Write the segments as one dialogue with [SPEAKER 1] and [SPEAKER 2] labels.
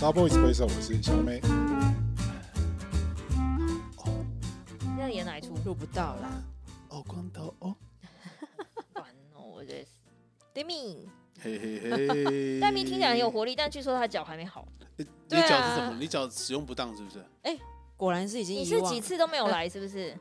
[SPEAKER 1] Double Espresso，我是小美。
[SPEAKER 2] 那演哪一出？
[SPEAKER 3] 录不到啦。
[SPEAKER 1] 哦，光头哦，
[SPEAKER 2] 烦哦，我这是。d e m i
[SPEAKER 4] 嘿嘿嘿
[SPEAKER 2] d e m i 听起来很有活力，但据说他脚还没好。
[SPEAKER 4] 你你
[SPEAKER 3] 对啊
[SPEAKER 4] 脚是什么？你脚使用不当是不是？
[SPEAKER 3] 果然是已经
[SPEAKER 2] 你
[SPEAKER 3] 遗
[SPEAKER 2] 是
[SPEAKER 3] 忘
[SPEAKER 2] 几次都没有来，是不是？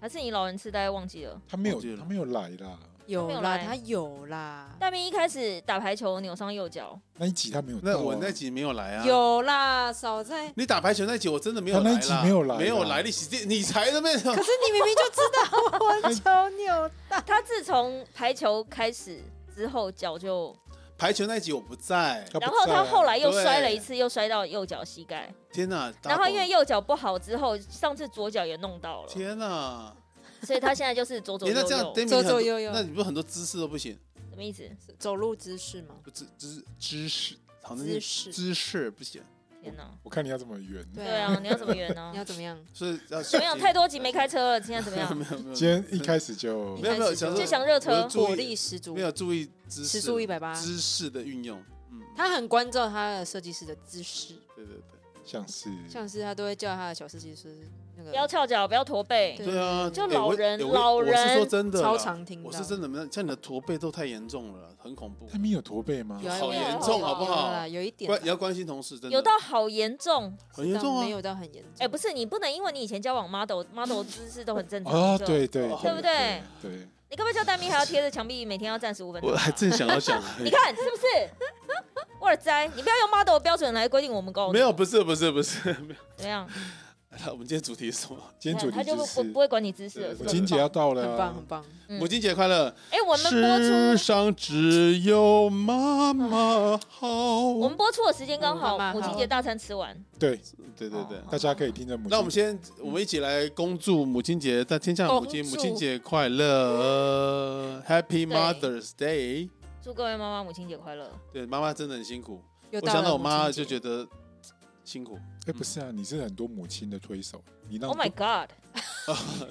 [SPEAKER 2] 还是你老人痴呆忘记了？
[SPEAKER 1] 他没有
[SPEAKER 4] 忘记，了
[SPEAKER 1] 他没有来啦。
[SPEAKER 3] 有
[SPEAKER 2] 没有
[SPEAKER 3] 啦，
[SPEAKER 2] 来
[SPEAKER 3] 他有啦，
[SPEAKER 2] 大明一开始打排球扭伤右脚，
[SPEAKER 1] 那一集他没有到啊，
[SPEAKER 4] 那我那集没有来啊。。
[SPEAKER 3] 有啦，少在。
[SPEAKER 4] 你打排球那集我真的没有
[SPEAKER 1] 他
[SPEAKER 4] 来
[SPEAKER 1] 那
[SPEAKER 4] 啦
[SPEAKER 1] 一集没有来啊
[SPEAKER 4] 没有来，你你才那边
[SPEAKER 3] 可是你明明就知道我求扭到，
[SPEAKER 2] 他自从排球开始之后脚就，
[SPEAKER 4] 排球那集我不在，
[SPEAKER 1] 他不
[SPEAKER 2] 然后
[SPEAKER 1] 在
[SPEAKER 2] 他
[SPEAKER 1] 啊
[SPEAKER 2] 后来又
[SPEAKER 4] 对
[SPEAKER 2] 摔了一次，又摔到右脚膝盖，
[SPEAKER 4] 天哪！
[SPEAKER 2] 然后因为
[SPEAKER 4] double
[SPEAKER 2] 右脚不好之后，上次左脚也弄到了，
[SPEAKER 4] 天哪，
[SPEAKER 2] 所以他现在就是左左
[SPEAKER 4] 你
[SPEAKER 2] 右
[SPEAKER 4] 那这样
[SPEAKER 2] 右，
[SPEAKER 3] 左
[SPEAKER 4] Demi
[SPEAKER 3] 左
[SPEAKER 4] 很多
[SPEAKER 3] 右右
[SPEAKER 4] 那你不是很多姿势都不行？
[SPEAKER 2] 什么意思？
[SPEAKER 3] 走路姿势吗？
[SPEAKER 4] 不姿姿姿势，好像
[SPEAKER 3] 姿势
[SPEAKER 4] 姿势不行，
[SPEAKER 2] 天哪！
[SPEAKER 1] 我看你要怎么圆。
[SPEAKER 3] 对
[SPEAKER 2] 对啊，你要怎么圆呢
[SPEAKER 3] 你？要怎么样？
[SPEAKER 4] 所以要
[SPEAKER 2] 怎么样？太多集没开车了，现在怎 么样？
[SPEAKER 4] 没有没有
[SPEAKER 1] 今天一开始就
[SPEAKER 4] 没有没有，想说
[SPEAKER 2] 就想热
[SPEAKER 4] 我
[SPEAKER 2] 车
[SPEAKER 4] 就，注意
[SPEAKER 3] 火力十足
[SPEAKER 4] 没，有注意姿
[SPEAKER 3] 时
[SPEAKER 4] 势，
[SPEAKER 3] 速一百八，
[SPEAKER 4] 姿势的运用，嗯，
[SPEAKER 3] 他很关照他的设计师的姿势，
[SPEAKER 4] 对对对，
[SPEAKER 1] 像是
[SPEAKER 3] 像是他都会叫他的小设计师那个
[SPEAKER 2] 不要翘脚，不要驼背。
[SPEAKER 3] 对
[SPEAKER 4] 对啊，
[SPEAKER 2] 就
[SPEAKER 4] 哎
[SPEAKER 2] 老
[SPEAKER 4] 我
[SPEAKER 2] 人
[SPEAKER 4] 哎我
[SPEAKER 2] 老
[SPEAKER 4] 我是说
[SPEAKER 2] 人
[SPEAKER 4] 真的啦，
[SPEAKER 3] 超常听到，
[SPEAKER 4] 我是真的没有，像你的驼背都太严重了，很恐怖
[SPEAKER 1] 他，们有驼背吗
[SPEAKER 3] 有？啊
[SPEAKER 4] 好
[SPEAKER 3] 有啊
[SPEAKER 2] 严重
[SPEAKER 3] 有啊
[SPEAKER 2] 好不
[SPEAKER 3] 有啊
[SPEAKER 4] 好
[SPEAKER 3] 啦有一点
[SPEAKER 4] 关
[SPEAKER 3] 啦
[SPEAKER 4] 也要关心同事，真的
[SPEAKER 2] 有到好严重，
[SPEAKER 4] 很严重啊
[SPEAKER 3] 没，有到很严重。
[SPEAKER 2] 哎、不是你不能因为你以前交往 model model 姿势都很正常
[SPEAKER 1] 啊，
[SPEAKER 2] 就
[SPEAKER 1] 对对，
[SPEAKER 4] 哦对
[SPEAKER 2] 对不对？
[SPEAKER 1] 对，
[SPEAKER 2] 你干嘛叫蛋咪还要贴着墙壁，每天要站十五分钟
[SPEAKER 4] 我
[SPEAKER 2] 啊、
[SPEAKER 4] 还正想 要讲，哎
[SPEAKER 2] 你看是不是？我的哉，你不要用 model 标准来规定我们高，
[SPEAKER 4] 没有，不是不是不是，没有。
[SPEAKER 2] 怎么样？
[SPEAKER 4] 来我们今天主题是什么？
[SPEAKER 1] 今天主
[SPEAKER 2] 他
[SPEAKER 1] 题
[SPEAKER 2] 就
[SPEAKER 1] 就
[SPEAKER 2] 不不
[SPEAKER 1] 是
[SPEAKER 2] 不会管你姿势了，是
[SPEAKER 1] 母
[SPEAKER 2] 吧
[SPEAKER 1] 亲节要到了
[SPEAKER 3] 很棒很
[SPEAKER 1] 啊，
[SPEAKER 3] 棒，
[SPEAKER 2] 嗯
[SPEAKER 4] 母亲节快乐！
[SPEAKER 2] 哎、我们播
[SPEAKER 4] 世
[SPEAKER 2] 出
[SPEAKER 4] 上只有妈妈 好。
[SPEAKER 2] 我们播出的时间刚好
[SPEAKER 3] 嗯妈妈
[SPEAKER 2] 母亲
[SPEAKER 3] 好
[SPEAKER 2] 节大餐吃完，
[SPEAKER 1] 对，
[SPEAKER 4] 对对对。
[SPEAKER 3] 哦
[SPEAKER 1] 大家可以听着母亲。
[SPEAKER 4] 那我们先，我们一起来恭祝母亲节，在天下的母亲，
[SPEAKER 3] 恭
[SPEAKER 4] 母
[SPEAKER 3] 祝
[SPEAKER 4] 亲节快乐
[SPEAKER 2] 对
[SPEAKER 4] ，Happy Mother's Day。
[SPEAKER 2] 祝各位妈妈母亲节快乐。
[SPEAKER 4] 对，妈妈真的很辛苦，
[SPEAKER 3] 又
[SPEAKER 4] 我
[SPEAKER 3] 到
[SPEAKER 4] 想
[SPEAKER 3] 了
[SPEAKER 4] 到我妈
[SPEAKER 3] 母
[SPEAKER 4] 就
[SPEAKER 3] 亲节
[SPEAKER 4] 觉得辛苦。
[SPEAKER 1] 哎，不是啊，你是很多母亲的推手，你让
[SPEAKER 2] Oh my god，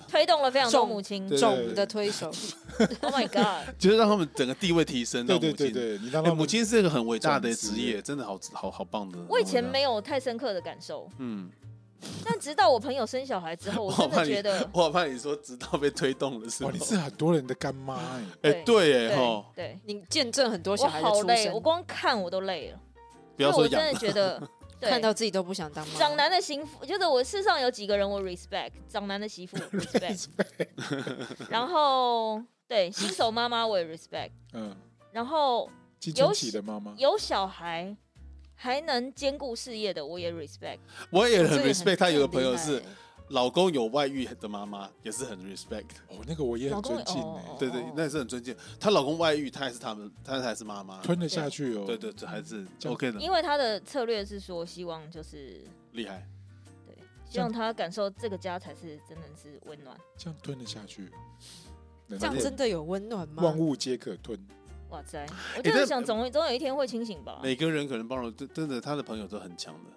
[SPEAKER 2] 推动了非常多
[SPEAKER 3] 重
[SPEAKER 2] 母亲。
[SPEAKER 4] 嗯对
[SPEAKER 3] 总的推手，
[SPEAKER 2] Oh my god，
[SPEAKER 4] 就是让他们整个地位提升，
[SPEAKER 1] 对
[SPEAKER 4] 让母
[SPEAKER 1] 对
[SPEAKER 4] 亲。
[SPEAKER 1] 对对，你让
[SPEAKER 4] 哎
[SPEAKER 1] 他
[SPEAKER 4] 母亲是一个很伟大的
[SPEAKER 1] 种子
[SPEAKER 4] 职业，真的好好好棒的。
[SPEAKER 2] 我以前没有太深刻的感受，
[SPEAKER 4] 嗯，
[SPEAKER 2] 但直到我朋友生小孩之后，我
[SPEAKER 4] 我好
[SPEAKER 2] 真
[SPEAKER 4] 怕
[SPEAKER 2] 的
[SPEAKER 4] 你
[SPEAKER 2] 觉得，
[SPEAKER 4] 我好怕你说直到被推动了是
[SPEAKER 1] 哇，哦
[SPEAKER 4] 吗
[SPEAKER 1] 你？是很多人的干妈哎，
[SPEAKER 4] 哎，
[SPEAKER 2] 对
[SPEAKER 4] 对哎
[SPEAKER 2] 对
[SPEAKER 4] 吼，
[SPEAKER 2] 对，
[SPEAKER 3] 你见证很多
[SPEAKER 2] 我
[SPEAKER 3] 小孩的
[SPEAKER 2] 好
[SPEAKER 3] 出
[SPEAKER 2] 累，我
[SPEAKER 3] 生，
[SPEAKER 2] 光看我都累了。
[SPEAKER 4] 不要
[SPEAKER 2] 所以
[SPEAKER 4] 说
[SPEAKER 2] 我真
[SPEAKER 4] 养
[SPEAKER 2] 的觉得， 对
[SPEAKER 3] 看到自己都不想当妈。
[SPEAKER 2] 长男的媳妇，就是我世上有几个人我 respect，长男的媳妇 respect，然后对新手妈妈我也 respect，
[SPEAKER 1] 嗯，
[SPEAKER 2] 然后
[SPEAKER 1] 青春期的妈妈，
[SPEAKER 2] 有小孩还能兼顾事业的我也 respect，
[SPEAKER 4] 我也
[SPEAKER 3] 这
[SPEAKER 4] 很
[SPEAKER 3] 也
[SPEAKER 4] respect 他有个朋友
[SPEAKER 3] 这很
[SPEAKER 4] 是
[SPEAKER 3] 厉害
[SPEAKER 4] 老公有外遇的妈妈，也是很 respect。
[SPEAKER 1] 哦，那个我也很尊敬
[SPEAKER 2] 老公
[SPEAKER 1] 哎
[SPEAKER 2] 哦，
[SPEAKER 4] 欸对对，那也是很尊敬。她老公外遇，她还是他们，她还是妈妈。
[SPEAKER 1] 吞得下去哦，
[SPEAKER 4] 对对，这还是
[SPEAKER 1] 这样
[SPEAKER 4] OK 的，
[SPEAKER 2] 因为他的策略是说希望就是
[SPEAKER 4] 厉害。
[SPEAKER 2] 希望他感受这个家才是真的是温暖。
[SPEAKER 1] 这样吞得下去，能
[SPEAKER 3] 这样
[SPEAKER 1] 吞
[SPEAKER 3] 真的有温暖吗？
[SPEAKER 1] 万物皆可吞，
[SPEAKER 2] 哇塞，
[SPEAKER 4] 哎
[SPEAKER 2] 我就是想总总有一天会清醒吧。
[SPEAKER 4] 每个人可能包容，真真的，她的朋友都很强的，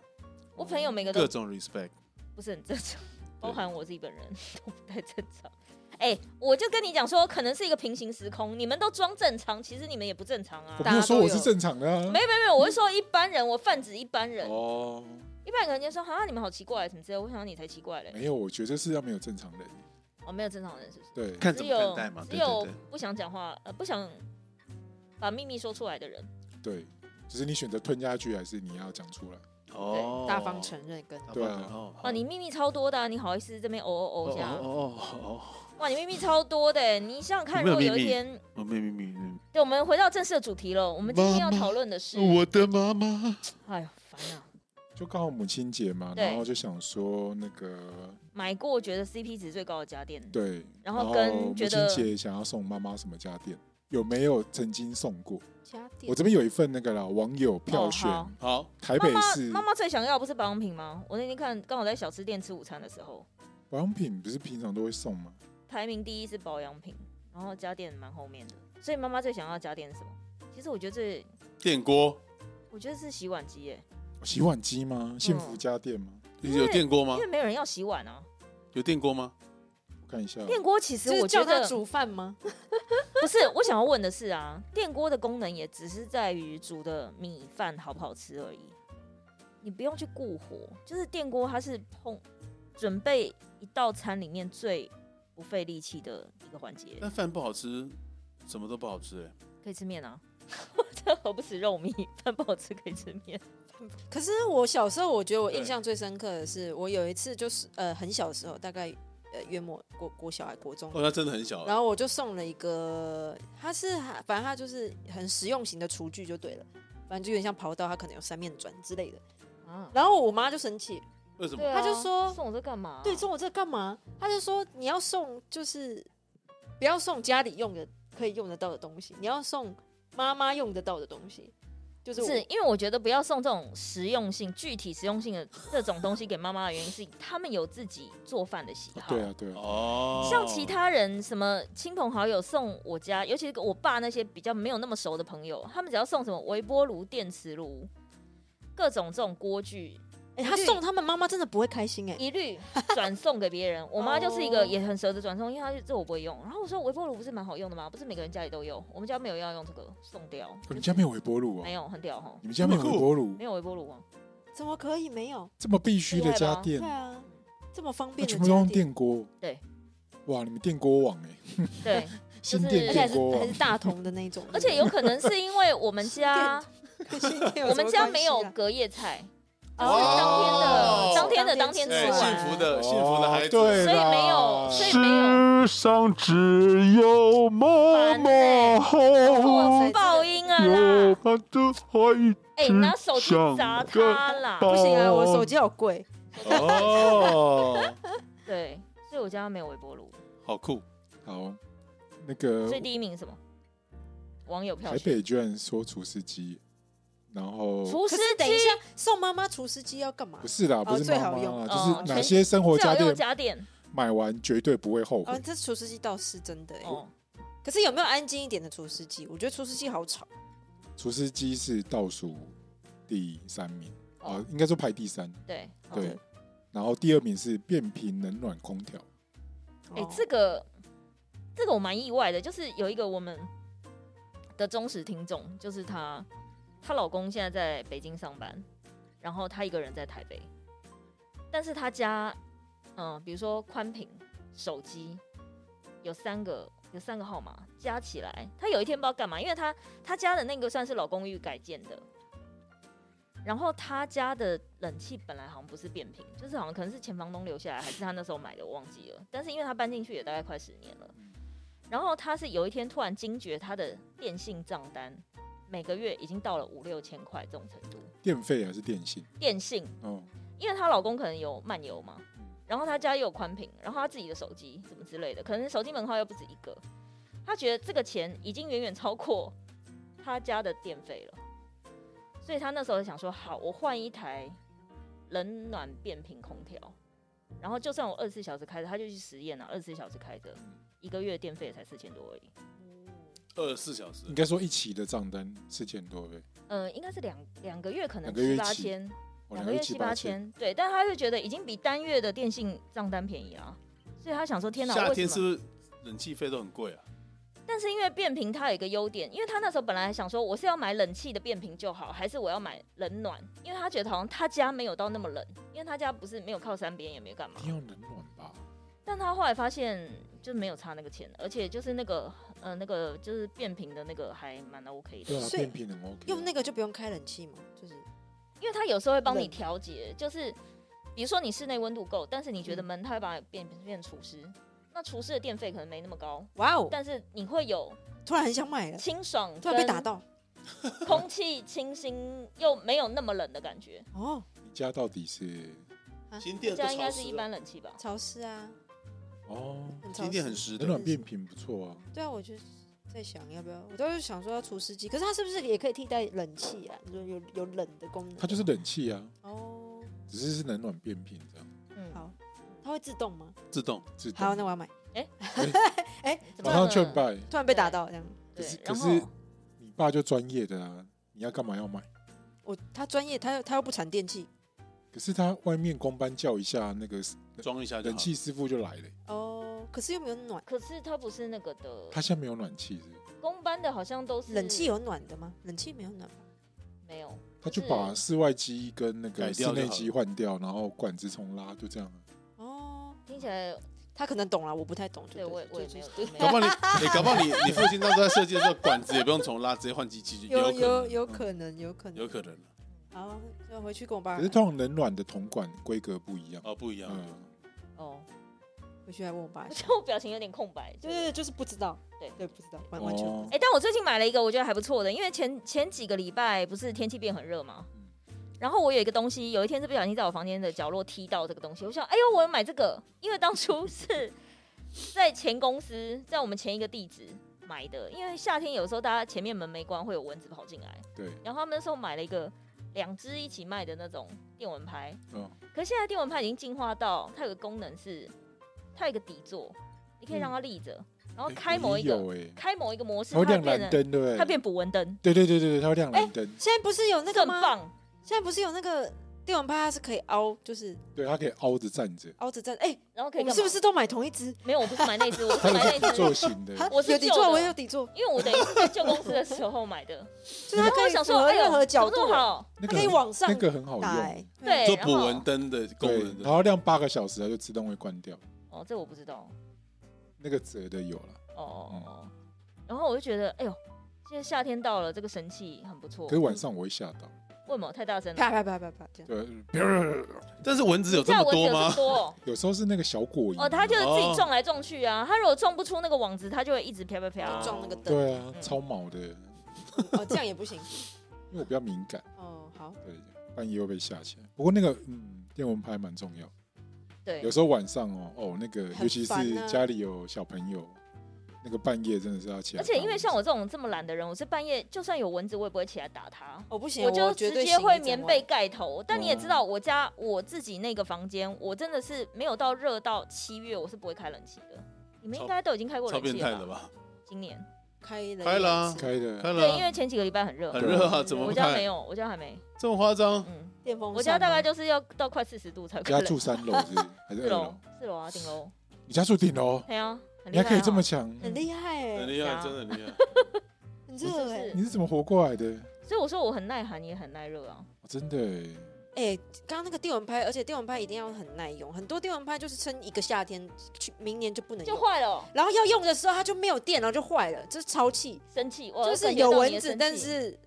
[SPEAKER 2] 我朋友每个都
[SPEAKER 4] 各种 respect。
[SPEAKER 2] 不是很正 常，包含我自己本人都不太正常。哎、我就跟你讲说，可能是一个平行时空，你们都装正常，其实你们也不正常啊
[SPEAKER 1] 我。
[SPEAKER 3] 大
[SPEAKER 1] 没有
[SPEAKER 3] 家都
[SPEAKER 1] 说我是
[SPEAKER 3] 有
[SPEAKER 1] 正常的啊
[SPEAKER 2] 没，有没有没有，我是说一般人，我泛指一般人，
[SPEAKER 1] 哦，
[SPEAKER 2] 一般人就说哈，你们好奇怪什么之类的，我想你才奇怪嘞。
[SPEAKER 4] 哎
[SPEAKER 1] 没有，我觉得这世上没有正常人，
[SPEAKER 2] 哦，没有正常人是不是？
[SPEAKER 1] 对，
[SPEAKER 4] 看
[SPEAKER 2] 只
[SPEAKER 4] 怎么看
[SPEAKER 2] 有
[SPEAKER 4] 待嘛，
[SPEAKER 2] 只
[SPEAKER 4] 对
[SPEAKER 2] 有
[SPEAKER 4] 对对。
[SPEAKER 2] 不想讲话，呃，不想把秘密说出来的
[SPEAKER 4] 哦
[SPEAKER 2] 人。
[SPEAKER 1] 对，就是你选择吞下去，还是你要讲出来？
[SPEAKER 4] 哦，
[SPEAKER 3] 大方承认跟
[SPEAKER 4] 大方承认。
[SPEAKER 1] 对啊
[SPEAKER 4] 哦，
[SPEAKER 2] 哇，你秘密超多的啊、你好意思这边哦哦哦
[SPEAKER 4] 哦
[SPEAKER 2] 这样？
[SPEAKER 4] 哦哦哦，
[SPEAKER 2] 哇，你秘密超多的欸，你想想看，
[SPEAKER 4] 我
[SPEAKER 2] 如
[SPEAKER 4] 没有
[SPEAKER 2] 果有
[SPEAKER 4] 哦秘
[SPEAKER 2] 一
[SPEAKER 4] 密
[SPEAKER 2] 天，
[SPEAKER 4] 我没没没没，
[SPEAKER 2] 对，我们回到正式的主题了，我们今天要
[SPEAKER 4] 妈妈
[SPEAKER 2] 讨论的是，
[SPEAKER 4] 我的妈妈。
[SPEAKER 2] 哎呦，烦啊。
[SPEAKER 1] 就刚好母亲节嘛，
[SPEAKER 2] 对
[SPEAKER 1] 然后就想说那个
[SPEAKER 2] 买过觉得 CP 值最高的家电，
[SPEAKER 1] 对，哦然
[SPEAKER 2] 然后
[SPEAKER 1] 后
[SPEAKER 2] 跟
[SPEAKER 1] 母
[SPEAKER 2] 觉
[SPEAKER 1] 亲
[SPEAKER 2] 得哦
[SPEAKER 1] 节想要送妈妈什么家电，有没有曾经送过？
[SPEAKER 3] 家电
[SPEAKER 1] 我这边有一份那个啦，网友票选、
[SPEAKER 2] 哦
[SPEAKER 4] 好，
[SPEAKER 1] 台
[SPEAKER 2] 妈
[SPEAKER 1] 北
[SPEAKER 2] 妈
[SPEAKER 1] 市
[SPEAKER 2] 妈妈最想要不是保养品吗？我那天看刚好在小吃店吃午餐的时候，
[SPEAKER 1] 保养品，不是平常都会送吗？
[SPEAKER 2] 排名第一是保养品，然后家电蛮后面的。所以妈妈最想要的家电是什么？其实我觉得最，
[SPEAKER 4] 电锅，
[SPEAKER 2] 我觉得是洗碗机耶，
[SPEAKER 1] 洗碗机吗？幸福家电吗？
[SPEAKER 2] 因
[SPEAKER 4] 你
[SPEAKER 2] 为
[SPEAKER 4] 有电锅吗
[SPEAKER 1] 啊
[SPEAKER 2] 因为？没有人要洗碗啊。
[SPEAKER 4] 有电锅吗？
[SPEAKER 1] 我看一下，
[SPEAKER 2] 电锅其实
[SPEAKER 3] 是
[SPEAKER 2] 我觉
[SPEAKER 3] 叫他
[SPEAKER 2] 得
[SPEAKER 3] 煮饭吗？
[SPEAKER 2] 不是，我想要问的是啊，电锅的功能也只是在于煮的米饭好不好吃而已。你不用去顾火，就是电锅它是烹准备一道餐里面最不费力气的一个环节，
[SPEAKER 4] 但饭不好吃，什么都不好吃哎、
[SPEAKER 2] 可以吃面啊。 这何不食肉糜，饭 不好吃可以吃面。
[SPEAKER 3] 可是我小时候，我觉得我
[SPEAKER 1] 对
[SPEAKER 3] 印象最深刻的是，我有一次就是呃很小的时候，大概呃约莫国国小还国中，
[SPEAKER 4] 哦，那真的很小、
[SPEAKER 3] 然后我就送了一个，它是反正它就是很实用型的厨具就对了，反正就有点像刨刀，它可能有三面转之类的。
[SPEAKER 2] 啊，
[SPEAKER 3] 然后我妈就生气，
[SPEAKER 4] 欸为什么？
[SPEAKER 2] 对啊
[SPEAKER 3] 他就说
[SPEAKER 2] 送我这干嘛、啊
[SPEAKER 3] 对，送我这干嘛？她就说你要送就是不要送家里用的可以用得到的东西，你要送妈妈用得到的东西，就是我
[SPEAKER 2] 是因为我觉得不要送这种实用性、具体实用性的这种东西给妈妈的原因是，他们有自己做饭的喜
[SPEAKER 1] 啊
[SPEAKER 2] 好。
[SPEAKER 1] 对啊，对啊，
[SPEAKER 4] 哦，
[SPEAKER 2] 像其他人什么亲朋好友送我家，尤其是我爸那些比较没有那么熟的朋友，他们只要送什么微波炉、电磁炉，各种这种锅具，
[SPEAKER 3] 哎、她
[SPEAKER 2] 对
[SPEAKER 3] 送他们妈妈真的不会开心哎、
[SPEAKER 2] 一 律转送给别人。我妈就是一
[SPEAKER 4] 哦
[SPEAKER 2] 个也很舍得转送，因为她就这我不会用。然后我说微波炉不是蛮好用的吗？不是每个人家里都有，我们家没有要用这个，送掉。
[SPEAKER 1] 你们家没有微波炉
[SPEAKER 2] 没
[SPEAKER 1] 哦？
[SPEAKER 2] 有，很屌哈，
[SPEAKER 1] 你们家没有微波炉
[SPEAKER 2] 没？有微波炉啊。
[SPEAKER 3] 怎么可以没有？
[SPEAKER 1] 这么必须的家
[SPEAKER 3] 对
[SPEAKER 1] 电，
[SPEAKER 3] 啊，这么方
[SPEAKER 1] 那
[SPEAKER 3] 便的
[SPEAKER 1] 全部都用
[SPEAKER 3] 家电，
[SPEAKER 1] 电锅。
[SPEAKER 2] 对，
[SPEAKER 1] 哇，你们电锅网哎，
[SPEAKER 2] 对，
[SPEAKER 1] 新店
[SPEAKER 3] 而且还
[SPEAKER 1] 电
[SPEAKER 3] 是
[SPEAKER 1] 锅
[SPEAKER 3] 还
[SPEAKER 1] 网
[SPEAKER 3] 是，大同的那种，
[SPEAKER 2] 而且有可能是因为我们 家我
[SPEAKER 3] 我
[SPEAKER 2] 们家没
[SPEAKER 3] 啊
[SPEAKER 2] 有隔夜菜，就是
[SPEAKER 4] 啊哦
[SPEAKER 2] 当天的当天的当天吃
[SPEAKER 4] 哎幸
[SPEAKER 2] 完。
[SPEAKER 4] 福的幸福的孩子，
[SPEAKER 1] 哦对
[SPEAKER 2] 所以没有，所以没
[SPEAKER 5] 世
[SPEAKER 2] 有。
[SPEAKER 5] 上只有默默
[SPEAKER 3] 哇
[SPEAKER 5] 红
[SPEAKER 3] 塞，
[SPEAKER 2] 哦爆音啊
[SPEAKER 5] 有
[SPEAKER 2] 啦！
[SPEAKER 5] 他的怀
[SPEAKER 2] 哎、
[SPEAKER 5] 只
[SPEAKER 2] 拿手机砸他啦！
[SPEAKER 5] 想
[SPEAKER 3] 不行啊，
[SPEAKER 5] 哦
[SPEAKER 3] 我手机好贵，
[SPEAKER 4] 哦，
[SPEAKER 2] 对，所以我家没有微波炉。
[SPEAKER 4] 好酷，
[SPEAKER 1] 好，那个
[SPEAKER 2] 所以第一名是什么？网友票
[SPEAKER 1] 呃台
[SPEAKER 2] 选。
[SPEAKER 1] 北居然说厨师机，然后
[SPEAKER 2] 厨
[SPEAKER 3] 可
[SPEAKER 2] 师
[SPEAKER 3] 是等一
[SPEAKER 2] 机
[SPEAKER 3] 下送妈妈厨师机要干嘛
[SPEAKER 1] 不？是啦，
[SPEAKER 3] 哦
[SPEAKER 1] 不是
[SPEAKER 3] 最
[SPEAKER 1] 妈
[SPEAKER 3] 好
[SPEAKER 1] 妈
[SPEAKER 3] 用
[SPEAKER 1] 啦，
[SPEAKER 2] 哦
[SPEAKER 1] 就是哪些生活
[SPEAKER 2] 最
[SPEAKER 1] 家
[SPEAKER 2] 好用
[SPEAKER 1] 电
[SPEAKER 2] 家电
[SPEAKER 1] 买完绝对不会后
[SPEAKER 3] 啊，
[SPEAKER 1] 悔。
[SPEAKER 3] 这厨师机倒是真的哎、
[SPEAKER 2] 哦，
[SPEAKER 3] 可是有没有安静一点的厨师机？我觉得厨师机好吵，
[SPEAKER 1] 厨师机是倒数第三名，
[SPEAKER 2] 哦
[SPEAKER 1] 啊，应该说排第三，
[SPEAKER 2] 对
[SPEAKER 3] 哦
[SPEAKER 1] 对。然后第二名是变频冷暖空调，
[SPEAKER 3] 哦
[SPEAKER 2] 哎、这个这个我蛮意外的，就是有一个我们的忠实听众，就是她，她老公现在在北京上班，然后她一个人在台北，但是她家，嗯、比如说宽屏手机有三个。有三个号码加起来，她有一天不知道干嘛，因为她她家的那个算是老公寓改建的，然后她家的冷气本来好像不是变频，就是好像可能是前房东留下来，还是她那时候买的，我忘记了。但是因为她搬进去也大概快十年了，然后她是有一天突然惊觉她的电信账单每个月已经到了五六千块这种程度，
[SPEAKER 1] 电费还是电信？
[SPEAKER 2] 电信
[SPEAKER 1] 哦，
[SPEAKER 2] 因为她老公可能有漫游嘛
[SPEAKER 1] 嗯，
[SPEAKER 2] 然后她家也有宽屏，然后她自己的手机什么之类的，可能手机门号又不止一个，她觉得这个钱已经远远超过她家的电费了，所以她那时候想说，好，我换一台冷暖变频空调，然后就算我二十四小时开着，她就去实验了、啊二十四小时开着，一个月电费才四千多而已，
[SPEAKER 3] 哦
[SPEAKER 4] 二十四小时
[SPEAKER 1] 应该说一起的账单四千多呗，
[SPEAKER 2] 呃，应该是两两个月可能
[SPEAKER 1] 两个月
[SPEAKER 2] 七
[SPEAKER 1] 一
[SPEAKER 2] 八
[SPEAKER 1] 起
[SPEAKER 2] 千，
[SPEAKER 1] 哦
[SPEAKER 2] 两个月
[SPEAKER 1] 七
[SPEAKER 2] 七八
[SPEAKER 1] 千，
[SPEAKER 2] 千，对，但他就觉得已经比单月的电信账单便宜啦，所以他想说天哪，
[SPEAKER 4] 夏
[SPEAKER 2] 为
[SPEAKER 4] 天
[SPEAKER 2] 什
[SPEAKER 4] 是
[SPEAKER 2] 么？
[SPEAKER 4] 不是冷气费都很贵啊？
[SPEAKER 2] 但是因为变频它有一个优点，因为他那时候本来还想说我是要买冷气的变频就好，还是我要买冷暖，因为他觉得好像他家没有到那么冷，因为他家不是没有靠山边也没有干嘛
[SPEAKER 1] 一，定要冷暖吧？
[SPEAKER 2] 但他后来发现就没有差那个钱，而且就是那个呃那个就是变频的那个还蛮 OK 的
[SPEAKER 1] 对，啊，
[SPEAKER 3] 所以
[SPEAKER 1] 变频很 OK 啊。
[SPEAKER 3] 用那个就不用开冷气嘛，就是
[SPEAKER 2] 因为他有时候会帮你
[SPEAKER 3] 冷
[SPEAKER 2] 调节，就是比如说你室内温度够，但是你
[SPEAKER 3] 嗯
[SPEAKER 2] 觉得闷，他会把你变变厨师。那厨师的电费可能没那么高，
[SPEAKER 3] 哇哦，
[SPEAKER 2] 但是你会有
[SPEAKER 3] 突然很想买了，
[SPEAKER 2] 清爽，
[SPEAKER 3] 突然被打，到
[SPEAKER 2] 空气清新又没有那么冷的感觉。
[SPEAKER 3] 哦，
[SPEAKER 1] 你家到底是
[SPEAKER 4] 新店都
[SPEAKER 2] 家应该
[SPEAKER 4] 潮
[SPEAKER 2] 是
[SPEAKER 4] 湿
[SPEAKER 2] 一
[SPEAKER 4] 了，
[SPEAKER 2] 般冷气吧？
[SPEAKER 3] 潮湿啊，
[SPEAKER 1] 哦，
[SPEAKER 3] 很潮
[SPEAKER 4] 新
[SPEAKER 3] 湿
[SPEAKER 4] 店很湿
[SPEAKER 1] 冷
[SPEAKER 4] 的，
[SPEAKER 1] 暖变频不错啊，
[SPEAKER 3] 对啊，我就在想要不要，我倒是想说要除湿机，可是它是不是也可以替代冷气啊？你说有有冷的功能，
[SPEAKER 1] 它就是冷气啊，
[SPEAKER 3] 哦，
[SPEAKER 1] 只是是冷暖变频这样。
[SPEAKER 2] 嗯，
[SPEAKER 3] 好它会自动吗？
[SPEAKER 4] 自动
[SPEAKER 1] 自动
[SPEAKER 3] 好，那我要买，
[SPEAKER 2] 怎么
[SPEAKER 1] 马
[SPEAKER 2] 了
[SPEAKER 1] 上
[SPEAKER 2] 呢
[SPEAKER 1] 劝败，
[SPEAKER 3] 突然被打到这样，
[SPEAKER 1] 可
[SPEAKER 2] 对
[SPEAKER 1] 是，可
[SPEAKER 2] 然
[SPEAKER 1] 是
[SPEAKER 2] 后
[SPEAKER 1] 你爸就专业的啊，你要干嘛要买？
[SPEAKER 3] 我他专业，他又他又不产电器
[SPEAKER 1] 可是他外面公班叫一下，那个
[SPEAKER 4] 装一下就
[SPEAKER 1] 冷
[SPEAKER 4] 好。
[SPEAKER 1] 气师傅就来了欸。
[SPEAKER 3] 哦，可是又没有暖，
[SPEAKER 2] 可是它不是那个的，
[SPEAKER 1] 他现在没有暖气是不是
[SPEAKER 2] 公班的好像都是
[SPEAKER 3] 冷气有暖的吗？冷气没有暖吧？
[SPEAKER 2] 没有，
[SPEAKER 1] 他就把室外机跟那
[SPEAKER 4] 改
[SPEAKER 1] 个
[SPEAKER 4] 掉
[SPEAKER 1] 室
[SPEAKER 4] 就
[SPEAKER 1] 内
[SPEAKER 4] 好
[SPEAKER 1] 机换掉，然后管子重拉，就这样。
[SPEAKER 3] 哦，
[SPEAKER 2] 听起来
[SPEAKER 3] 他可能懂了，我不太懂。就
[SPEAKER 2] 对我也我也
[SPEAKER 3] 就
[SPEAKER 2] 没有我
[SPEAKER 3] 就，
[SPEAKER 2] 也没
[SPEAKER 4] 搞
[SPEAKER 2] 有
[SPEAKER 4] 不好你，你搞不好你你父亲当初在设计的时候，管子也不用重拉，直接换机器，也
[SPEAKER 3] 有
[SPEAKER 4] 有可
[SPEAKER 3] 有
[SPEAKER 4] 能，
[SPEAKER 3] 有可能，有可能，
[SPEAKER 4] 有可能啊
[SPEAKER 3] 好，那回去跟我爸
[SPEAKER 2] 啊
[SPEAKER 1] 可，是通常冷暖的铜管规格不一样，
[SPEAKER 4] 哦，不一样。
[SPEAKER 1] 嗯，
[SPEAKER 2] 哦，
[SPEAKER 3] 回去还问我 爸
[SPEAKER 2] 我。觉得我表情有点空白，
[SPEAKER 3] 对对对，就是不知道，
[SPEAKER 2] 对
[SPEAKER 3] 对，不知道，完完全不知
[SPEAKER 1] 哦
[SPEAKER 2] 哎、但我最近买了一个我觉得还不错的，因为前前几个礼拜不是天气变很热嘛，
[SPEAKER 1] 嗯
[SPEAKER 2] 然后我有一个东西，有一天是不小心在我房间的角落踢到这个东西，我想，哎呦，我要买这个，因为当初 是在前公司，在我们前一个地址买的，因为夏天有时候大家前面门没关，会有蚊子跑进来，
[SPEAKER 1] 对，
[SPEAKER 2] 然后他们那时候买了一个两只一起卖的那种电蚊拍，
[SPEAKER 1] 嗯，
[SPEAKER 2] 可是现在电蚊拍已经进化到它有个功能是，它有一个底座，你可以让它立着，然后
[SPEAKER 4] 哎
[SPEAKER 2] 哦开某一个。
[SPEAKER 1] 嗯我也有哎，
[SPEAKER 2] 开某一个模式，
[SPEAKER 1] 它会
[SPEAKER 2] 它
[SPEAKER 1] 亮
[SPEAKER 2] 变
[SPEAKER 1] 蓝
[SPEAKER 2] 成
[SPEAKER 1] 灯，对不对？
[SPEAKER 2] 它变哎捕蚊灯，
[SPEAKER 1] 对对对对对，它会亮蓝灯，
[SPEAKER 3] 现在不是有那
[SPEAKER 2] 这
[SPEAKER 3] 个
[SPEAKER 2] 更
[SPEAKER 3] 吗？
[SPEAKER 2] 棒。
[SPEAKER 3] 现在不是有那个电蚊拍，它是可以凹，就是
[SPEAKER 1] 对，它可以凹着站着，
[SPEAKER 3] 凹着站。哎、
[SPEAKER 2] 然后可
[SPEAKER 3] 我
[SPEAKER 2] 以
[SPEAKER 3] 们
[SPEAKER 2] 干
[SPEAKER 3] 是
[SPEAKER 2] 嘛
[SPEAKER 3] 不是？都买同一只？
[SPEAKER 2] 没有，我不是买那只，我
[SPEAKER 1] 它
[SPEAKER 2] 是买
[SPEAKER 1] 有
[SPEAKER 2] 那
[SPEAKER 1] 底座
[SPEAKER 2] 只，
[SPEAKER 1] 型的，
[SPEAKER 3] 它
[SPEAKER 2] 我是
[SPEAKER 3] 有底
[SPEAKER 2] 旧
[SPEAKER 3] 座，
[SPEAKER 2] 的
[SPEAKER 3] 我也有底座，
[SPEAKER 2] 因为我等于是在旧公司的时候买的。
[SPEAKER 3] 就是
[SPEAKER 2] 然
[SPEAKER 3] 它
[SPEAKER 2] 后
[SPEAKER 3] 可
[SPEAKER 2] 我
[SPEAKER 3] 以
[SPEAKER 2] 想
[SPEAKER 3] 符
[SPEAKER 2] 说，
[SPEAKER 3] 合
[SPEAKER 2] 哎呦，
[SPEAKER 3] 任何角
[SPEAKER 2] 怎么
[SPEAKER 3] 度
[SPEAKER 2] 这么，好，
[SPEAKER 1] 那
[SPEAKER 3] 它
[SPEAKER 1] 个
[SPEAKER 3] 可以
[SPEAKER 1] 很
[SPEAKER 3] 往上
[SPEAKER 1] 那个很好
[SPEAKER 3] 打、
[SPEAKER 1] 用
[SPEAKER 3] 哎，
[SPEAKER 2] 对，
[SPEAKER 4] 做
[SPEAKER 2] 然
[SPEAKER 4] 捕
[SPEAKER 2] 后
[SPEAKER 4] 蚊。灯的功
[SPEAKER 1] 对哦
[SPEAKER 4] 能，
[SPEAKER 1] 然
[SPEAKER 4] 的，
[SPEAKER 1] 后亮八个小时它就自动会关掉，
[SPEAKER 2] 哦，这我不知道。
[SPEAKER 1] 那个折的有了，
[SPEAKER 2] 哦哦哦。然后我就觉得，哎呦，现在夏天到了，这个神器很不错
[SPEAKER 1] 可是。晚上我会吓到，
[SPEAKER 2] 为什么太大声了？
[SPEAKER 3] 啪啪啪啪啪这样。
[SPEAKER 1] 对，
[SPEAKER 4] 但是蚊子有这
[SPEAKER 2] 在
[SPEAKER 4] 么
[SPEAKER 2] 蚊子
[SPEAKER 4] 多
[SPEAKER 2] 有这
[SPEAKER 4] 吗
[SPEAKER 2] 么？多？
[SPEAKER 1] 有时候是那个小果蝇，啊
[SPEAKER 2] 哦，它就是自己
[SPEAKER 4] 哦
[SPEAKER 2] 撞来撞去啊。它如果撞不出那个网子，它就会一直啪啪
[SPEAKER 3] 就
[SPEAKER 2] 啪。
[SPEAKER 3] 撞那个灯
[SPEAKER 1] 对
[SPEAKER 2] 嗯
[SPEAKER 1] 啊，超毛的，因
[SPEAKER 3] 哦，这样也不行
[SPEAKER 1] 为我比较敏感，
[SPEAKER 3] 哦。好，
[SPEAKER 1] 对，半夜会被吓起来。不过那个嗯，电蚊拍蛮重要。
[SPEAKER 2] 对
[SPEAKER 1] 有，时候晚上哦，哦，那个
[SPEAKER 3] 很
[SPEAKER 1] 尤其
[SPEAKER 3] 烦
[SPEAKER 1] 是
[SPEAKER 3] 啊
[SPEAKER 1] 家里有小朋友，那个半夜真的是要起来
[SPEAKER 2] 而
[SPEAKER 1] 打蚊子。
[SPEAKER 2] 且因为像我这种这么懒的人，我是半夜就算有蚊子，我也不会起来打它。
[SPEAKER 3] 哦我、不行，
[SPEAKER 2] 我就
[SPEAKER 3] 绝
[SPEAKER 2] 直
[SPEAKER 3] 对
[SPEAKER 2] 接
[SPEAKER 3] 醒
[SPEAKER 2] 会
[SPEAKER 3] 一整
[SPEAKER 2] 棉
[SPEAKER 3] 晚
[SPEAKER 2] 被。盖头。但你也知
[SPEAKER 1] 哦
[SPEAKER 2] 道，我家我自己那个房间，我真的是没有到热到七月，我是不会开冷气的。你们应
[SPEAKER 4] 超
[SPEAKER 2] 该都已经开过啊
[SPEAKER 4] 超
[SPEAKER 2] 冷
[SPEAKER 4] 变
[SPEAKER 2] 气
[SPEAKER 4] 态
[SPEAKER 2] 了
[SPEAKER 4] 的？吧？
[SPEAKER 2] 今年
[SPEAKER 3] 开了
[SPEAKER 4] 开了啊
[SPEAKER 3] 一次
[SPEAKER 1] 开的
[SPEAKER 4] 看
[SPEAKER 2] 对，因
[SPEAKER 4] 了
[SPEAKER 2] 为前几个礼拜很热，
[SPEAKER 4] 很
[SPEAKER 1] 对
[SPEAKER 4] 热啊，怎么
[SPEAKER 2] 我
[SPEAKER 4] 不
[SPEAKER 2] 家没
[SPEAKER 4] 看？
[SPEAKER 2] 有，我家还没。
[SPEAKER 4] 这么夸张？
[SPEAKER 2] 嗯，
[SPEAKER 3] 电风扇吗，
[SPEAKER 2] 我家大概就是要到快四十度才开
[SPEAKER 1] 家
[SPEAKER 2] 冷
[SPEAKER 1] 住
[SPEAKER 2] 气。
[SPEAKER 1] 三楼是 不是还是
[SPEAKER 2] 四
[SPEAKER 1] 二
[SPEAKER 2] 楼
[SPEAKER 1] 楼？，
[SPEAKER 2] 四楼啊，顶楼。
[SPEAKER 1] 你家住顶楼，
[SPEAKER 2] 对啊，很
[SPEAKER 1] 你
[SPEAKER 2] 厉害
[SPEAKER 1] 还可以
[SPEAKER 2] 哦
[SPEAKER 1] 这么强，
[SPEAKER 3] 很厉害哎、
[SPEAKER 4] 很厉
[SPEAKER 1] 啊
[SPEAKER 4] 害，真的很厉 害。
[SPEAKER 3] 很
[SPEAKER 2] 是不
[SPEAKER 3] 热哎、
[SPEAKER 2] 是？
[SPEAKER 1] 你是怎么活过来的？
[SPEAKER 2] 所以我说我很耐寒，也很耐热啊。
[SPEAKER 1] 哦真的欸，
[SPEAKER 3] 哎、刚刚那个电蚊拍，而且电蚊拍一定要很耐用，很多电蚊拍就是撑一个夏天，去明年就不能
[SPEAKER 2] 就
[SPEAKER 3] 用。
[SPEAKER 2] 坏了，哦
[SPEAKER 3] 然后要用的时候它就没有电，然后就坏了，这是超气。
[SPEAKER 2] 生气。我
[SPEAKER 3] 就
[SPEAKER 2] 哦
[SPEAKER 3] 是
[SPEAKER 2] 感觉
[SPEAKER 3] 有
[SPEAKER 2] 到你
[SPEAKER 3] 蚊
[SPEAKER 2] 的
[SPEAKER 3] 子，
[SPEAKER 2] 生
[SPEAKER 3] 但
[SPEAKER 2] 气
[SPEAKER 3] 是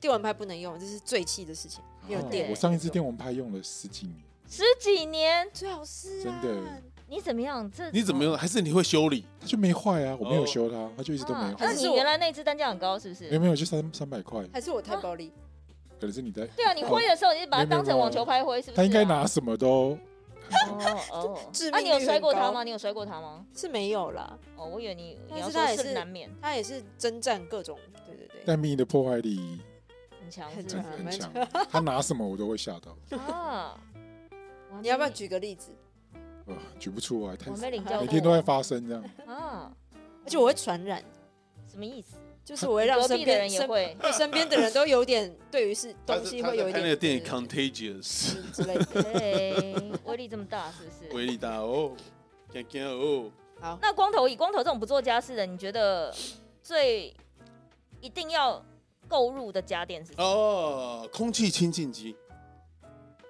[SPEAKER 3] 电蚊拍不能用，这是最气的事情。没有
[SPEAKER 1] 哦
[SPEAKER 3] 电，
[SPEAKER 1] 我上一次电蚊拍用了十几年，
[SPEAKER 2] 十几年
[SPEAKER 3] 最好是、啊、
[SPEAKER 1] 真的
[SPEAKER 2] 你怎么样？这
[SPEAKER 4] 你怎么用？还是你会修理？
[SPEAKER 1] 它就没坏啊，我没有
[SPEAKER 4] 哦
[SPEAKER 1] 修它，它就一直都没
[SPEAKER 2] 啊
[SPEAKER 1] 有
[SPEAKER 2] 那
[SPEAKER 1] 坏。
[SPEAKER 3] 但
[SPEAKER 2] 你
[SPEAKER 3] 是我
[SPEAKER 2] 原来那只单价很高，是不
[SPEAKER 1] 没有
[SPEAKER 2] 是？
[SPEAKER 1] 没有，就三三百块，
[SPEAKER 3] 还是我太暴力？
[SPEAKER 1] 可能是你在。
[SPEAKER 2] 对啊，你挥的时候你就把它当成网球拍挥，是不是啊？
[SPEAKER 1] 他应该拿什么都，
[SPEAKER 2] 哦哦
[SPEAKER 3] 致命率很高
[SPEAKER 2] 啊，你有摔过它吗？你有摔过它吗？
[SPEAKER 3] 是没有啦，
[SPEAKER 2] 哦，我以为你
[SPEAKER 3] 但
[SPEAKER 2] 你要
[SPEAKER 3] 是
[SPEAKER 2] 说
[SPEAKER 3] 它也
[SPEAKER 2] 是
[SPEAKER 3] 是
[SPEAKER 2] 难免
[SPEAKER 3] 它也是征战各种，对对对，
[SPEAKER 1] 但命的破坏力
[SPEAKER 2] 很强，
[SPEAKER 3] 很
[SPEAKER 2] 是
[SPEAKER 1] 很
[SPEAKER 3] 强
[SPEAKER 2] 不
[SPEAKER 1] 很强，他拿什么我都会吓到，
[SPEAKER 2] 是啊？我还没
[SPEAKER 3] 你要不要？举个例子？
[SPEAKER 1] 呃，举不出来，太
[SPEAKER 2] 我还没领教过，
[SPEAKER 1] 每天都在发生这样。
[SPEAKER 2] 啊？
[SPEAKER 3] 而且我会传染，
[SPEAKER 2] 什么意思？
[SPEAKER 3] 就是我会让
[SPEAKER 2] 隔
[SPEAKER 3] 身
[SPEAKER 2] 壁的
[SPEAKER 3] 边
[SPEAKER 2] 人也
[SPEAKER 3] 身
[SPEAKER 2] 会，
[SPEAKER 3] 对身边的人都有点对于是
[SPEAKER 4] 他
[SPEAKER 3] 东
[SPEAKER 4] 是
[SPEAKER 3] 西
[SPEAKER 4] 他
[SPEAKER 3] 会有一
[SPEAKER 4] 拍
[SPEAKER 3] 点
[SPEAKER 4] 那个电影《
[SPEAKER 3] 对对
[SPEAKER 4] Contagious
[SPEAKER 3] 对之类的。
[SPEAKER 2] 对，威力这么大，是不》，是？
[SPEAKER 4] 维力大哦，健健哦，
[SPEAKER 3] 好，
[SPEAKER 2] 那光头以光头这种不做家事的，你觉得最一定要购入的家电是什么？
[SPEAKER 4] 哦，空气清净机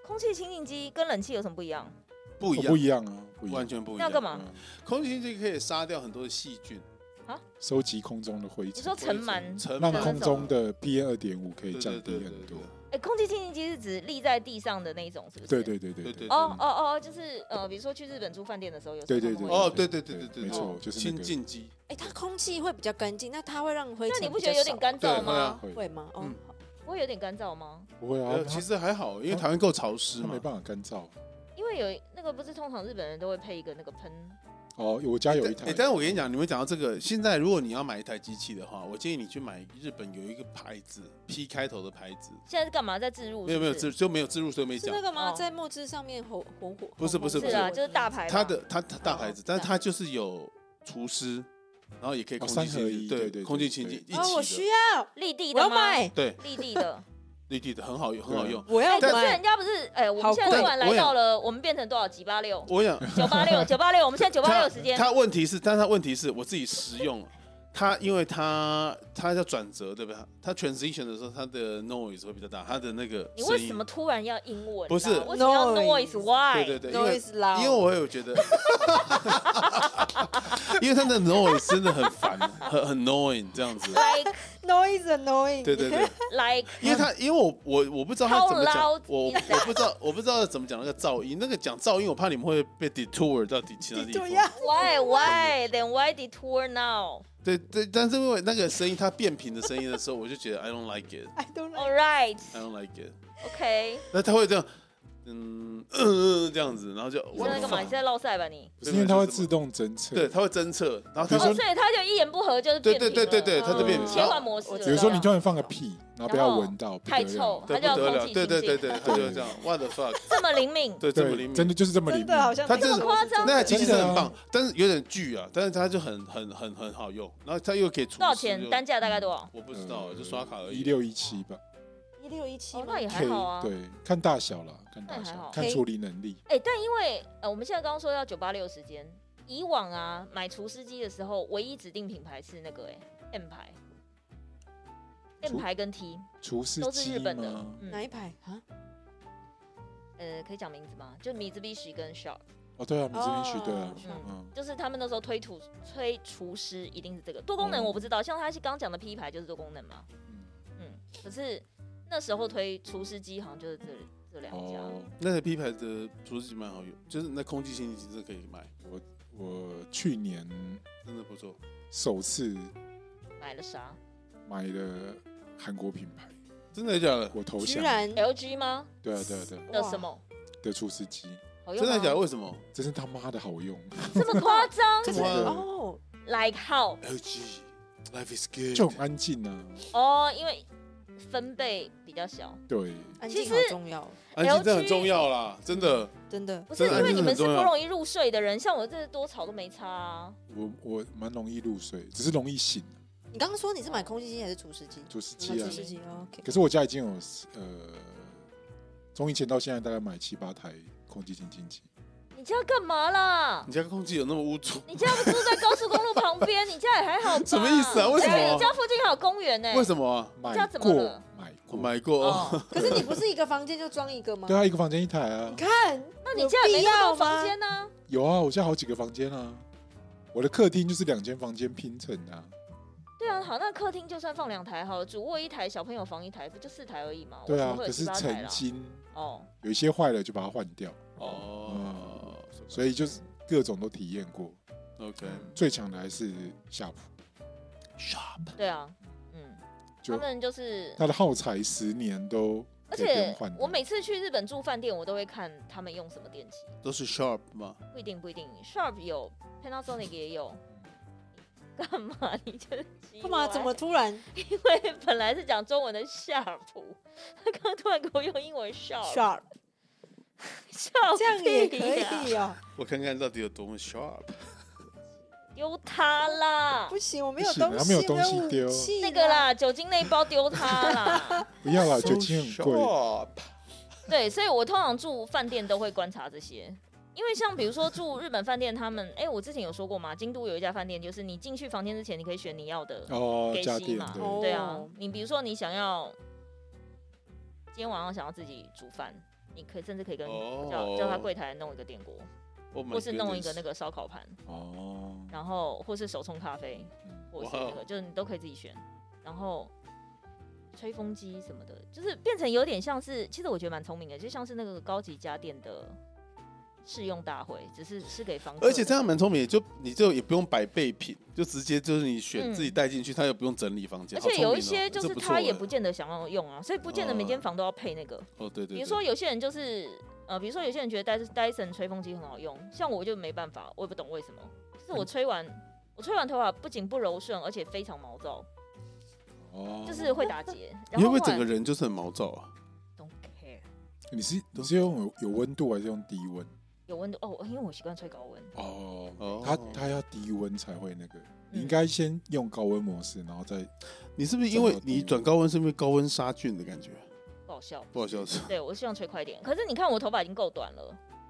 [SPEAKER 2] 空气清净机跟冷气有什么不一样？
[SPEAKER 4] 不一
[SPEAKER 1] 我不
[SPEAKER 4] 样，
[SPEAKER 1] 一样啊，不一
[SPEAKER 4] 完
[SPEAKER 1] 样。
[SPEAKER 4] 全不一
[SPEAKER 2] 那
[SPEAKER 4] 样。
[SPEAKER 2] 要干嘛？
[SPEAKER 1] 嗯
[SPEAKER 4] 空气清净机可以杀掉很多的细菌，
[SPEAKER 1] 收集空中的灰
[SPEAKER 2] 你
[SPEAKER 1] 尘
[SPEAKER 2] 说，尘螨？
[SPEAKER 4] 尘
[SPEAKER 1] 让
[SPEAKER 4] 螨
[SPEAKER 1] 空中的 PM 二点五可以降低很多。
[SPEAKER 2] 哎、空气清净机是指立在地上的那一种，是不是？
[SPEAKER 1] 对。对对
[SPEAKER 4] 对
[SPEAKER 1] 对
[SPEAKER 4] 对
[SPEAKER 1] 对，
[SPEAKER 2] 哦哦哦，就是呃，比如说去日本住饭店的时候，有时
[SPEAKER 1] 对
[SPEAKER 2] 候
[SPEAKER 1] 对
[SPEAKER 2] 他们
[SPEAKER 1] 对
[SPEAKER 2] 会
[SPEAKER 4] 哦，嗯对对对对对，
[SPEAKER 1] 没错，就是那
[SPEAKER 4] 清
[SPEAKER 1] 个
[SPEAKER 4] 净机。
[SPEAKER 3] 哎，它空气会比较干净，那它会让灰
[SPEAKER 2] 那
[SPEAKER 3] 尘
[SPEAKER 2] 你不觉得有点干燥
[SPEAKER 4] 对会啊
[SPEAKER 2] 吗？
[SPEAKER 1] 会
[SPEAKER 3] 会吗？哦
[SPEAKER 4] 嗯，
[SPEAKER 3] 好
[SPEAKER 2] 不会有点干燥吗？
[SPEAKER 1] 不会啊
[SPEAKER 4] 呃，？
[SPEAKER 1] 它
[SPEAKER 4] 其实还好，因为台湾够潮湿
[SPEAKER 1] 它
[SPEAKER 4] 嘛
[SPEAKER 1] 没。办法干燥。
[SPEAKER 2] 因为有那个不是通常日本人都会配一个那个喷，
[SPEAKER 1] 哦，我家有一
[SPEAKER 4] 但
[SPEAKER 1] 台
[SPEAKER 4] 哎，，但是我跟你讲，你们讲到这个，现在如果你要买一台机器的话，我建议你去买日本有一个牌子 P 开头的牌子，
[SPEAKER 2] 现在是干嘛在置入
[SPEAKER 4] 没有没有，
[SPEAKER 2] 置
[SPEAKER 4] 就就没有自入，所以没
[SPEAKER 3] 是
[SPEAKER 4] 讲
[SPEAKER 3] 那。个吗？
[SPEAKER 2] 哦
[SPEAKER 3] 在墨汁上面红红火？
[SPEAKER 4] 不是不
[SPEAKER 2] 是
[SPEAKER 4] 不是
[SPEAKER 2] 啊，就是大牌嘛
[SPEAKER 4] 它的它它大牌子
[SPEAKER 3] 哦，
[SPEAKER 4] 但是它就是有除湿，然后也可以
[SPEAKER 1] 哦
[SPEAKER 4] 空气
[SPEAKER 1] 三
[SPEAKER 4] 清
[SPEAKER 1] 合
[SPEAKER 4] 净，
[SPEAKER 1] 一对对对
[SPEAKER 4] 空气清净
[SPEAKER 1] 对
[SPEAKER 4] 一
[SPEAKER 3] 哦，我
[SPEAKER 4] 起
[SPEAKER 3] 需
[SPEAKER 4] 的，
[SPEAKER 3] 要，
[SPEAKER 2] 立地的
[SPEAKER 3] 我要
[SPEAKER 2] 吗？
[SPEAKER 3] 买，
[SPEAKER 4] 对，
[SPEAKER 2] 立地的，
[SPEAKER 4] 立体的很好用，很
[SPEAKER 1] 啊
[SPEAKER 4] 好用。
[SPEAKER 3] 我要
[SPEAKER 2] 哎，可是
[SPEAKER 3] 买
[SPEAKER 2] 人。家不是哎，我们
[SPEAKER 3] 好
[SPEAKER 2] 现在
[SPEAKER 4] 贵
[SPEAKER 2] 突然来
[SPEAKER 4] 我也
[SPEAKER 2] 到了，我们变成多少？几八六，
[SPEAKER 4] 我想
[SPEAKER 2] 九八六，九八六，我们现在九八
[SPEAKER 4] 它
[SPEAKER 2] 六时间，
[SPEAKER 4] 它问题是，但是它问题是我自己实用，他因为他他要转折对吧？他 transition 的时候，他的 noise 会比较大，他的那个
[SPEAKER 2] 你为
[SPEAKER 4] 声
[SPEAKER 2] 什
[SPEAKER 4] 音。
[SPEAKER 2] 么突然要英文啊？
[SPEAKER 4] 不是
[SPEAKER 2] 为什么要
[SPEAKER 3] Noise
[SPEAKER 2] noise why？
[SPEAKER 4] 对对对，因为
[SPEAKER 3] noise loud，
[SPEAKER 4] 因为我有觉得，因为他的 noise 真的很烦，很很 annoying 这样子。
[SPEAKER 2] like
[SPEAKER 3] noise annoying，
[SPEAKER 4] 对 对对，
[SPEAKER 2] like
[SPEAKER 4] 因为他因为我我我不知道他怎么讲
[SPEAKER 2] 超 loud，，
[SPEAKER 4] 我我
[SPEAKER 2] 你讲
[SPEAKER 4] 不知道我不知道怎么讲那个噪音，那个讲噪音，我怕你们会被 detour 到底其他地
[SPEAKER 3] 对
[SPEAKER 4] 方。
[SPEAKER 3] 呀，
[SPEAKER 2] why why then why detour now？
[SPEAKER 4] 对对，但是因为那个声音，它变频的声音的时候，我就觉得 I don't like it，I
[SPEAKER 3] ，I don't know，
[SPEAKER 2] All right,
[SPEAKER 4] don't like it。
[SPEAKER 2] OK，
[SPEAKER 4] 那他会这样，嗯嗯、呃这样子，然后就
[SPEAKER 2] 你在那干嘛？你是在落赛吧你？
[SPEAKER 1] 不是因为它会自动侦测。
[SPEAKER 4] 对，，他会侦测，然后
[SPEAKER 1] 比如
[SPEAKER 4] 他
[SPEAKER 2] 哦，
[SPEAKER 1] 说
[SPEAKER 4] 会
[SPEAKER 2] 所以他就一言不合就是
[SPEAKER 4] 对
[SPEAKER 2] 变频
[SPEAKER 4] 对对
[SPEAKER 2] 了
[SPEAKER 4] 对对它
[SPEAKER 3] 就变
[SPEAKER 2] 嗯
[SPEAKER 3] 频
[SPEAKER 2] 切换模式
[SPEAKER 3] 我
[SPEAKER 2] 了。
[SPEAKER 3] 知道
[SPEAKER 1] 比如说你突然放个屁，啊然后被它闻到，不
[SPEAKER 2] 太
[SPEAKER 1] 得了
[SPEAKER 2] 臭，
[SPEAKER 4] 对
[SPEAKER 2] 他就
[SPEAKER 4] 不
[SPEAKER 2] 要
[SPEAKER 4] 得
[SPEAKER 2] 空
[SPEAKER 4] 了，
[SPEAKER 2] 气
[SPEAKER 4] 对对
[SPEAKER 2] 清
[SPEAKER 4] 对
[SPEAKER 2] 新，
[SPEAKER 4] 对，他就会这样，what the fuck，
[SPEAKER 2] 这么灵敏，
[SPEAKER 4] 对，这么灵
[SPEAKER 1] 对，
[SPEAKER 4] 敏，
[SPEAKER 1] 真的就是这么灵敏，
[SPEAKER 3] 真的啊好像
[SPEAKER 4] 他真的
[SPEAKER 3] 没有
[SPEAKER 2] 夸张
[SPEAKER 4] 那台机器真的很棒
[SPEAKER 1] 真，啊
[SPEAKER 4] 但是有点巨啊，但是它就很很很很好用，然后它又可以除
[SPEAKER 2] 多少
[SPEAKER 4] 湿
[SPEAKER 2] 钱？
[SPEAKER 4] 又
[SPEAKER 2] 单价大概多少？
[SPEAKER 4] 我不知道，就刷卡而
[SPEAKER 1] 嗯一
[SPEAKER 4] 已。
[SPEAKER 1] 六一七吧
[SPEAKER 3] 一六一七
[SPEAKER 2] 哦，
[SPEAKER 3] 吗
[SPEAKER 2] 那？也还
[SPEAKER 1] ，K
[SPEAKER 2] 好啊。
[SPEAKER 1] 对，看大小了，看
[SPEAKER 2] 那
[SPEAKER 1] 大
[SPEAKER 2] 也还好
[SPEAKER 1] 小，看处理能力。
[SPEAKER 2] 哎、但因为呃，我们现在刚刚说到九八六时间，以往啊买除湿机的时候，唯一指定品牌是那个哎、M 牌，M
[SPEAKER 1] 除
[SPEAKER 2] 牌跟 T
[SPEAKER 1] 厨师
[SPEAKER 2] 都是
[SPEAKER 1] 机
[SPEAKER 2] 日本的
[SPEAKER 1] 吗？，
[SPEAKER 2] 嗯
[SPEAKER 3] 哪，一排啊？
[SPEAKER 2] 呃，可以讲名字吗？就 Mitsubishi 跟 Sharp，
[SPEAKER 1] 哦，对啊，米
[SPEAKER 3] 哦
[SPEAKER 1] 芝莲对啊，
[SPEAKER 3] 是
[SPEAKER 1] 嗯，
[SPEAKER 2] 就是他们那时候推土推除湿一定是这个多功能，
[SPEAKER 1] 哦
[SPEAKER 4] 嗯
[SPEAKER 2] 我不知道，像他是刚讲的 P 牌就是多功能嘛，
[SPEAKER 1] 嗯
[SPEAKER 2] 嗯，可是那时候推除湿机好像就是这这两家，
[SPEAKER 1] 哦，
[SPEAKER 4] 那台 P 牌的除湿机蛮好用，就是那空气清新机是可以买，
[SPEAKER 1] 我去年
[SPEAKER 4] 真的不错。
[SPEAKER 1] 首次
[SPEAKER 2] 买了啥
[SPEAKER 1] 买了韩国品牌，
[SPEAKER 4] 真的假的？
[SPEAKER 1] 我投
[SPEAKER 3] 居
[SPEAKER 1] 降。
[SPEAKER 3] 然
[SPEAKER 2] ？LG 吗？
[SPEAKER 1] 对啊，对啊，对啊，
[SPEAKER 2] 的
[SPEAKER 3] 哇
[SPEAKER 2] 哎什么？
[SPEAKER 1] 的厨师机
[SPEAKER 2] 好用啊
[SPEAKER 4] 真
[SPEAKER 2] 吗
[SPEAKER 4] 的假的？为什么
[SPEAKER 1] 真是他妈的好用，
[SPEAKER 2] 这么夸张
[SPEAKER 4] 这
[SPEAKER 1] 真
[SPEAKER 4] 么
[SPEAKER 1] 的
[SPEAKER 3] 哦，
[SPEAKER 2] ？Like how？
[SPEAKER 4] ？LG Life is good，
[SPEAKER 1] 就很安静啊。
[SPEAKER 2] 哦，因为分贝比较小，
[SPEAKER 1] 对，
[SPEAKER 3] 安
[SPEAKER 2] 其
[SPEAKER 3] 静
[SPEAKER 2] 实
[SPEAKER 3] 好重要，
[SPEAKER 4] 安静
[SPEAKER 2] LG
[SPEAKER 4] 这很重要啦，真的。
[SPEAKER 3] 真的。
[SPEAKER 2] 不是
[SPEAKER 4] 真的
[SPEAKER 2] 因为你们
[SPEAKER 4] 还是
[SPEAKER 2] 是
[SPEAKER 4] 很重要
[SPEAKER 2] 不容易入睡的人，像我这多吵都没差啊。
[SPEAKER 1] 我我蛮容易入睡，只是容易醒。
[SPEAKER 3] 你刚刚说你是买空气机还是除湿机？
[SPEAKER 1] 厨师
[SPEAKER 3] 啊
[SPEAKER 1] 机
[SPEAKER 3] 除
[SPEAKER 1] 啊，
[SPEAKER 3] 湿机哦，OK。
[SPEAKER 1] 可是我家已经有呃，从以前到现在大概买七八台空气清净机，
[SPEAKER 2] 你家干嘛啦？
[SPEAKER 4] 你家空气有那么污浊？
[SPEAKER 2] 你家不是住在高速公路旁边？你家也还好吧？
[SPEAKER 4] 什么意思啊为什么
[SPEAKER 2] 而且你家附近还有公园呢。
[SPEAKER 4] 为什么啊？
[SPEAKER 1] 买
[SPEAKER 2] 家怎么
[SPEAKER 1] 过
[SPEAKER 2] 了
[SPEAKER 1] 买
[SPEAKER 4] 我
[SPEAKER 1] 过，
[SPEAKER 4] 买过，
[SPEAKER 2] 哦，
[SPEAKER 3] 可是你不是一个房间就装一个吗
[SPEAKER 1] 对？啊，一个房间一台啊
[SPEAKER 3] 你，看，
[SPEAKER 2] 那你家也没
[SPEAKER 3] 有必
[SPEAKER 2] 那么
[SPEAKER 3] 要
[SPEAKER 2] 多房
[SPEAKER 3] 吗？
[SPEAKER 2] 间呢？
[SPEAKER 1] 有啊，我家好几个房间啊，我的客厅就是两间房间拼成的啊，
[SPEAKER 2] 对啊，好，那客厅就算放两台好了，主卧一台，小朋友房一台，不就四台而已嘛？
[SPEAKER 1] 对
[SPEAKER 2] 为什
[SPEAKER 1] 啊，
[SPEAKER 2] 么会
[SPEAKER 1] 可
[SPEAKER 2] 有
[SPEAKER 1] 是
[SPEAKER 2] 七八台
[SPEAKER 1] 曾
[SPEAKER 2] 啦。
[SPEAKER 1] 经
[SPEAKER 2] 哦，
[SPEAKER 1] 有一些坏了就把它换掉，
[SPEAKER 4] 哦，
[SPEAKER 1] 所以就是各种都体验过，
[SPEAKER 4] OK，
[SPEAKER 2] 嗯
[SPEAKER 1] 最强的还是夏普，
[SPEAKER 2] 对啊，嗯，
[SPEAKER 1] 就
[SPEAKER 2] 他们就是
[SPEAKER 1] 它的耗材十年都
[SPEAKER 2] 而
[SPEAKER 1] 可以不用
[SPEAKER 2] 且
[SPEAKER 1] 换的。
[SPEAKER 2] 我每次去日本住饭店，我都会看他们用什么电器，
[SPEAKER 4] 都是 Sharp 嘛。
[SPEAKER 2] 不一定不一定，Sharp 有，Panasonic 也有。 你干嘛？你就是奇
[SPEAKER 3] 干 嘛？
[SPEAKER 2] 怪
[SPEAKER 3] 怎么？突然
[SPEAKER 2] 因为本来是讲中文的夏普，他刚刚突然给我用英文 sharp
[SPEAKER 3] sharp？
[SPEAKER 2] sharp，
[SPEAKER 3] 这样也可
[SPEAKER 2] 屁啊呀
[SPEAKER 3] 以 哦。
[SPEAKER 4] 我看看到底有多么 sharp。
[SPEAKER 2] 丢他啦
[SPEAKER 3] 不！行，啊我没有
[SPEAKER 1] 不行
[SPEAKER 3] 东
[SPEAKER 1] 他
[SPEAKER 3] 西，
[SPEAKER 1] 没有东西
[SPEAKER 3] 我武
[SPEAKER 1] 丢
[SPEAKER 3] 器
[SPEAKER 2] 那个，啦，酒精那一包丢他啦。
[SPEAKER 1] 不要啦，
[SPEAKER 4] So
[SPEAKER 1] 酒精啊很贵，
[SPEAKER 4] sharp
[SPEAKER 2] 对，所以我通常住饭店都会观察这些，因为像比如说住日本饭店，他们哎、我之前有说过嘛，京都有一家饭店，就是你进去房间之前，你可以选你要的
[SPEAKER 1] 哦，
[SPEAKER 2] 给
[SPEAKER 1] 家
[SPEAKER 2] 息
[SPEAKER 1] 电
[SPEAKER 2] 嘛，
[SPEAKER 1] 对，
[SPEAKER 3] 哦
[SPEAKER 2] 对啊，你比如说你想要今天晚上想要自己煮饭，你可以甚至可以跟
[SPEAKER 1] 哦
[SPEAKER 4] 哦
[SPEAKER 2] 叫叫他柜台弄一个电锅，
[SPEAKER 4] Oh my
[SPEAKER 2] 或是弄一个
[SPEAKER 4] goodness
[SPEAKER 2] 那个烧烤盘，
[SPEAKER 1] 哦，
[SPEAKER 2] 然后或是手冲咖啡，
[SPEAKER 1] 嗯
[SPEAKER 2] 或是
[SPEAKER 4] 哇哦
[SPEAKER 2] 那个就是你都可以自己选，然后。吹风机什么的，就是变成有点像是，其实我觉得蛮聪明的，就像是那个高级家电的试用大会，只是是给房客的，
[SPEAKER 4] 而且这样蛮聪明的，就你就也不用摆备品，就直接就是你选
[SPEAKER 2] 嗯
[SPEAKER 4] 自己带进去，他又不用整理房间。
[SPEAKER 2] 而且
[SPEAKER 4] 好聪明
[SPEAKER 2] 有
[SPEAKER 4] 哦
[SPEAKER 2] 一些就
[SPEAKER 4] 这
[SPEAKER 2] 是
[SPEAKER 4] 错
[SPEAKER 2] 他也
[SPEAKER 4] 哎
[SPEAKER 2] 不见得想要用啊，所以不见得每间房都要配那个。
[SPEAKER 4] 哦，对对对，
[SPEAKER 2] 比如说有些人就是呃，比如说有些人觉得戴戴森吹风机很好用，像我就没办法，我也不懂为什么。就是我吹完，我吹完头发不仅不柔顺，而且非常毛躁，
[SPEAKER 1] 哦，
[SPEAKER 2] 就是会打结。然
[SPEAKER 4] 你会
[SPEAKER 2] 后后
[SPEAKER 4] 不会
[SPEAKER 2] 来
[SPEAKER 4] 整个人就是很毛躁啊？
[SPEAKER 2] don't care
[SPEAKER 1] 你是你是用有有温度还是用低温？
[SPEAKER 2] 有温度哦，因为我习惯吹高温。
[SPEAKER 1] 哦，
[SPEAKER 4] 哦，
[SPEAKER 1] 它它要低温才会那个，你
[SPEAKER 2] 嗯
[SPEAKER 1] 应该先用高温模式，然后再
[SPEAKER 4] 你是不是因为你转高温是因为高温杀菌的感觉？
[SPEAKER 2] 不好笑。
[SPEAKER 4] 不好 笑死，
[SPEAKER 2] 对我希望吹快一点，可是你看我头发已经够短了，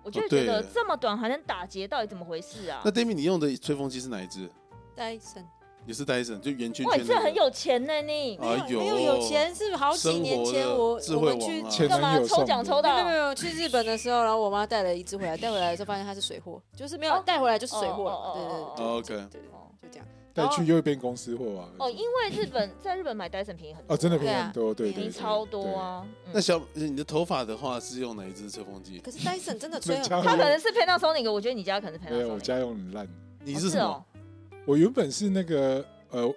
[SPEAKER 2] 我就
[SPEAKER 4] 哦
[SPEAKER 2] 会觉得
[SPEAKER 4] 对耶
[SPEAKER 2] 这么短还能打结，到底怎么回事啊
[SPEAKER 4] 那？Demi 你用的吹风机是哪一只？
[SPEAKER 3] 戴森
[SPEAKER 4] 也是 Dyson，就圆圈
[SPEAKER 2] 哇，
[SPEAKER 4] 圈
[SPEAKER 2] 你这
[SPEAKER 4] 的。
[SPEAKER 2] 很有钱呢，你
[SPEAKER 4] 哎呦
[SPEAKER 3] 没有有钱是不是好几年前
[SPEAKER 4] 生活的
[SPEAKER 3] 我
[SPEAKER 4] 智
[SPEAKER 3] 我
[SPEAKER 4] 慧
[SPEAKER 3] 们去
[SPEAKER 4] 王啊
[SPEAKER 1] 前
[SPEAKER 2] 干
[SPEAKER 1] 男
[SPEAKER 2] 嘛
[SPEAKER 1] 友
[SPEAKER 2] 抽
[SPEAKER 1] 送
[SPEAKER 2] 奖
[SPEAKER 1] 的
[SPEAKER 2] 抽
[SPEAKER 3] 没
[SPEAKER 2] 到
[SPEAKER 3] 有没有没有去日本的时候，然后我妈带了一只回来，带回来的时候发现它是水货，就是没有
[SPEAKER 2] 哦
[SPEAKER 3] 带回来就是水
[SPEAKER 2] 哦
[SPEAKER 3] 货
[SPEAKER 2] 哦
[SPEAKER 3] 了，
[SPEAKER 2] 哦
[SPEAKER 4] 哦
[SPEAKER 3] 对对对
[SPEAKER 4] OK，
[SPEAKER 3] 对对
[SPEAKER 2] 哦
[SPEAKER 3] 对，就这样。
[SPEAKER 1] 带去又变公司货啊。
[SPEAKER 2] 哦，因为日本在日本买 Dyson 便宜很多，
[SPEAKER 1] 哦，真的便
[SPEAKER 3] 对
[SPEAKER 1] 宜
[SPEAKER 3] 啊
[SPEAKER 1] 很多，对
[SPEAKER 2] 便
[SPEAKER 1] 对，
[SPEAKER 2] 宜
[SPEAKER 1] 对
[SPEAKER 2] 超多。啊。嗯
[SPEAKER 4] 那小你的头发的话是用哪一只吹风机？
[SPEAKER 3] 可是 Dyson 真的
[SPEAKER 1] 对
[SPEAKER 3] 吹很
[SPEAKER 1] 那家
[SPEAKER 2] 他可
[SPEAKER 1] 用
[SPEAKER 2] 能是 Panasonic，我觉得你家可能是
[SPEAKER 1] 没有，我
[SPEAKER 2] Panasonic。
[SPEAKER 1] 家用很烂。
[SPEAKER 4] 你
[SPEAKER 2] 哦
[SPEAKER 4] 是什么
[SPEAKER 2] 哦？
[SPEAKER 1] 我原本是那个呃，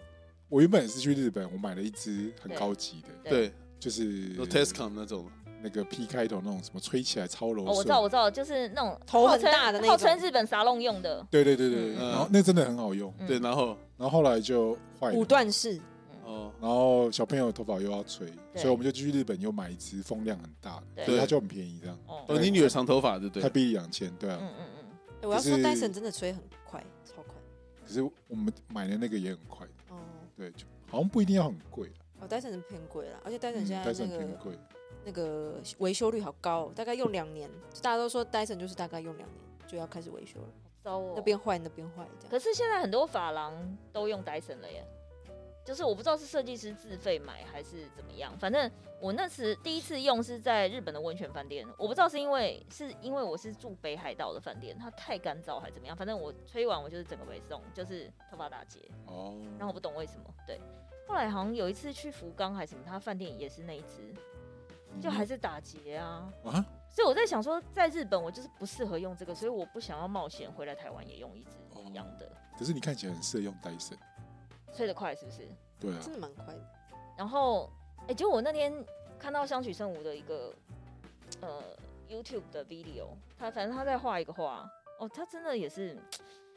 [SPEAKER 1] 我原本也是去日本，我买了一只很
[SPEAKER 2] 对
[SPEAKER 1] 高级的，
[SPEAKER 2] 对
[SPEAKER 4] 对
[SPEAKER 1] 就是
[SPEAKER 4] 有 Tescom 那种。
[SPEAKER 1] 那个 P 开头那种什么吹起来超柔
[SPEAKER 2] 哦，
[SPEAKER 1] 顺。
[SPEAKER 2] 我知道，我知道，就是那种
[SPEAKER 3] 头
[SPEAKER 2] 号
[SPEAKER 3] 很
[SPEAKER 2] 称
[SPEAKER 3] 大的那
[SPEAKER 2] 号
[SPEAKER 3] 种
[SPEAKER 2] 称日本沙龙用的。
[SPEAKER 1] 对对对对，
[SPEAKER 4] 嗯
[SPEAKER 1] 然后那真的很好用。
[SPEAKER 2] 嗯
[SPEAKER 4] 对，然后
[SPEAKER 1] 然后后来就坏
[SPEAKER 3] 五
[SPEAKER 1] 了，
[SPEAKER 3] 段式，
[SPEAKER 4] 哦，
[SPEAKER 1] 然后小朋友头发又要吹，
[SPEAKER 2] 对
[SPEAKER 1] 所以我们就去日本又买一只风量很大的，
[SPEAKER 2] 对
[SPEAKER 1] 所以它就很便宜这样，
[SPEAKER 2] 哦，
[SPEAKER 4] 哦，你女儿长头发对不
[SPEAKER 1] 台
[SPEAKER 4] 对？
[SPEAKER 1] 币两千，对啊。
[SPEAKER 2] 嗯嗯嗯，
[SPEAKER 3] 哎我要说
[SPEAKER 1] 就是
[SPEAKER 3] Dyson 真的吹很快，超快。
[SPEAKER 1] 可是我们买的那个也很快，
[SPEAKER 3] 哦，
[SPEAKER 1] 对，就好像不一定要很贵啊，
[SPEAKER 3] 哦，Dyson 偏贵啦，而且
[SPEAKER 2] 嗯
[SPEAKER 3] Dyson 现在
[SPEAKER 1] 但是
[SPEAKER 3] 那
[SPEAKER 1] 很偏
[SPEAKER 3] 个
[SPEAKER 1] 贵。
[SPEAKER 3] 那个维修率好高、哦，大概用两年，就大家都说 Dyson 就是大概用两年就要开始维修了，
[SPEAKER 2] 糟哦。
[SPEAKER 3] 那边坏那边坏这样。
[SPEAKER 2] 可是现在很多发廊都用 Dyson 了耶，就是我不知道是设计师自费买还是怎么样，反正我那时第一次用是在日本的温泉饭店，我不知道是因为是因为我是住北海道的饭店，它太干燥还是怎么样，反正我吹完我就是整个被送，就是头发打结，
[SPEAKER 1] 哦，
[SPEAKER 2] 然后我不懂为什么，对。后来好像有一次去福冈还是什么，他饭店也是那一只，就还是打结啊。
[SPEAKER 1] 啊，
[SPEAKER 2] 所以我在想说，在日本我就是不适合用这个，所以我不想要冒险回来台湾也用一只一样的，
[SPEAKER 1] 可是你看起来很适合用戴森，
[SPEAKER 2] 吹得快是不是？
[SPEAKER 1] 对啊
[SPEAKER 3] 真，的蛮快的，
[SPEAKER 2] 然后，哎、就我那天看到香取慎吾的一个呃 YouTube 的 video，他反正他在画一个画，哦，他真的也是，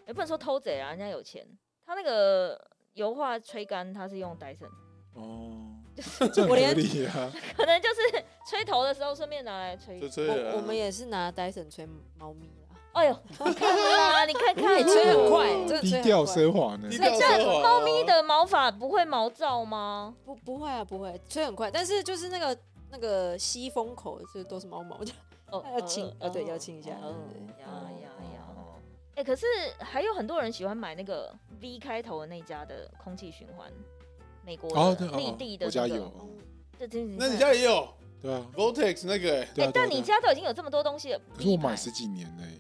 [SPEAKER 2] 也不能说偷贼啊，人家有钱，他那个油画吹干他是用 Dyson，
[SPEAKER 1] 哦，这很
[SPEAKER 3] 我
[SPEAKER 1] 合
[SPEAKER 3] 连
[SPEAKER 1] 理啊，
[SPEAKER 2] 可能就是吹头的时候顺便拿来吹
[SPEAKER 4] 就。吹了啊
[SPEAKER 3] 我我们也是拿 Dyson 吹猫咪啦，
[SPEAKER 2] 哎呦，你看啦，你看看
[SPEAKER 3] 也
[SPEAKER 2] 啦，
[SPEAKER 3] 吹很哦快，真的
[SPEAKER 1] 哦低
[SPEAKER 3] 吹
[SPEAKER 1] 调
[SPEAKER 3] 很快。
[SPEAKER 1] 奢华呢
[SPEAKER 4] 低。
[SPEAKER 2] 哎
[SPEAKER 4] 调
[SPEAKER 2] 这
[SPEAKER 4] 奢华啊
[SPEAKER 2] 猫咪的毛发不会毛躁吗？
[SPEAKER 3] 不不会啊，不会，吹很快，但是就是那个那个吸风口，就是都是毛毛 的。
[SPEAKER 2] 哦
[SPEAKER 3] 要亲啊对要亲一下
[SPEAKER 2] 哦
[SPEAKER 3] 对对
[SPEAKER 2] 呀
[SPEAKER 1] 哦
[SPEAKER 2] 呀呀！
[SPEAKER 1] 哦
[SPEAKER 2] 哎、可是还有很多人喜欢买那个 V 开头的那家的空气循环，美国
[SPEAKER 1] 哦，
[SPEAKER 2] 的
[SPEAKER 1] 对，
[SPEAKER 2] 内、
[SPEAKER 1] 哦
[SPEAKER 2] 地
[SPEAKER 1] 我
[SPEAKER 2] 的、那
[SPEAKER 1] 家
[SPEAKER 2] 个
[SPEAKER 1] 有，哦
[SPEAKER 2] 对对对
[SPEAKER 4] 那你家也有
[SPEAKER 1] 对啊，
[SPEAKER 4] Voltex 那个
[SPEAKER 1] 对
[SPEAKER 4] 欸？
[SPEAKER 2] 哎、
[SPEAKER 1] 啊，对啊
[SPEAKER 2] 但
[SPEAKER 1] 对
[SPEAKER 2] 你
[SPEAKER 1] 啊
[SPEAKER 2] 家都已经有这么多东西了，
[SPEAKER 1] 可是我
[SPEAKER 2] 必买
[SPEAKER 1] 买十几年嘞、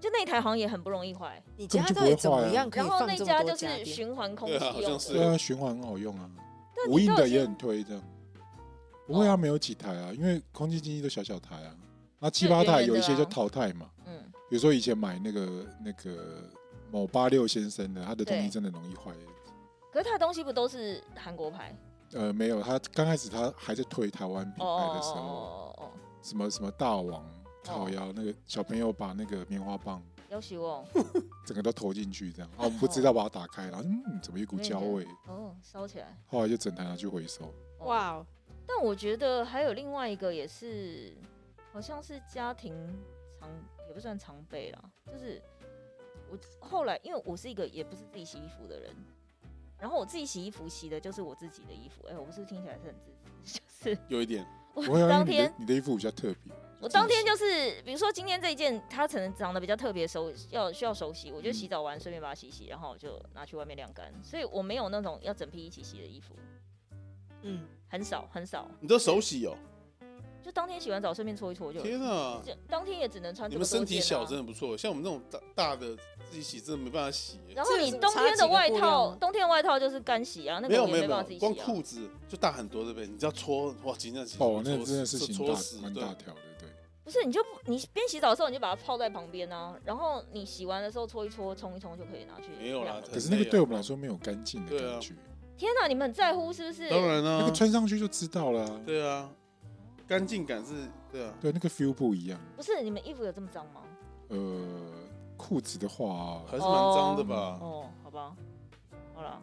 [SPEAKER 2] 就那台好像也很不容易坏，
[SPEAKER 3] 你
[SPEAKER 1] 根本就
[SPEAKER 3] 家到
[SPEAKER 1] 不会
[SPEAKER 3] 底怎么
[SPEAKER 1] 坏啊
[SPEAKER 3] 样可以
[SPEAKER 2] 然后
[SPEAKER 3] 放
[SPEAKER 2] 那
[SPEAKER 3] 这么
[SPEAKER 2] 家
[SPEAKER 3] 多
[SPEAKER 2] 就
[SPEAKER 3] 家
[SPEAKER 2] 是
[SPEAKER 3] 电？
[SPEAKER 2] 循环空气
[SPEAKER 4] 对啊好像
[SPEAKER 2] 用
[SPEAKER 4] 是
[SPEAKER 2] 的，
[SPEAKER 1] 对啊，循环很好用啊，
[SPEAKER 2] 但
[SPEAKER 1] 无
[SPEAKER 2] 你
[SPEAKER 1] 印
[SPEAKER 2] 都
[SPEAKER 1] 的
[SPEAKER 2] 已
[SPEAKER 1] 也
[SPEAKER 2] 经
[SPEAKER 1] 很推这样。不会啊，没有几台啊，因为空气经济都小小台啊，那七八台有一些就淘汰嘛。
[SPEAKER 2] 嗯，
[SPEAKER 1] 比如说以前买那个那个某八六先生的，他的东西
[SPEAKER 2] 对
[SPEAKER 1] 真的容易坏。
[SPEAKER 2] 可是它的东西不都是韩国牌？
[SPEAKER 1] 呃，没有，他刚开始他还在推台湾品
[SPEAKER 2] 哦
[SPEAKER 1] 牌
[SPEAKER 2] 哦
[SPEAKER 1] 的时
[SPEAKER 2] 哦
[SPEAKER 1] 候，
[SPEAKER 2] 哦哦哦，
[SPEAKER 1] 什么什么大王烤腰，那个小朋友把那个棉花棒
[SPEAKER 2] 要修哦，
[SPEAKER 1] 整个都投进去这样，啊，我们不知道把它打开，然后嗯，怎么一股焦味？
[SPEAKER 2] 哦，烧起来。
[SPEAKER 1] 后来就整台拿去回 收。
[SPEAKER 2] 哦
[SPEAKER 3] 哇哦，
[SPEAKER 2] 但我觉得还有另外一个也是，好像是家庭常也不算常备啦，就是我后来因为我是一个也不是自己洗衣服的人，然后我自己洗衣服洗的就是我自己的衣服，哎、我是不是听起来是很自私？ 就是
[SPEAKER 4] 有一点，
[SPEAKER 1] 我
[SPEAKER 2] 我
[SPEAKER 1] 想
[SPEAKER 2] 当
[SPEAKER 1] 你的
[SPEAKER 2] 天。
[SPEAKER 1] 你的衣服比较特别，
[SPEAKER 2] 我当天就是，比如说今天这一件，它可能长得比较特别，手要需要手洗，我就
[SPEAKER 1] 嗯
[SPEAKER 2] 洗澡完顺便把它洗洗，然后我就拿去外面晾干，所以我没有那种要整批一起洗的衣服，
[SPEAKER 3] 嗯，
[SPEAKER 2] 很少很少，
[SPEAKER 4] 你都手洗哦？
[SPEAKER 2] 就当天洗完澡顺便搓一搓就。
[SPEAKER 4] 天啊！
[SPEAKER 2] 这当天也只能穿
[SPEAKER 4] 你
[SPEAKER 2] 这么
[SPEAKER 4] 们
[SPEAKER 2] 多
[SPEAKER 4] 身体
[SPEAKER 2] 件
[SPEAKER 4] 小
[SPEAKER 2] 啊。
[SPEAKER 4] 真的不错，像我们这种大大的自己洗真的没办法洗欸。
[SPEAKER 2] 然后你冬天的外套，冬天的外套就是干洗啊，那个
[SPEAKER 4] 没有
[SPEAKER 2] 我
[SPEAKER 4] 没
[SPEAKER 2] 也
[SPEAKER 4] 有没
[SPEAKER 2] 办法自己
[SPEAKER 4] 有，
[SPEAKER 2] 洗嗯啊。
[SPEAKER 4] 光裤子就大很多，对不对？你只要搓，哇，紧张紧
[SPEAKER 1] 哦，那真的是
[SPEAKER 4] 搓
[SPEAKER 1] 型
[SPEAKER 4] 搓
[SPEAKER 1] 大
[SPEAKER 4] 死，
[SPEAKER 1] 蛮
[SPEAKER 4] 对
[SPEAKER 1] 大条的，对。
[SPEAKER 2] 不是，你就不你边洗澡的时候你就把它泡在旁边啊，然后你洗完的时候搓一搓、冲一冲就可以拿去。
[SPEAKER 4] 没有啦
[SPEAKER 2] 这样
[SPEAKER 1] 可是那个对我们来说没有干净的感觉，
[SPEAKER 2] 天哪，你们很在乎是不是？
[SPEAKER 4] 当然
[SPEAKER 1] 那
[SPEAKER 4] 啦
[SPEAKER 1] 个，穿上去就知道了啊、
[SPEAKER 4] 对啊，干净感是，对啊，
[SPEAKER 1] 对，那个 feel 不一样。
[SPEAKER 2] 不是你们衣服有这么脏吗？
[SPEAKER 1] 呃，裤子的话，
[SPEAKER 4] 还是蛮脏的吧？
[SPEAKER 2] 哦，好吧，好了，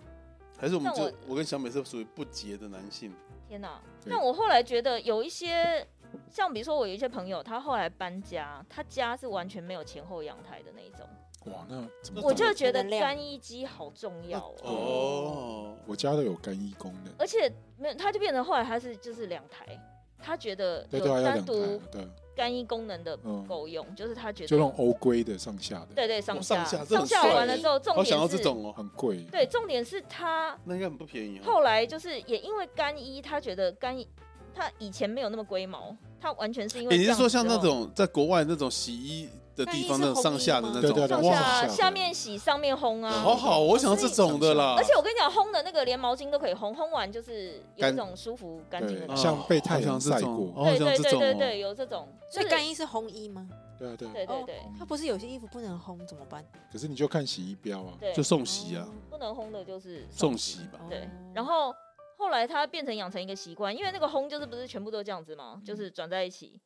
[SPEAKER 4] 还是我们
[SPEAKER 2] 但
[SPEAKER 4] 就
[SPEAKER 2] 我
[SPEAKER 4] 我跟小美是属于不洁的男性，
[SPEAKER 2] 天哪！
[SPEAKER 1] 对
[SPEAKER 2] 但我后来觉得有一些，像比如说我有一些朋友，他后来搬家，他家是完全没有前后阳台的那一种，
[SPEAKER 1] 哇，那怎么
[SPEAKER 2] 我就觉得
[SPEAKER 3] 能量
[SPEAKER 2] 干衣机好重要哦。
[SPEAKER 4] 哦，
[SPEAKER 1] 我家都有干衣功能，
[SPEAKER 2] 而且没有，他就变成后来他是就是两台，他觉得
[SPEAKER 1] 对
[SPEAKER 2] 有
[SPEAKER 1] 对啊，要
[SPEAKER 2] 单
[SPEAKER 1] 两台
[SPEAKER 2] 独
[SPEAKER 1] 啊，对啊，
[SPEAKER 2] 单一功能的
[SPEAKER 1] 嗯
[SPEAKER 2] 不够用，就是他觉得
[SPEAKER 1] 就那种欧规的上下的，
[SPEAKER 2] 对对上
[SPEAKER 4] 哦
[SPEAKER 2] 下
[SPEAKER 4] 上下这很
[SPEAKER 2] 下
[SPEAKER 4] 帅
[SPEAKER 2] 完了
[SPEAKER 4] 耶
[SPEAKER 2] 之后，重
[SPEAKER 4] 好
[SPEAKER 2] 点
[SPEAKER 4] 想要
[SPEAKER 2] 是
[SPEAKER 4] 这种哦，
[SPEAKER 1] 很贵。
[SPEAKER 2] 对，重点是他
[SPEAKER 4] 那应该很不便宜哦。
[SPEAKER 2] 后来就是也因为干衣，他觉得干衣他以前没有那么龟毛，他完全是因为
[SPEAKER 4] 欸你
[SPEAKER 2] 这
[SPEAKER 4] 是
[SPEAKER 2] 样
[SPEAKER 4] 说
[SPEAKER 2] 子哦之
[SPEAKER 4] 像那
[SPEAKER 2] 后
[SPEAKER 4] 种在国外那种洗衣的地方
[SPEAKER 3] 那
[SPEAKER 4] 那
[SPEAKER 3] 一
[SPEAKER 4] 种
[SPEAKER 3] 是
[SPEAKER 4] 上下的那
[SPEAKER 1] 对对对
[SPEAKER 4] 种，
[SPEAKER 2] 上
[SPEAKER 1] 哇
[SPEAKER 2] 下
[SPEAKER 1] 上下
[SPEAKER 2] 下面洗上面烘啊，
[SPEAKER 4] 好啊好，我想要这种的啦。
[SPEAKER 2] 而且我跟你讲，烘的那个连毛巾都可以烘，烘完就是有一
[SPEAKER 4] 干
[SPEAKER 2] 种舒服干净的
[SPEAKER 1] 对，
[SPEAKER 2] 感觉。
[SPEAKER 1] 像被太阳晒
[SPEAKER 4] 哦
[SPEAKER 1] 过，
[SPEAKER 4] 啊好
[SPEAKER 2] 对
[SPEAKER 4] 想
[SPEAKER 2] 对
[SPEAKER 4] 这
[SPEAKER 2] 对
[SPEAKER 4] 种
[SPEAKER 2] 对
[SPEAKER 4] 哦
[SPEAKER 2] 对，有这种，
[SPEAKER 3] 所以
[SPEAKER 2] 就是
[SPEAKER 3] 干衣是烘衣吗？
[SPEAKER 1] 对啊对
[SPEAKER 2] 对
[SPEAKER 1] 啊。
[SPEAKER 2] 对对
[SPEAKER 3] 它不是有些衣服不能烘怎么办？
[SPEAKER 1] 可是你就看洗衣标啊，
[SPEAKER 2] 对，嗯
[SPEAKER 4] 就送洗啊，
[SPEAKER 2] 不能烘的就是
[SPEAKER 4] 送洗
[SPEAKER 3] 哦
[SPEAKER 4] 吧。
[SPEAKER 2] 对，然后后来他变成养成一个习惯，因为那个烘就是不是全部都这样子嘛，就是转在一起。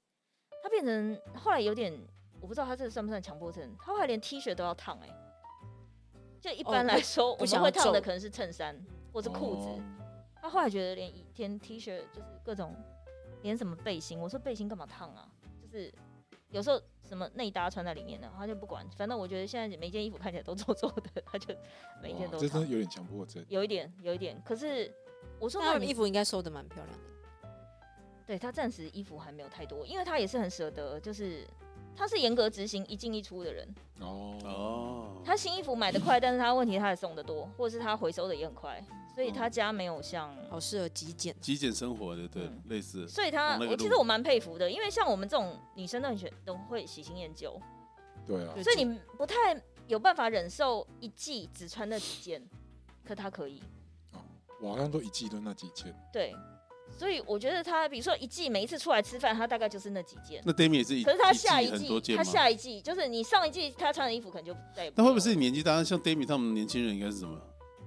[SPEAKER 2] 他变成后来有点，我不知道他这个算不算强迫症，他后来连 T 恤都要烫哎、就一般
[SPEAKER 3] 哦
[SPEAKER 2] 来说，我
[SPEAKER 3] 不想
[SPEAKER 2] 们
[SPEAKER 3] 要
[SPEAKER 2] 会烫的
[SPEAKER 3] 皱
[SPEAKER 2] 可能是衬衫或是裤子，
[SPEAKER 1] 哦
[SPEAKER 2] 他后来觉得连一天 T 恤就是各种，连什么背心，我说背心干嘛烫啊？就是有时候什么内搭穿在里面的，他就不管，反正我觉得现在每件衣服看起来都皱皱的，他就每一件
[SPEAKER 1] 哇
[SPEAKER 2] 都
[SPEAKER 1] 这真
[SPEAKER 2] 烫
[SPEAKER 1] 的。有点强迫症。
[SPEAKER 2] 有一点，有一点。可是我说
[SPEAKER 3] 那
[SPEAKER 2] 那
[SPEAKER 3] 他的
[SPEAKER 2] 你
[SPEAKER 3] 衣服应该收的蛮漂亮的。
[SPEAKER 2] 对他暂时衣服还没有太多，因为他也是很舍得，就是他是严格执行一进一出的人。
[SPEAKER 1] 哦，
[SPEAKER 4] 哦，
[SPEAKER 2] 他新衣服买的快，但是他问题他也送的多，或者是他回收的也很快，所以
[SPEAKER 4] 嗯
[SPEAKER 2] 他家没有像，
[SPEAKER 3] 好适合极简。
[SPEAKER 4] 极简生活的，对
[SPEAKER 2] 嗯，
[SPEAKER 4] 类似。
[SPEAKER 2] 所以他
[SPEAKER 4] 往那个
[SPEAKER 2] 我
[SPEAKER 4] 路
[SPEAKER 2] 其实我蛮佩服的，因为像我们这种女生都很喜都会喜新厌旧，
[SPEAKER 1] 对啊，
[SPEAKER 3] 对
[SPEAKER 2] 所以你不太有办法忍受一季只穿那几件，可他可以。
[SPEAKER 1] 哦我好像都一季都那几件。
[SPEAKER 2] 对，所以我觉得他比如说一季每一次出来吃饭，他大概就是那几件。
[SPEAKER 4] 那 d a m i 也是一，
[SPEAKER 2] 可是他下
[SPEAKER 4] 一
[SPEAKER 2] 一
[SPEAKER 4] 季很多
[SPEAKER 2] 季，
[SPEAKER 4] 件
[SPEAKER 2] 他
[SPEAKER 4] 吗？
[SPEAKER 2] 下一季就是你上一季他穿的衣服可能就再也不一
[SPEAKER 4] 那
[SPEAKER 2] 样了。
[SPEAKER 4] 会不会是你年纪大，像 d a m i 他们年轻人应该是什么？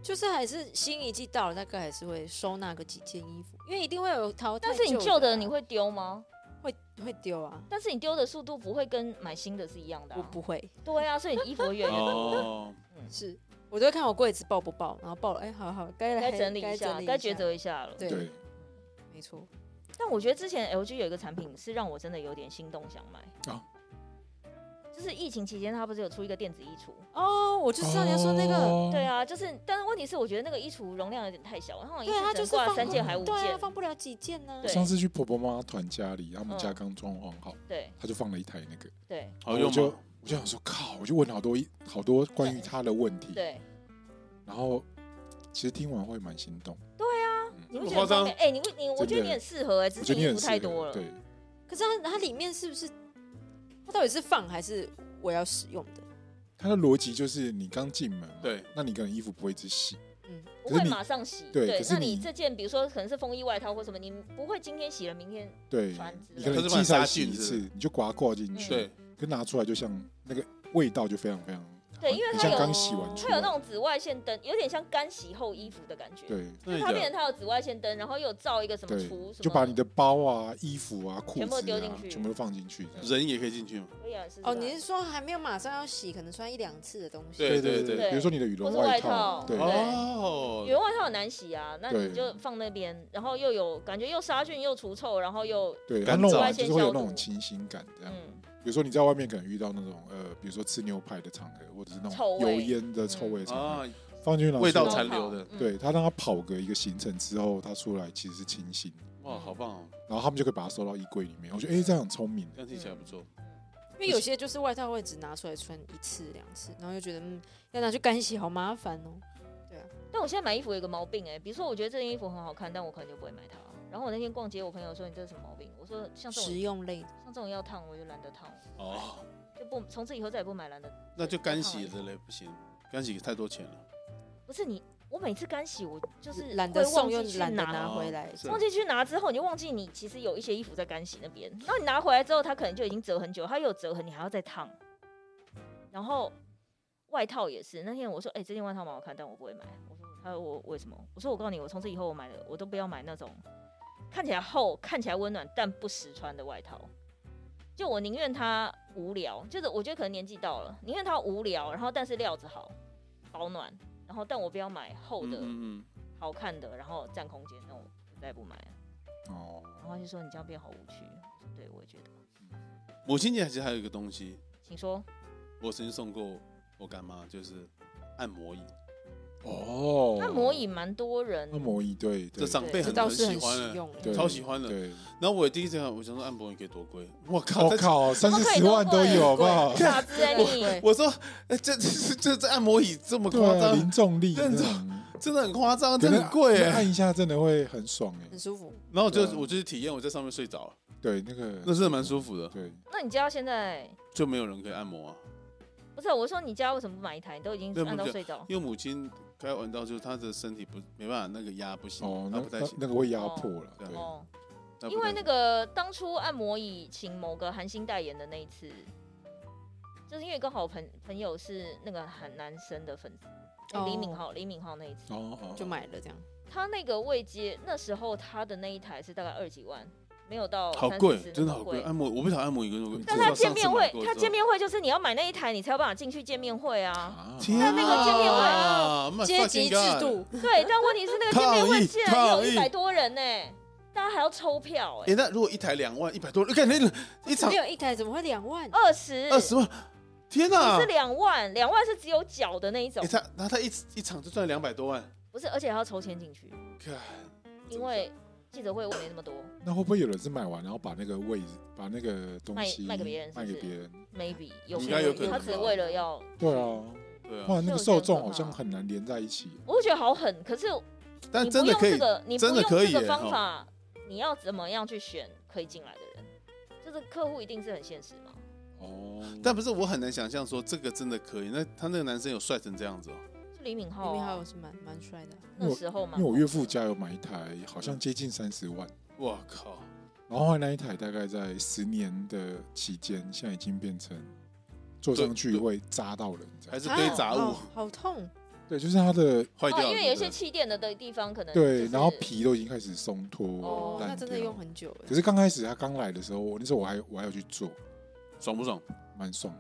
[SPEAKER 3] 就是还是新一季到了，大概还是会收纳个几件衣服，因为一定会有淘汰
[SPEAKER 2] 但
[SPEAKER 3] 的啊。
[SPEAKER 2] 是你旧的你会丢吗？
[SPEAKER 3] 会会丢啊？
[SPEAKER 2] 但是你丢的速度不会跟买新的是一样的、
[SPEAKER 3] 我
[SPEAKER 2] 啊。
[SPEAKER 3] 不会，
[SPEAKER 2] 对啊，所以你衣服会越来越多。
[SPEAKER 4] 哦，
[SPEAKER 3] 是我都会看我柜子爆不爆，然后爆了，哎，好好，该来
[SPEAKER 2] 该整理一 下，该
[SPEAKER 3] 该
[SPEAKER 2] 抉，择一下了。
[SPEAKER 3] 对
[SPEAKER 1] 对，
[SPEAKER 3] 没错，
[SPEAKER 2] 但我觉得之前 LG 有一个产品是让我真的有点心动想买
[SPEAKER 4] 哦
[SPEAKER 1] 啊
[SPEAKER 2] 就是疫情期间它不是有出一个电子衣橱？
[SPEAKER 3] 哦，我就知道你要说那个，
[SPEAKER 1] 哦
[SPEAKER 2] 对，啊，就是，但是问题是我觉得那个衣橱容量有点太小，然后一
[SPEAKER 3] 对啊，
[SPEAKER 2] 次
[SPEAKER 3] 就
[SPEAKER 2] 只
[SPEAKER 3] 是
[SPEAKER 2] 挂
[SPEAKER 3] 放
[SPEAKER 2] 三件还五
[SPEAKER 3] 对
[SPEAKER 2] 件
[SPEAKER 3] 啊，，放不了几件啊呢。
[SPEAKER 2] 对
[SPEAKER 1] 上次去婆婆妈妈团家里，他们
[SPEAKER 2] 嗯
[SPEAKER 1] 家刚装潢好，
[SPEAKER 2] 对
[SPEAKER 1] 他就放了一台那个，
[SPEAKER 2] 对
[SPEAKER 4] 好
[SPEAKER 1] 我
[SPEAKER 4] 用
[SPEAKER 1] 就
[SPEAKER 4] 吗？
[SPEAKER 1] 我就想说靠，我就问好多一好多关于他的问题，
[SPEAKER 2] 对，
[SPEAKER 1] 然后其实听完会蛮心动，
[SPEAKER 2] 你会觉
[SPEAKER 4] 这么
[SPEAKER 2] 得
[SPEAKER 4] 夸
[SPEAKER 2] 方
[SPEAKER 4] 张
[SPEAKER 2] 便？哎，你会你我觉
[SPEAKER 1] 真
[SPEAKER 2] 得
[SPEAKER 1] 的
[SPEAKER 2] 你很适合哎，只
[SPEAKER 1] 我
[SPEAKER 2] 是
[SPEAKER 1] 觉得你
[SPEAKER 2] 你衣
[SPEAKER 1] 很
[SPEAKER 2] 服
[SPEAKER 1] 适
[SPEAKER 2] 太多
[SPEAKER 1] 合，
[SPEAKER 2] 了。
[SPEAKER 1] 对，
[SPEAKER 3] 可是它它里面是不是它到底是放还是我要使用的？
[SPEAKER 1] 他的逻辑就是你刚进门，，
[SPEAKER 4] 对，
[SPEAKER 1] 那你可能衣服不会一直洗，
[SPEAKER 3] 嗯，
[SPEAKER 2] 不
[SPEAKER 1] 可是
[SPEAKER 2] 会
[SPEAKER 1] 你
[SPEAKER 2] 马上洗，
[SPEAKER 1] 对可是
[SPEAKER 2] 那你
[SPEAKER 1] 你
[SPEAKER 2] 这件比如说可能是风衣外套或什么，你不会今天洗了，明天
[SPEAKER 1] 对
[SPEAKER 2] 传之，
[SPEAKER 1] 你可
[SPEAKER 4] 类
[SPEAKER 1] 能
[SPEAKER 4] 的
[SPEAKER 1] 一季才
[SPEAKER 4] 它
[SPEAKER 1] 洗
[SPEAKER 4] 是把它杀菌
[SPEAKER 1] 一
[SPEAKER 4] 是
[SPEAKER 1] 次，你就刮挂进去，
[SPEAKER 2] 嗯
[SPEAKER 4] 对，
[SPEAKER 1] 可拿出来就像那个味道就非常非常，
[SPEAKER 2] 对因为
[SPEAKER 1] 很
[SPEAKER 2] 它
[SPEAKER 1] 像
[SPEAKER 2] 有
[SPEAKER 1] 刚洗完出
[SPEAKER 2] 它有
[SPEAKER 1] 来
[SPEAKER 2] 那，种紫外线灯，有点像干洗后衣服的感觉。，
[SPEAKER 1] 对
[SPEAKER 4] 那
[SPEAKER 2] 它变成它有紫外线灯，然后又有罩一个什么
[SPEAKER 1] 对
[SPEAKER 2] 橱，什么，
[SPEAKER 1] 就把你的包啊、衣服啊、裤
[SPEAKER 2] 全部
[SPEAKER 1] 子
[SPEAKER 2] 丢进
[SPEAKER 1] 啊
[SPEAKER 2] 去，
[SPEAKER 1] 全部都放进去，这样
[SPEAKER 4] 人也可以进去吗？
[SPEAKER 2] 可以啊试试
[SPEAKER 3] 哦，
[SPEAKER 2] 看
[SPEAKER 3] 你是说还没有马上要洗，可能穿一两次的东西？
[SPEAKER 4] 对
[SPEAKER 1] 对
[SPEAKER 2] 对
[SPEAKER 1] 比如说你的羽绒
[SPEAKER 2] 或是外
[SPEAKER 1] 套
[SPEAKER 2] 套，
[SPEAKER 1] 对，
[SPEAKER 2] 哦羽
[SPEAKER 4] 哦，
[SPEAKER 2] 绒外套很难洗啊，那你
[SPEAKER 1] 对
[SPEAKER 2] 就放那边，然后又有感觉又杀菌又除臭，然后又
[SPEAKER 1] 对，它
[SPEAKER 4] 干
[SPEAKER 1] 弄
[SPEAKER 4] 燥
[SPEAKER 1] 完就是会有那种
[SPEAKER 2] 外线
[SPEAKER 1] 清新感，这样。
[SPEAKER 2] 嗯
[SPEAKER 1] 比如说你在外面可能遇到那种呃，比如说吃牛排的场合，或者是那
[SPEAKER 2] 臭
[SPEAKER 1] 种
[SPEAKER 2] 味
[SPEAKER 1] 油烟的臭味的场合，
[SPEAKER 4] 啊，
[SPEAKER 1] 放进去拿
[SPEAKER 4] 味道
[SPEAKER 1] 出来
[SPEAKER 4] 残留的，
[SPEAKER 2] 嗯
[SPEAKER 1] 对它让它跑个一个行程之后，它出来其实是清新，
[SPEAKER 4] 哇，好棒哦，
[SPEAKER 1] 然后他们就可以把它收到衣柜里面。我觉得哎，这样很聪明
[SPEAKER 4] 这样听起来不错。
[SPEAKER 3] 因为有些就是外套会只拿出来穿一次两次，然后就觉得嗯，要拿去干洗好麻烦哦。
[SPEAKER 2] 但我现在买衣服有一个毛病哎、比如说我觉得这件衣服很好看，但我可能就不会买它。然后我那天逛街，我朋友说你这是什么毛病？我说像这种
[SPEAKER 3] 实用类的，
[SPEAKER 2] 像这种要烫，我就懒得烫，
[SPEAKER 4] 哦，
[SPEAKER 2] 就不从此以后再也不买懒得。
[SPEAKER 4] 那就干洗之类不行，干洗太多钱了。
[SPEAKER 2] 不是你，我每次干洗我就是
[SPEAKER 3] 懒得
[SPEAKER 2] 会忘
[SPEAKER 3] 送又
[SPEAKER 2] 记去
[SPEAKER 3] 懒得
[SPEAKER 2] 拿。
[SPEAKER 3] 拿回来
[SPEAKER 4] 哦，
[SPEAKER 1] 啊
[SPEAKER 4] 是
[SPEAKER 2] 忘记去拿之后，你就忘记你其实有一些衣服在干洗那边，然后你拿回来之后，它可能就已经折很久，它又有折痕，你还要再烫。然后外套也是，那天我说，哎、这件外套蛮好看，但我不会买。我说，他说我为什么？我说我告诉你，我从此以后我买了，我都不要买那种看起来厚、看起来温暖但不实穿的外套。就我宁愿它无聊，就是我觉得可能年纪到了，宁愿它无聊，然后但是料子好、保暖，然后但我不要买厚的、
[SPEAKER 4] 嗯嗯
[SPEAKER 2] 好看的，然后占空间，那我我再也不买了。
[SPEAKER 1] 哦。
[SPEAKER 2] 然后他就说你这样变好无趣。我说对，我也觉得。
[SPEAKER 4] 嗯，母亲节其实还有一个东西，
[SPEAKER 2] 请说，
[SPEAKER 4] 我曾经送过我干妈，就是按摩椅。
[SPEAKER 1] 哦，
[SPEAKER 2] 按摩椅蛮多人，
[SPEAKER 1] 按摩椅，对，对
[SPEAKER 4] 这长辈
[SPEAKER 3] 这
[SPEAKER 4] 很
[SPEAKER 3] 倒
[SPEAKER 4] 很
[SPEAKER 3] 是
[SPEAKER 4] 喜
[SPEAKER 3] 很
[SPEAKER 4] 欢
[SPEAKER 3] 实
[SPEAKER 4] 欸，
[SPEAKER 3] 用。
[SPEAKER 1] 对
[SPEAKER 4] 超喜欢的。
[SPEAKER 1] 对，
[SPEAKER 4] 然后我第一次想，我想说按摩椅可以多贵？我靠！
[SPEAKER 1] 我
[SPEAKER 4] 在
[SPEAKER 1] 靠，三
[SPEAKER 2] 怎
[SPEAKER 1] 四
[SPEAKER 2] 么可以
[SPEAKER 1] 十万都有，好不好？
[SPEAKER 2] 傻子啊你！
[SPEAKER 3] 对
[SPEAKER 4] 我说，哎，这 这这这按摩椅这么
[SPEAKER 1] 对
[SPEAKER 4] 夸
[SPEAKER 1] 啊，
[SPEAKER 4] 张
[SPEAKER 1] 零，重力
[SPEAKER 4] 这
[SPEAKER 1] 这
[SPEAKER 4] 种
[SPEAKER 1] 种，
[SPEAKER 4] 真的很夸张，
[SPEAKER 1] 觉
[SPEAKER 4] 真
[SPEAKER 1] 得
[SPEAKER 4] 的很贵哎。
[SPEAKER 1] 按一下真的会很爽哎
[SPEAKER 3] 很。舒服。
[SPEAKER 4] 然后我就
[SPEAKER 1] 对啊
[SPEAKER 4] 我就是体验我在上面睡着了，
[SPEAKER 1] 对，那
[SPEAKER 4] 那
[SPEAKER 1] 个
[SPEAKER 4] 真的蛮舒服的，
[SPEAKER 1] 对，
[SPEAKER 2] 那你家现在
[SPEAKER 4] 就没有人可以按摩啊。
[SPEAKER 2] 不是啊我说你家为什么不买一台？都已经
[SPEAKER 4] 对
[SPEAKER 2] 按到
[SPEAKER 4] 不是
[SPEAKER 2] 睡着，
[SPEAKER 4] 因为母亲该玩到就是她的身体不没办法那个压不行，
[SPEAKER 1] 哦，
[SPEAKER 4] 她
[SPEAKER 1] 那
[SPEAKER 4] 不太
[SPEAKER 1] 那
[SPEAKER 4] 行，
[SPEAKER 1] 那个会压迫了，
[SPEAKER 4] 对
[SPEAKER 1] 对，
[SPEAKER 2] 哦，
[SPEAKER 4] 她不太
[SPEAKER 2] 因为那
[SPEAKER 4] 行
[SPEAKER 2] 个当初按摩椅请某个韩星代言的那一次，就是因为刚好朋朋友是那个韩男生的粉丝，
[SPEAKER 3] 哦
[SPEAKER 2] 李敏镐，李敏镐那一次，
[SPEAKER 1] 哦哦，
[SPEAKER 3] 就买了这样。
[SPEAKER 2] 他那个位阶，那时候他的那一台是大概二几万，没有到
[SPEAKER 4] 好
[SPEAKER 2] 30
[SPEAKER 4] 贵
[SPEAKER 2] 40，
[SPEAKER 4] 真
[SPEAKER 2] 那
[SPEAKER 4] 的
[SPEAKER 2] 么
[SPEAKER 4] 好贵。按摩我不想按摩一个
[SPEAKER 1] 但
[SPEAKER 2] 但
[SPEAKER 1] 知道
[SPEAKER 2] 他见面会，他见面会就是你要买那一台，你才有办法进去见面会啊。
[SPEAKER 1] 啊，
[SPEAKER 2] 但那个见面会
[SPEAKER 4] 啊
[SPEAKER 2] 啊
[SPEAKER 4] 会
[SPEAKER 3] 阶级制，度，
[SPEAKER 2] 对，但问题是那个见面
[SPEAKER 4] 抗
[SPEAKER 2] 会
[SPEAKER 4] 议
[SPEAKER 2] 竟然有
[SPEAKER 4] 抗议
[SPEAKER 2] 一百多人呢、大家还要抽票哎、
[SPEAKER 4] 哎，那如果一台两万一百多，看那一场
[SPEAKER 3] 没有一台怎么会两万？
[SPEAKER 2] 二十
[SPEAKER 4] 二十万，啊天哪
[SPEAKER 2] 不是！两万，两万是只有脚的那一种
[SPEAKER 4] 哎，，他那他一一场就赚两百多万，
[SPEAKER 2] 不是，而且还要筹钱进去，
[SPEAKER 4] 看
[SPEAKER 2] 因为记者会我没那么多
[SPEAKER 1] 那会不会有人是买完，然后把那个位置，把那个东西
[SPEAKER 2] 卖卖给别人是不
[SPEAKER 1] 卖
[SPEAKER 2] 是
[SPEAKER 1] 给别人？
[SPEAKER 2] ，maybe 有
[SPEAKER 4] 应
[SPEAKER 2] 可
[SPEAKER 4] 该有可
[SPEAKER 2] 能
[SPEAKER 4] 能
[SPEAKER 2] 他只是为了要，
[SPEAKER 1] 对啊，
[SPEAKER 4] 对啊，
[SPEAKER 1] 哇，那个受众好像很难连在一起。
[SPEAKER 2] 我会觉得好狠，可是
[SPEAKER 4] 但
[SPEAKER 2] 你不
[SPEAKER 4] 真的
[SPEAKER 2] 用
[SPEAKER 4] 可
[SPEAKER 2] 这
[SPEAKER 4] 以，
[SPEAKER 2] 个，你不
[SPEAKER 4] 真的
[SPEAKER 2] 用
[SPEAKER 4] 可以
[SPEAKER 2] 这个
[SPEAKER 4] 耶
[SPEAKER 2] 方法，你要怎么样去选可以进来的人？就是客户一定是很现实嘛，
[SPEAKER 1] 哦，
[SPEAKER 4] 但不是我很难想象说这个真的可以。那他那个男生有帅成这样子哦，
[SPEAKER 2] 就李敏镐
[SPEAKER 3] 里面还
[SPEAKER 2] 啊、
[SPEAKER 3] 有是蛮蛮帅的，
[SPEAKER 2] 那时候嘛
[SPEAKER 1] 因为，我岳父家有买一台，好像接近三十万，
[SPEAKER 4] 我靠！
[SPEAKER 1] 然后后来那一台大概在十年的期间，现在已经变成坐上去会扎到人，这
[SPEAKER 4] 还
[SPEAKER 1] 样
[SPEAKER 4] 是堆杂物
[SPEAKER 3] 啊好好痛，
[SPEAKER 1] 对，就是它的
[SPEAKER 4] 坏掉
[SPEAKER 2] 哦，
[SPEAKER 4] 了，
[SPEAKER 2] 因为有一
[SPEAKER 4] 对
[SPEAKER 2] 些气垫的的地方可能哎就
[SPEAKER 1] 对，
[SPEAKER 2] 是
[SPEAKER 1] 然后皮都已经开始松脱
[SPEAKER 2] 哦
[SPEAKER 1] 烂
[SPEAKER 3] 那真的
[SPEAKER 1] 掉
[SPEAKER 3] 用。很久
[SPEAKER 1] 可
[SPEAKER 3] 哎。
[SPEAKER 1] 是刚开始他刚来的时候，我那时候我还我还有去做，
[SPEAKER 4] 爽不爽？
[SPEAKER 1] 蛮爽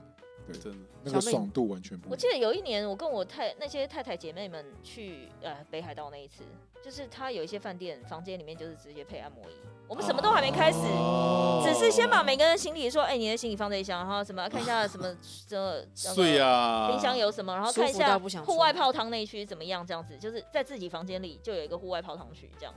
[SPEAKER 1] 的，
[SPEAKER 4] 真的，
[SPEAKER 1] 那个
[SPEAKER 3] 小妹
[SPEAKER 1] 爽度完全不一
[SPEAKER 2] 我
[SPEAKER 1] 样
[SPEAKER 2] 记。得有一年，我跟我太那些太太姐妹们去呃北海道那一次，就是他有一些饭店房间里面就是直接配按摩椅，我们什么都还没开始，
[SPEAKER 4] 哦
[SPEAKER 2] 只是先把每个人行李说，哎、你的行李放这一箱，然后什么看一下什么什么
[SPEAKER 4] 睡
[SPEAKER 2] 啊，
[SPEAKER 4] 啊，
[SPEAKER 2] 冰箱有什么，然后看一
[SPEAKER 3] 舒服
[SPEAKER 2] 下
[SPEAKER 3] 到不想出
[SPEAKER 2] 户外泡汤那一区怎么样，这样子就是在自己房间里就有一个户外泡汤区这样，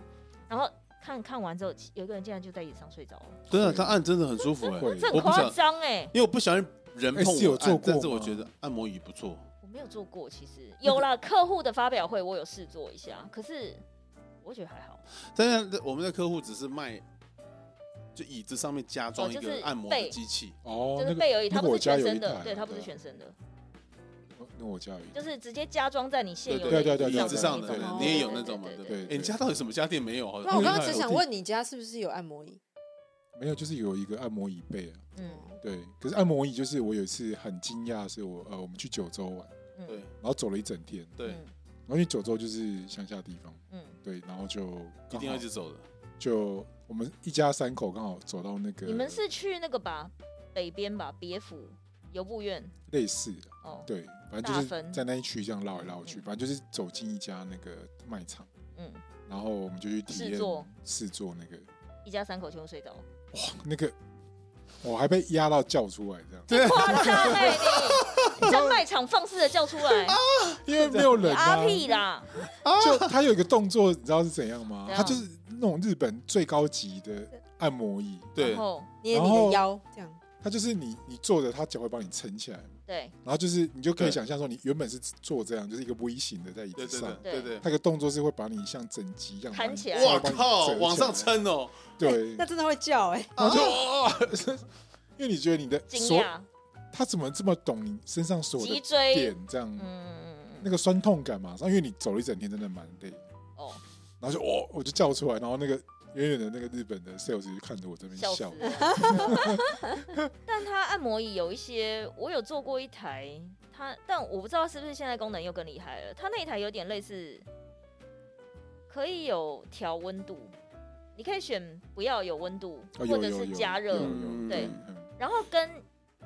[SPEAKER 2] 然后看看完之后，有一个人竟然就在椅子上睡着了，
[SPEAKER 4] 真的，他按真的很舒服哎、
[SPEAKER 1] 会
[SPEAKER 2] 这很
[SPEAKER 4] 我不
[SPEAKER 2] 夸
[SPEAKER 4] 想，
[SPEAKER 2] 张哎，
[SPEAKER 4] 因为我不想让人碰我
[SPEAKER 1] 哎
[SPEAKER 4] 按，
[SPEAKER 1] 是有做过吗
[SPEAKER 4] 但是我觉得按摩椅不错，
[SPEAKER 2] 我没有
[SPEAKER 1] 嗯
[SPEAKER 2] 做过，其实有了客户的发表会，我有试做一下，可是我觉得还好，
[SPEAKER 4] 但是我们的客户只是卖，就椅子上面加装
[SPEAKER 2] 哦
[SPEAKER 4] 一
[SPEAKER 2] 就是
[SPEAKER 4] 个按摩的机器，
[SPEAKER 1] 哦
[SPEAKER 2] 就，
[SPEAKER 1] 那
[SPEAKER 2] 是
[SPEAKER 1] 个
[SPEAKER 2] 贝尔椅，它
[SPEAKER 1] 那个
[SPEAKER 2] 不
[SPEAKER 1] 我
[SPEAKER 2] 是
[SPEAKER 1] 家
[SPEAKER 2] 全
[SPEAKER 1] 有
[SPEAKER 2] 身
[SPEAKER 1] 一
[SPEAKER 2] 的，
[SPEAKER 1] 台，
[SPEAKER 2] 对，它不是
[SPEAKER 1] 啊
[SPEAKER 2] 全身的，
[SPEAKER 1] 那我家有一台，
[SPEAKER 2] 就是直接加装在你现有
[SPEAKER 1] 对
[SPEAKER 4] 对
[SPEAKER 1] 对
[SPEAKER 2] 的
[SPEAKER 1] 对
[SPEAKER 2] 椅
[SPEAKER 1] 椅子
[SPEAKER 2] 上
[SPEAKER 1] 上
[SPEAKER 2] 的
[SPEAKER 1] 的
[SPEAKER 2] 那种
[SPEAKER 1] 你也有
[SPEAKER 2] 对
[SPEAKER 4] 那
[SPEAKER 2] 对
[SPEAKER 4] 种嘛
[SPEAKER 2] 对
[SPEAKER 4] 对
[SPEAKER 1] 对，
[SPEAKER 4] 哎、
[SPEAKER 1] 对
[SPEAKER 4] 你家到底什么家店没有？好
[SPEAKER 3] 那我刚刚只
[SPEAKER 1] 是
[SPEAKER 3] 想问你家是不是有按摩椅？
[SPEAKER 1] 没有，就是有一个按摩椅背啊。
[SPEAKER 2] 嗯
[SPEAKER 1] 对，可是按摩椅就是我有一次很惊讶，是我呃我们去九州玩，
[SPEAKER 4] 对
[SPEAKER 2] 嗯
[SPEAKER 1] 然后走了一整天，
[SPEAKER 4] 对，
[SPEAKER 2] 嗯
[SPEAKER 1] 然后因为九州就是乡下地方，
[SPEAKER 2] 嗯，
[SPEAKER 1] 对，然后就
[SPEAKER 4] 一
[SPEAKER 1] 刚
[SPEAKER 4] 定要
[SPEAKER 1] 好
[SPEAKER 4] 一直走的。
[SPEAKER 1] 就我们一家三口刚好走到那个
[SPEAKER 2] 你们是去那个吧，北边吧，别府游步院
[SPEAKER 1] 类似的，
[SPEAKER 2] 哦，
[SPEAKER 1] 对，反正就
[SPEAKER 2] 大
[SPEAKER 1] 是
[SPEAKER 2] 分
[SPEAKER 1] 在那一区这样绕来绕去，
[SPEAKER 2] 嗯
[SPEAKER 1] 反正就是走进一家那个卖场，
[SPEAKER 2] 嗯，
[SPEAKER 1] 然后我们就去体
[SPEAKER 2] 试
[SPEAKER 1] 验
[SPEAKER 2] 坐
[SPEAKER 1] 试坐那个，
[SPEAKER 2] 一家三口全部睡着，
[SPEAKER 1] 那个我还被压到叫出来这 样，
[SPEAKER 2] 夸张 哎你，你在卖场放肆的叫出来，
[SPEAKER 1] 因为没有人啊
[SPEAKER 2] 阿。屁啦，
[SPEAKER 1] 就他有一个动作，你知道是怎样吗？
[SPEAKER 2] 怎样
[SPEAKER 1] 他就是那种日本最高级的按摩椅，
[SPEAKER 4] 对
[SPEAKER 2] 然，后
[SPEAKER 3] 捏
[SPEAKER 1] 然
[SPEAKER 3] 你
[SPEAKER 1] 后
[SPEAKER 3] 的腰这样，
[SPEAKER 1] 他就是你你坐着，他脚会帮你撑起来嘛，
[SPEAKER 2] 对
[SPEAKER 1] 然后就是你就可以
[SPEAKER 4] 对
[SPEAKER 1] 想象说，你原本是坐这样，就是一个 V 型的在椅
[SPEAKER 4] 对
[SPEAKER 1] 子
[SPEAKER 4] 对
[SPEAKER 1] 上
[SPEAKER 4] 对，对对
[SPEAKER 1] 他个动作是会把你像整脊一样
[SPEAKER 2] 弹
[SPEAKER 1] 把你
[SPEAKER 2] 起来
[SPEAKER 1] 稍
[SPEAKER 4] 哇
[SPEAKER 1] 微帮你
[SPEAKER 4] 靠
[SPEAKER 1] 折，起来
[SPEAKER 4] 往上，撑哦！
[SPEAKER 1] 对，
[SPEAKER 3] 那真的会叫
[SPEAKER 2] 欸
[SPEAKER 3] 哎。
[SPEAKER 4] 啊
[SPEAKER 1] 然后就哦因为你觉得你的
[SPEAKER 2] 惊
[SPEAKER 1] 所
[SPEAKER 2] 讶
[SPEAKER 1] 他怎么这么懂你身上所有
[SPEAKER 2] 脊
[SPEAKER 1] 的
[SPEAKER 2] 椎，
[SPEAKER 1] 点这样，
[SPEAKER 2] 嗯
[SPEAKER 1] 那个酸痛感马上，因为你走了一整天真的蛮累。
[SPEAKER 2] 哦，
[SPEAKER 1] 然后就哦，我就叫出来，然后那个远远的那个日本的 sales 就看着我这边
[SPEAKER 2] 笑
[SPEAKER 1] 笑，
[SPEAKER 2] 死了。 但它按摩椅有一些，我有做过一台，它但我不知道是不是现在功能又更厉害了。它那一台有点类似，可以有调温度，你可以选不要有温度，
[SPEAKER 1] 哦
[SPEAKER 2] 或
[SPEAKER 1] 有
[SPEAKER 2] 者
[SPEAKER 1] 有
[SPEAKER 2] 是
[SPEAKER 1] 有
[SPEAKER 2] 加
[SPEAKER 1] 有
[SPEAKER 2] 热，
[SPEAKER 1] 有
[SPEAKER 2] 对
[SPEAKER 1] 嗯
[SPEAKER 2] 然后跟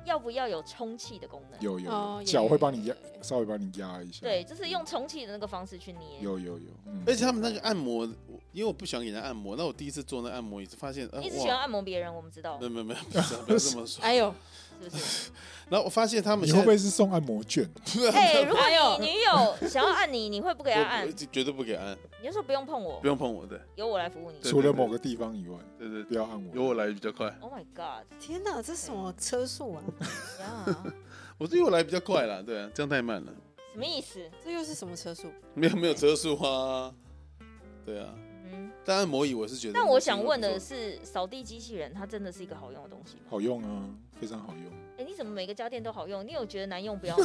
[SPEAKER 2] 要不要有充气的功能。
[SPEAKER 1] 有有
[SPEAKER 3] 哦
[SPEAKER 1] 有
[SPEAKER 3] 有
[SPEAKER 1] 脚会帮你压
[SPEAKER 3] 有有，有
[SPEAKER 1] 稍微帮你压一下，
[SPEAKER 2] 对，就是用充气的那个方式去捏。
[SPEAKER 1] 有有有，嗯
[SPEAKER 4] 而且哎他们那个按摩，我因为我不喜欢给人家按摩，那我第一次做那按摩椅，发现，呃
[SPEAKER 2] 你一直喜欢
[SPEAKER 4] 哇，嗯
[SPEAKER 2] 按摩别人，我们知道
[SPEAKER 4] 没有没有没有，不是不要这么说。
[SPEAKER 3] 哎呦，
[SPEAKER 2] 是不是？
[SPEAKER 4] 然后我发现他们
[SPEAKER 1] 你
[SPEAKER 4] 现
[SPEAKER 1] 会
[SPEAKER 4] 在
[SPEAKER 1] 不会是送按摩券？
[SPEAKER 2] 哎，如
[SPEAKER 3] 还有
[SPEAKER 2] 果你女友想要按你，你会不给她按
[SPEAKER 4] 我？绝对不给按，
[SPEAKER 2] 你就说不用碰我
[SPEAKER 4] 不，用碰我的，
[SPEAKER 2] 由我来服务你
[SPEAKER 4] 对。
[SPEAKER 1] 除了某个地方以外，
[SPEAKER 4] 对对
[SPEAKER 1] 不
[SPEAKER 4] 对，
[SPEAKER 1] 要按
[SPEAKER 4] 由
[SPEAKER 1] 我。
[SPEAKER 4] 我来比较快，
[SPEAKER 2] Oh my god！
[SPEAKER 3] 天哪，这什么车速啊？
[SPEAKER 2] 呀，
[SPEAKER 4] 我是由我来比较快啦，对啊，这样太慢了，
[SPEAKER 2] 什么意思？
[SPEAKER 3] 这又是什么车速？
[SPEAKER 4] 没有没有车速啊，对啊，
[SPEAKER 2] 嗯，
[SPEAKER 4] 但按摩椅我是觉得，
[SPEAKER 2] 但我想问的，是，扫地机器人它真的是一个好用的东西吗？
[SPEAKER 1] 好用啊，非常好用。
[SPEAKER 2] 哎，你怎么每个家电都好用？你有觉得难用 不要买？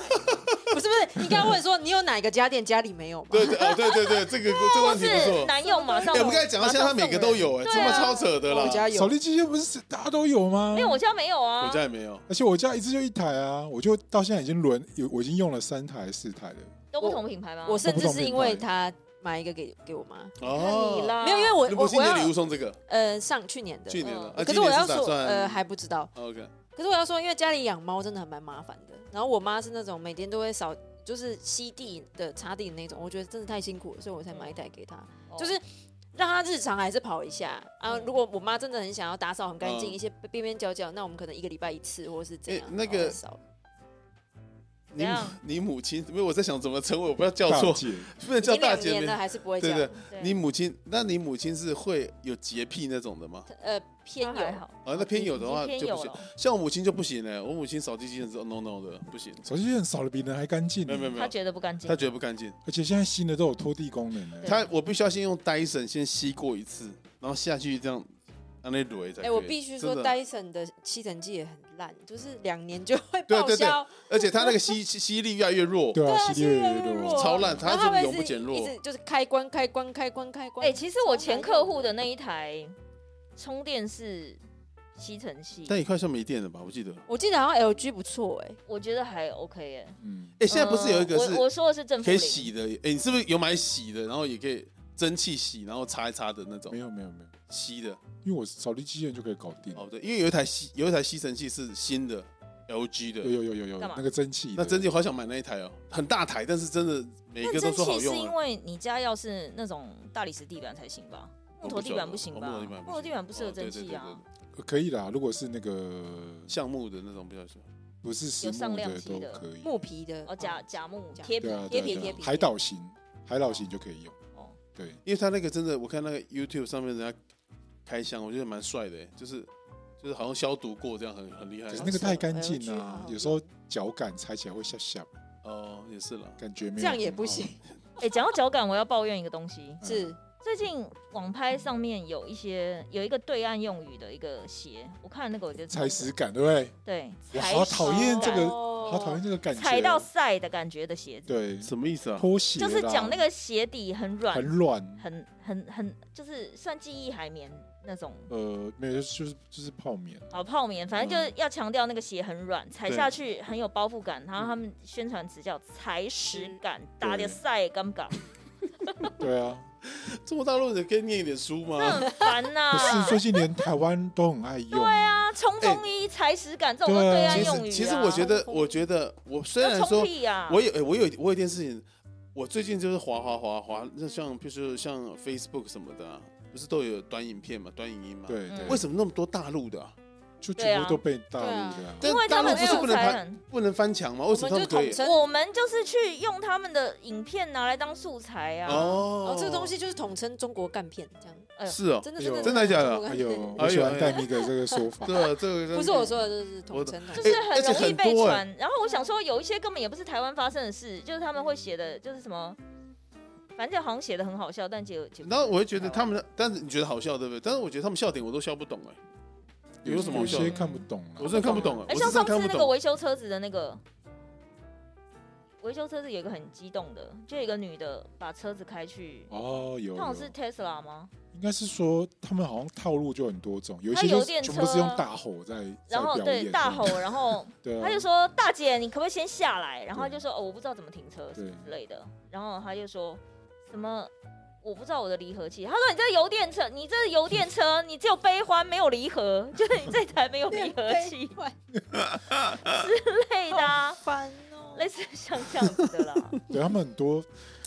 [SPEAKER 3] 不是不是，你刚刚问说你有哪一个家电家里没有吗？
[SPEAKER 4] 对对啊，对对对，这 个这个
[SPEAKER 2] 或
[SPEAKER 4] 问题不
[SPEAKER 2] 是
[SPEAKER 4] 错。
[SPEAKER 2] 难用马上？
[SPEAKER 4] 哎，我们刚才讲到现在，他每个都有，哎，
[SPEAKER 2] 对
[SPEAKER 4] 这么
[SPEAKER 2] 啊
[SPEAKER 4] 超扯的啦
[SPEAKER 3] 我，家有
[SPEAKER 1] 扫，地机器人不是大家都有吗？
[SPEAKER 2] 马上送人。没有，我家没有啊。
[SPEAKER 4] 我家也没有，
[SPEAKER 1] 而且我家一次就一台啊，我就到现在已经轮有，我已经用了三台四台了。
[SPEAKER 2] 都不同品牌吗？
[SPEAKER 3] 我甚至是因为他买一个给给我妈，
[SPEAKER 2] 看你
[SPEAKER 4] 哦，
[SPEAKER 2] 啦，
[SPEAKER 3] 没有，因为我
[SPEAKER 4] 那
[SPEAKER 3] 我
[SPEAKER 4] 不是
[SPEAKER 3] 我
[SPEAKER 4] 今年礼
[SPEAKER 3] 要
[SPEAKER 4] 物送这个
[SPEAKER 3] 呃上去年的，
[SPEAKER 4] 去年的，
[SPEAKER 2] 嗯
[SPEAKER 4] 啊
[SPEAKER 3] 可
[SPEAKER 4] 今
[SPEAKER 3] 是我
[SPEAKER 4] 年
[SPEAKER 3] 要
[SPEAKER 4] 是打
[SPEAKER 3] 说
[SPEAKER 4] 算
[SPEAKER 3] 呃还不知道，
[SPEAKER 4] 哦 OK，
[SPEAKER 3] 可是我要说，因为家里养猫真的还蛮麻烦的。然后我妈是那种每天都会扫，就是吸地的、擦地的那种，我觉得真的太辛苦了，所以我才买一台给她，
[SPEAKER 2] 哦
[SPEAKER 3] 就是让她日常还是跑一下啊。
[SPEAKER 2] 嗯
[SPEAKER 3] 如果我妈真的很想要打扫很干净、
[SPEAKER 4] 嗯
[SPEAKER 3] 一些边边角角，那我们可能一个礼拜一次，或者是这样、
[SPEAKER 4] 诶那个
[SPEAKER 3] 扫。
[SPEAKER 2] 怎
[SPEAKER 4] 你母
[SPEAKER 2] 样
[SPEAKER 4] 你母亲，没有我在想怎么称呼，不要叫
[SPEAKER 1] 大
[SPEAKER 4] 错，
[SPEAKER 1] 姐，
[SPEAKER 4] 不能
[SPEAKER 3] 已经
[SPEAKER 4] 叫大
[SPEAKER 3] 两
[SPEAKER 4] 姐
[SPEAKER 3] 年了
[SPEAKER 4] 妹。
[SPEAKER 3] 还是不会这
[SPEAKER 4] 对
[SPEAKER 3] 样，
[SPEAKER 4] 对，
[SPEAKER 2] 对
[SPEAKER 4] 你母亲，那你母亲是会有洁癖那种的吗？
[SPEAKER 3] 呃偏
[SPEAKER 2] 它还
[SPEAKER 3] 有。
[SPEAKER 2] 好，
[SPEAKER 4] 啊，那偏有的话
[SPEAKER 2] 已经
[SPEAKER 4] 就
[SPEAKER 2] 偏
[SPEAKER 4] 不
[SPEAKER 2] 有
[SPEAKER 4] 行
[SPEAKER 2] 了。。
[SPEAKER 4] 像我母亲就不行嘞，我母亲扫地机器人是 no no 的，不行。
[SPEAKER 1] 扫地机器人扫的比人还干净
[SPEAKER 4] 没
[SPEAKER 1] 呢，
[SPEAKER 4] 有没有没
[SPEAKER 2] 他
[SPEAKER 4] 有，
[SPEAKER 2] 觉得不干净
[SPEAKER 4] 她，觉得不干净。
[SPEAKER 1] 而且现在新的都有拖地功能呢
[SPEAKER 2] 对。
[SPEAKER 4] 她我必须要先用 Dyson 先吸过一次，然后下去这样让那捋才可以。
[SPEAKER 3] 哎、我必须说
[SPEAKER 4] 真的
[SPEAKER 3] ，Dyson 的吸尘器也很烂，就是两年就会
[SPEAKER 4] 对
[SPEAKER 3] 报
[SPEAKER 4] 对对
[SPEAKER 3] 销，
[SPEAKER 4] 而且它那个吸吸吸力越来越弱，
[SPEAKER 1] 对啊，
[SPEAKER 3] 对啊
[SPEAKER 1] 吸力越来
[SPEAKER 3] 吸力越来越
[SPEAKER 1] 越
[SPEAKER 3] 弱
[SPEAKER 1] 多。
[SPEAKER 4] 超烂，
[SPEAKER 3] 然后
[SPEAKER 4] 它是
[SPEAKER 3] 会
[SPEAKER 4] 永不减弱
[SPEAKER 3] 一。直就是开关、开关、开关、开关。
[SPEAKER 2] 哎、其实我前客户的那一台充电式吸尘器，
[SPEAKER 4] 但也快算没电了吧？我记得。
[SPEAKER 3] 我记得好像 LG 不错哎、
[SPEAKER 2] 我觉得还 OK 耶、
[SPEAKER 1] 嗯，
[SPEAKER 4] 哎，现在不是有一个
[SPEAKER 2] 呃我我
[SPEAKER 4] 是
[SPEAKER 2] 说的是正负
[SPEAKER 4] 可以
[SPEAKER 2] 零，
[SPEAKER 4] 洗的？哎，你是不是有买洗的？然后也可以蒸汽洗，然后擦一擦的那种
[SPEAKER 1] 没有没有没有，
[SPEAKER 4] 吸的。
[SPEAKER 1] 因为我扫地机器人就可以搞定。
[SPEAKER 4] 哦，对，因为有一台吸有一台吸尘器是新的 LG
[SPEAKER 1] 有
[SPEAKER 4] 的，
[SPEAKER 1] 有有有有
[SPEAKER 2] 干嘛
[SPEAKER 1] 那个蒸汽的，
[SPEAKER 4] 那真的好想买那一台哦，很大台，但是真的每
[SPEAKER 2] 那
[SPEAKER 4] 个都
[SPEAKER 2] 蒸
[SPEAKER 4] 说好
[SPEAKER 2] 汽是
[SPEAKER 4] 用
[SPEAKER 2] 因
[SPEAKER 4] 啊。
[SPEAKER 2] 为你家要是那种大理石地板才行吧？
[SPEAKER 4] 哦
[SPEAKER 2] 木头地板不行吧？
[SPEAKER 4] 我不喜欢
[SPEAKER 2] 木头地板不适合
[SPEAKER 4] 哦对
[SPEAKER 2] 蒸
[SPEAKER 4] 对
[SPEAKER 2] 汽
[SPEAKER 4] 对
[SPEAKER 2] 啊。
[SPEAKER 1] 可以啦。如果是那个
[SPEAKER 4] 橡木的那种比较喜欢。
[SPEAKER 1] 不是实
[SPEAKER 2] 有上
[SPEAKER 1] 木
[SPEAKER 2] 量
[SPEAKER 1] 的
[SPEAKER 2] 级
[SPEAKER 1] 都
[SPEAKER 2] 的
[SPEAKER 1] 可以，啊
[SPEAKER 3] 木皮的
[SPEAKER 2] 哦，假假木
[SPEAKER 3] 假
[SPEAKER 2] 贴 皮
[SPEAKER 1] 对啊，
[SPEAKER 3] 贴
[SPEAKER 1] 对
[SPEAKER 3] 皮
[SPEAKER 1] 啊对
[SPEAKER 3] 贴
[SPEAKER 1] 啊
[SPEAKER 3] 皮
[SPEAKER 1] 海岛型，海岛型就可以用。
[SPEAKER 2] 哦，
[SPEAKER 1] 对，
[SPEAKER 4] 因为他那个真的，我看那个 YouTube 上面人家开箱，我觉得蛮帅的，就是就是好像消毒过这样，很很厉害啊
[SPEAKER 1] 可是。那个太干净
[SPEAKER 3] 哎呦
[SPEAKER 1] 啦
[SPEAKER 3] 去，好
[SPEAKER 1] 有时候脚感踩起来会下下，
[SPEAKER 4] 哦，也是啦。
[SPEAKER 1] 感觉没有
[SPEAKER 3] 这样也
[SPEAKER 1] 很好
[SPEAKER 3] 不行，，
[SPEAKER 2] 哎、讲到脚感，我要抱怨一个东西。
[SPEAKER 1] 嗯
[SPEAKER 3] 是
[SPEAKER 2] 最近网拍上面有一些有一个对岸用语的一个鞋，我看那个我觉得
[SPEAKER 1] 踩死感，对不对？
[SPEAKER 2] 对，
[SPEAKER 1] 我
[SPEAKER 2] 踩
[SPEAKER 1] 好
[SPEAKER 2] 屎
[SPEAKER 1] 讨厌这个
[SPEAKER 3] 好
[SPEAKER 1] 好讨厌这个感觉，
[SPEAKER 2] 哦踩到晒的感觉的鞋子，
[SPEAKER 1] 对
[SPEAKER 4] 什么意思啊？
[SPEAKER 1] 拖鞋啦，
[SPEAKER 2] 就是讲那个鞋底很软，
[SPEAKER 1] 很软，
[SPEAKER 2] 很很很，就是算记忆海绵那种，
[SPEAKER 1] 呃，没有就是就是泡 棉，
[SPEAKER 2] 好泡棉，反正就是要强调那个鞋很软，踩
[SPEAKER 4] 嗯对嗯
[SPEAKER 2] 下去很有包覆感。然后他们宣传词叫踩屎感，打的晒尴 尬，
[SPEAKER 1] 对啊，
[SPEAKER 4] 中国大陆人可以念一点书
[SPEAKER 2] 那
[SPEAKER 4] 吗？
[SPEAKER 2] 很烦呐、
[SPEAKER 1] 不是最近连台湾都很爱用，对啊，
[SPEAKER 2] 啊，冲锋衣、踩屎感这种都
[SPEAKER 1] 对啊
[SPEAKER 2] 对岸
[SPEAKER 4] 哎其
[SPEAKER 2] 用语、啊
[SPEAKER 4] 实其实我觉得，我觉得我虽然
[SPEAKER 2] 要冲
[SPEAKER 4] 说
[SPEAKER 2] 屁啊呀、
[SPEAKER 4] 我有，欸我有，我有一件事情，我最近就是滑滑滑滑，那像比如说像 Facebook 什么的啊、不是都有短影片嘛，短影音嘛？，
[SPEAKER 1] 对
[SPEAKER 2] 嗯
[SPEAKER 1] 对，
[SPEAKER 4] 为什么那么多大陆的啊、
[SPEAKER 1] 就
[SPEAKER 2] 对
[SPEAKER 1] 全
[SPEAKER 2] 啊
[SPEAKER 1] 部都被大陆的啊，
[SPEAKER 4] 但
[SPEAKER 2] 因为
[SPEAKER 4] 大
[SPEAKER 2] 他
[SPEAKER 4] 陆
[SPEAKER 2] 们
[SPEAKER 4] 不是
[SPEAKER 2] 素
[SPEAKER 4] 不能
[SPEAKER 2] 材
[SPEAKER 4] 翻
[SPEAKER 2] 很。
[SPEAKER 4] 不能翻墙吗？为什么
[SPEAKER 3] 我
[SPEAKER 4] 他
[SPEAKER 3] 们
[SPEAKER 4] 们
[SPEAKER 3] 就
[SPEAKER 4] 可以
[SPEAKER 3] 统？称，
[SPEAKER 2] 我们就是去用他们的影片拿来当素材啊。
[SPEAKER 4] 哦
[SPEAKER 3] 哦，这个东西就是统称中国干片这样，
[SPEAKER 2] 哎呦
[SPEAKER 4] 是哦，
[SPEAKER 3] 真的
[SPEAKER 1] 哎
[SPEAKER 3] 真
[SPEAKER 1] 呦
[SPEAKER 3] 的
[SPEAKER 4] 真的假的
[SPEAKER 2] 啊
[SPEAKER 3] 中国
[SPEAKER 1] 还
[SPEAKER 3] 干
[SPEAKER 1] 有
[SPEAKER 3] 片
[SPEAKER 1] 我喜欢戴尼的这个说法，
[SPEAKER 4] 对，啊这个真的
[SPEAKER 3] 不是我，说的，就是统称的
[SPEAKER 2] 就。
[SPEAKER 4] 哎
[SPEAKER 2] 是
[SPEAKER 4] 而
[SPEAKER 2] 很
[SPEAKER 4] 且
[SPEAKER 2] 容易
[SPEAKER 4] 很
[SPEAKER 2] 被
[SPEAKER 4] 多哎
[SPEAKER 2] 传。然后我想说，有一些根本也不是台湾发生的事，就是他们会写的，就是什么，反正好像写的很好笑，但结结。
[SPEAKER 4] 然后我会觉得他们，但是你觉得好笑对不对？但是我觉得他们笑点我都笑不懂哎、 有什么
[SPEAKER 1] 有
[SPEAKER 4] 好
[SPEAKER 1] 一
[SPEAKER 4] 笑
[SPEAKER 1] 些
[SPEAKER 4] 的？
[SPEAKER 1] 看不懂
[SPEAKER 4] 我
[SPEAKER 1] 了，
[SPEAKER 4] 真的看不懂啊！
[SPEAKER 2] 哎，像
[SPEAKER 4] 我真的
[SPEAKER 2] 上次
[SPEAKER 4] 看不
[SPEAKER 2] 那个
[SPEAKER 4] 懂。
[SPEAKER 2] 维修车子的那个，维修车子有一个很激动的，就有一个女的把车子开去，
[SPEAKER 1] 哦，有
[SPEAKER 2] 她好像
[SPEAKER 1] 有
[SPEAKER 2] 是 Tesla 吗？
[SPEAKER 1] 应该是说他们好像套路就很多种，有一
[SPEAKER 2] 他
[SPEAKER 1] 些
[SPEAKER 2] 有
[SPEAKER 1] 就是
[SPEAKER 2] 电
[SPEAKER 1] 全
[SPEAKER 2] 车
[SPEAKER 1] 部是用
[SPEAKER 2] 啊
[SPEAKER 1] 大吼在在
[SPEAKER 2] 然后
[SPEAKER 1] 表演
[SPEAKER 2] 对
[SPEAKER 1] 的，
[SPEAKER 2] 大吼，然 后
[SPEAKER 1] 对啊，
[SPEAKER 2] 她就说：“大姐，你可不可以先下来？”然后她
[SPEAKER 1] 对
[SPEAKER 2] 就说：“哦，我不知道怎么停车什么
[SPEAKER 1] 对
[SPEAKER 2] 之类的。”然后她就说：“什么？”我不知道我的离合器。她说：“你这油电车，你这是油电车，你只有悲欢没有离合， 就是你这台没有离合器 之类的、啊，
[SPEAKER 3] 烦哦
[SPEAKER 2] 类似像这样子的啦。
[SPEAKER 1] 对他们很多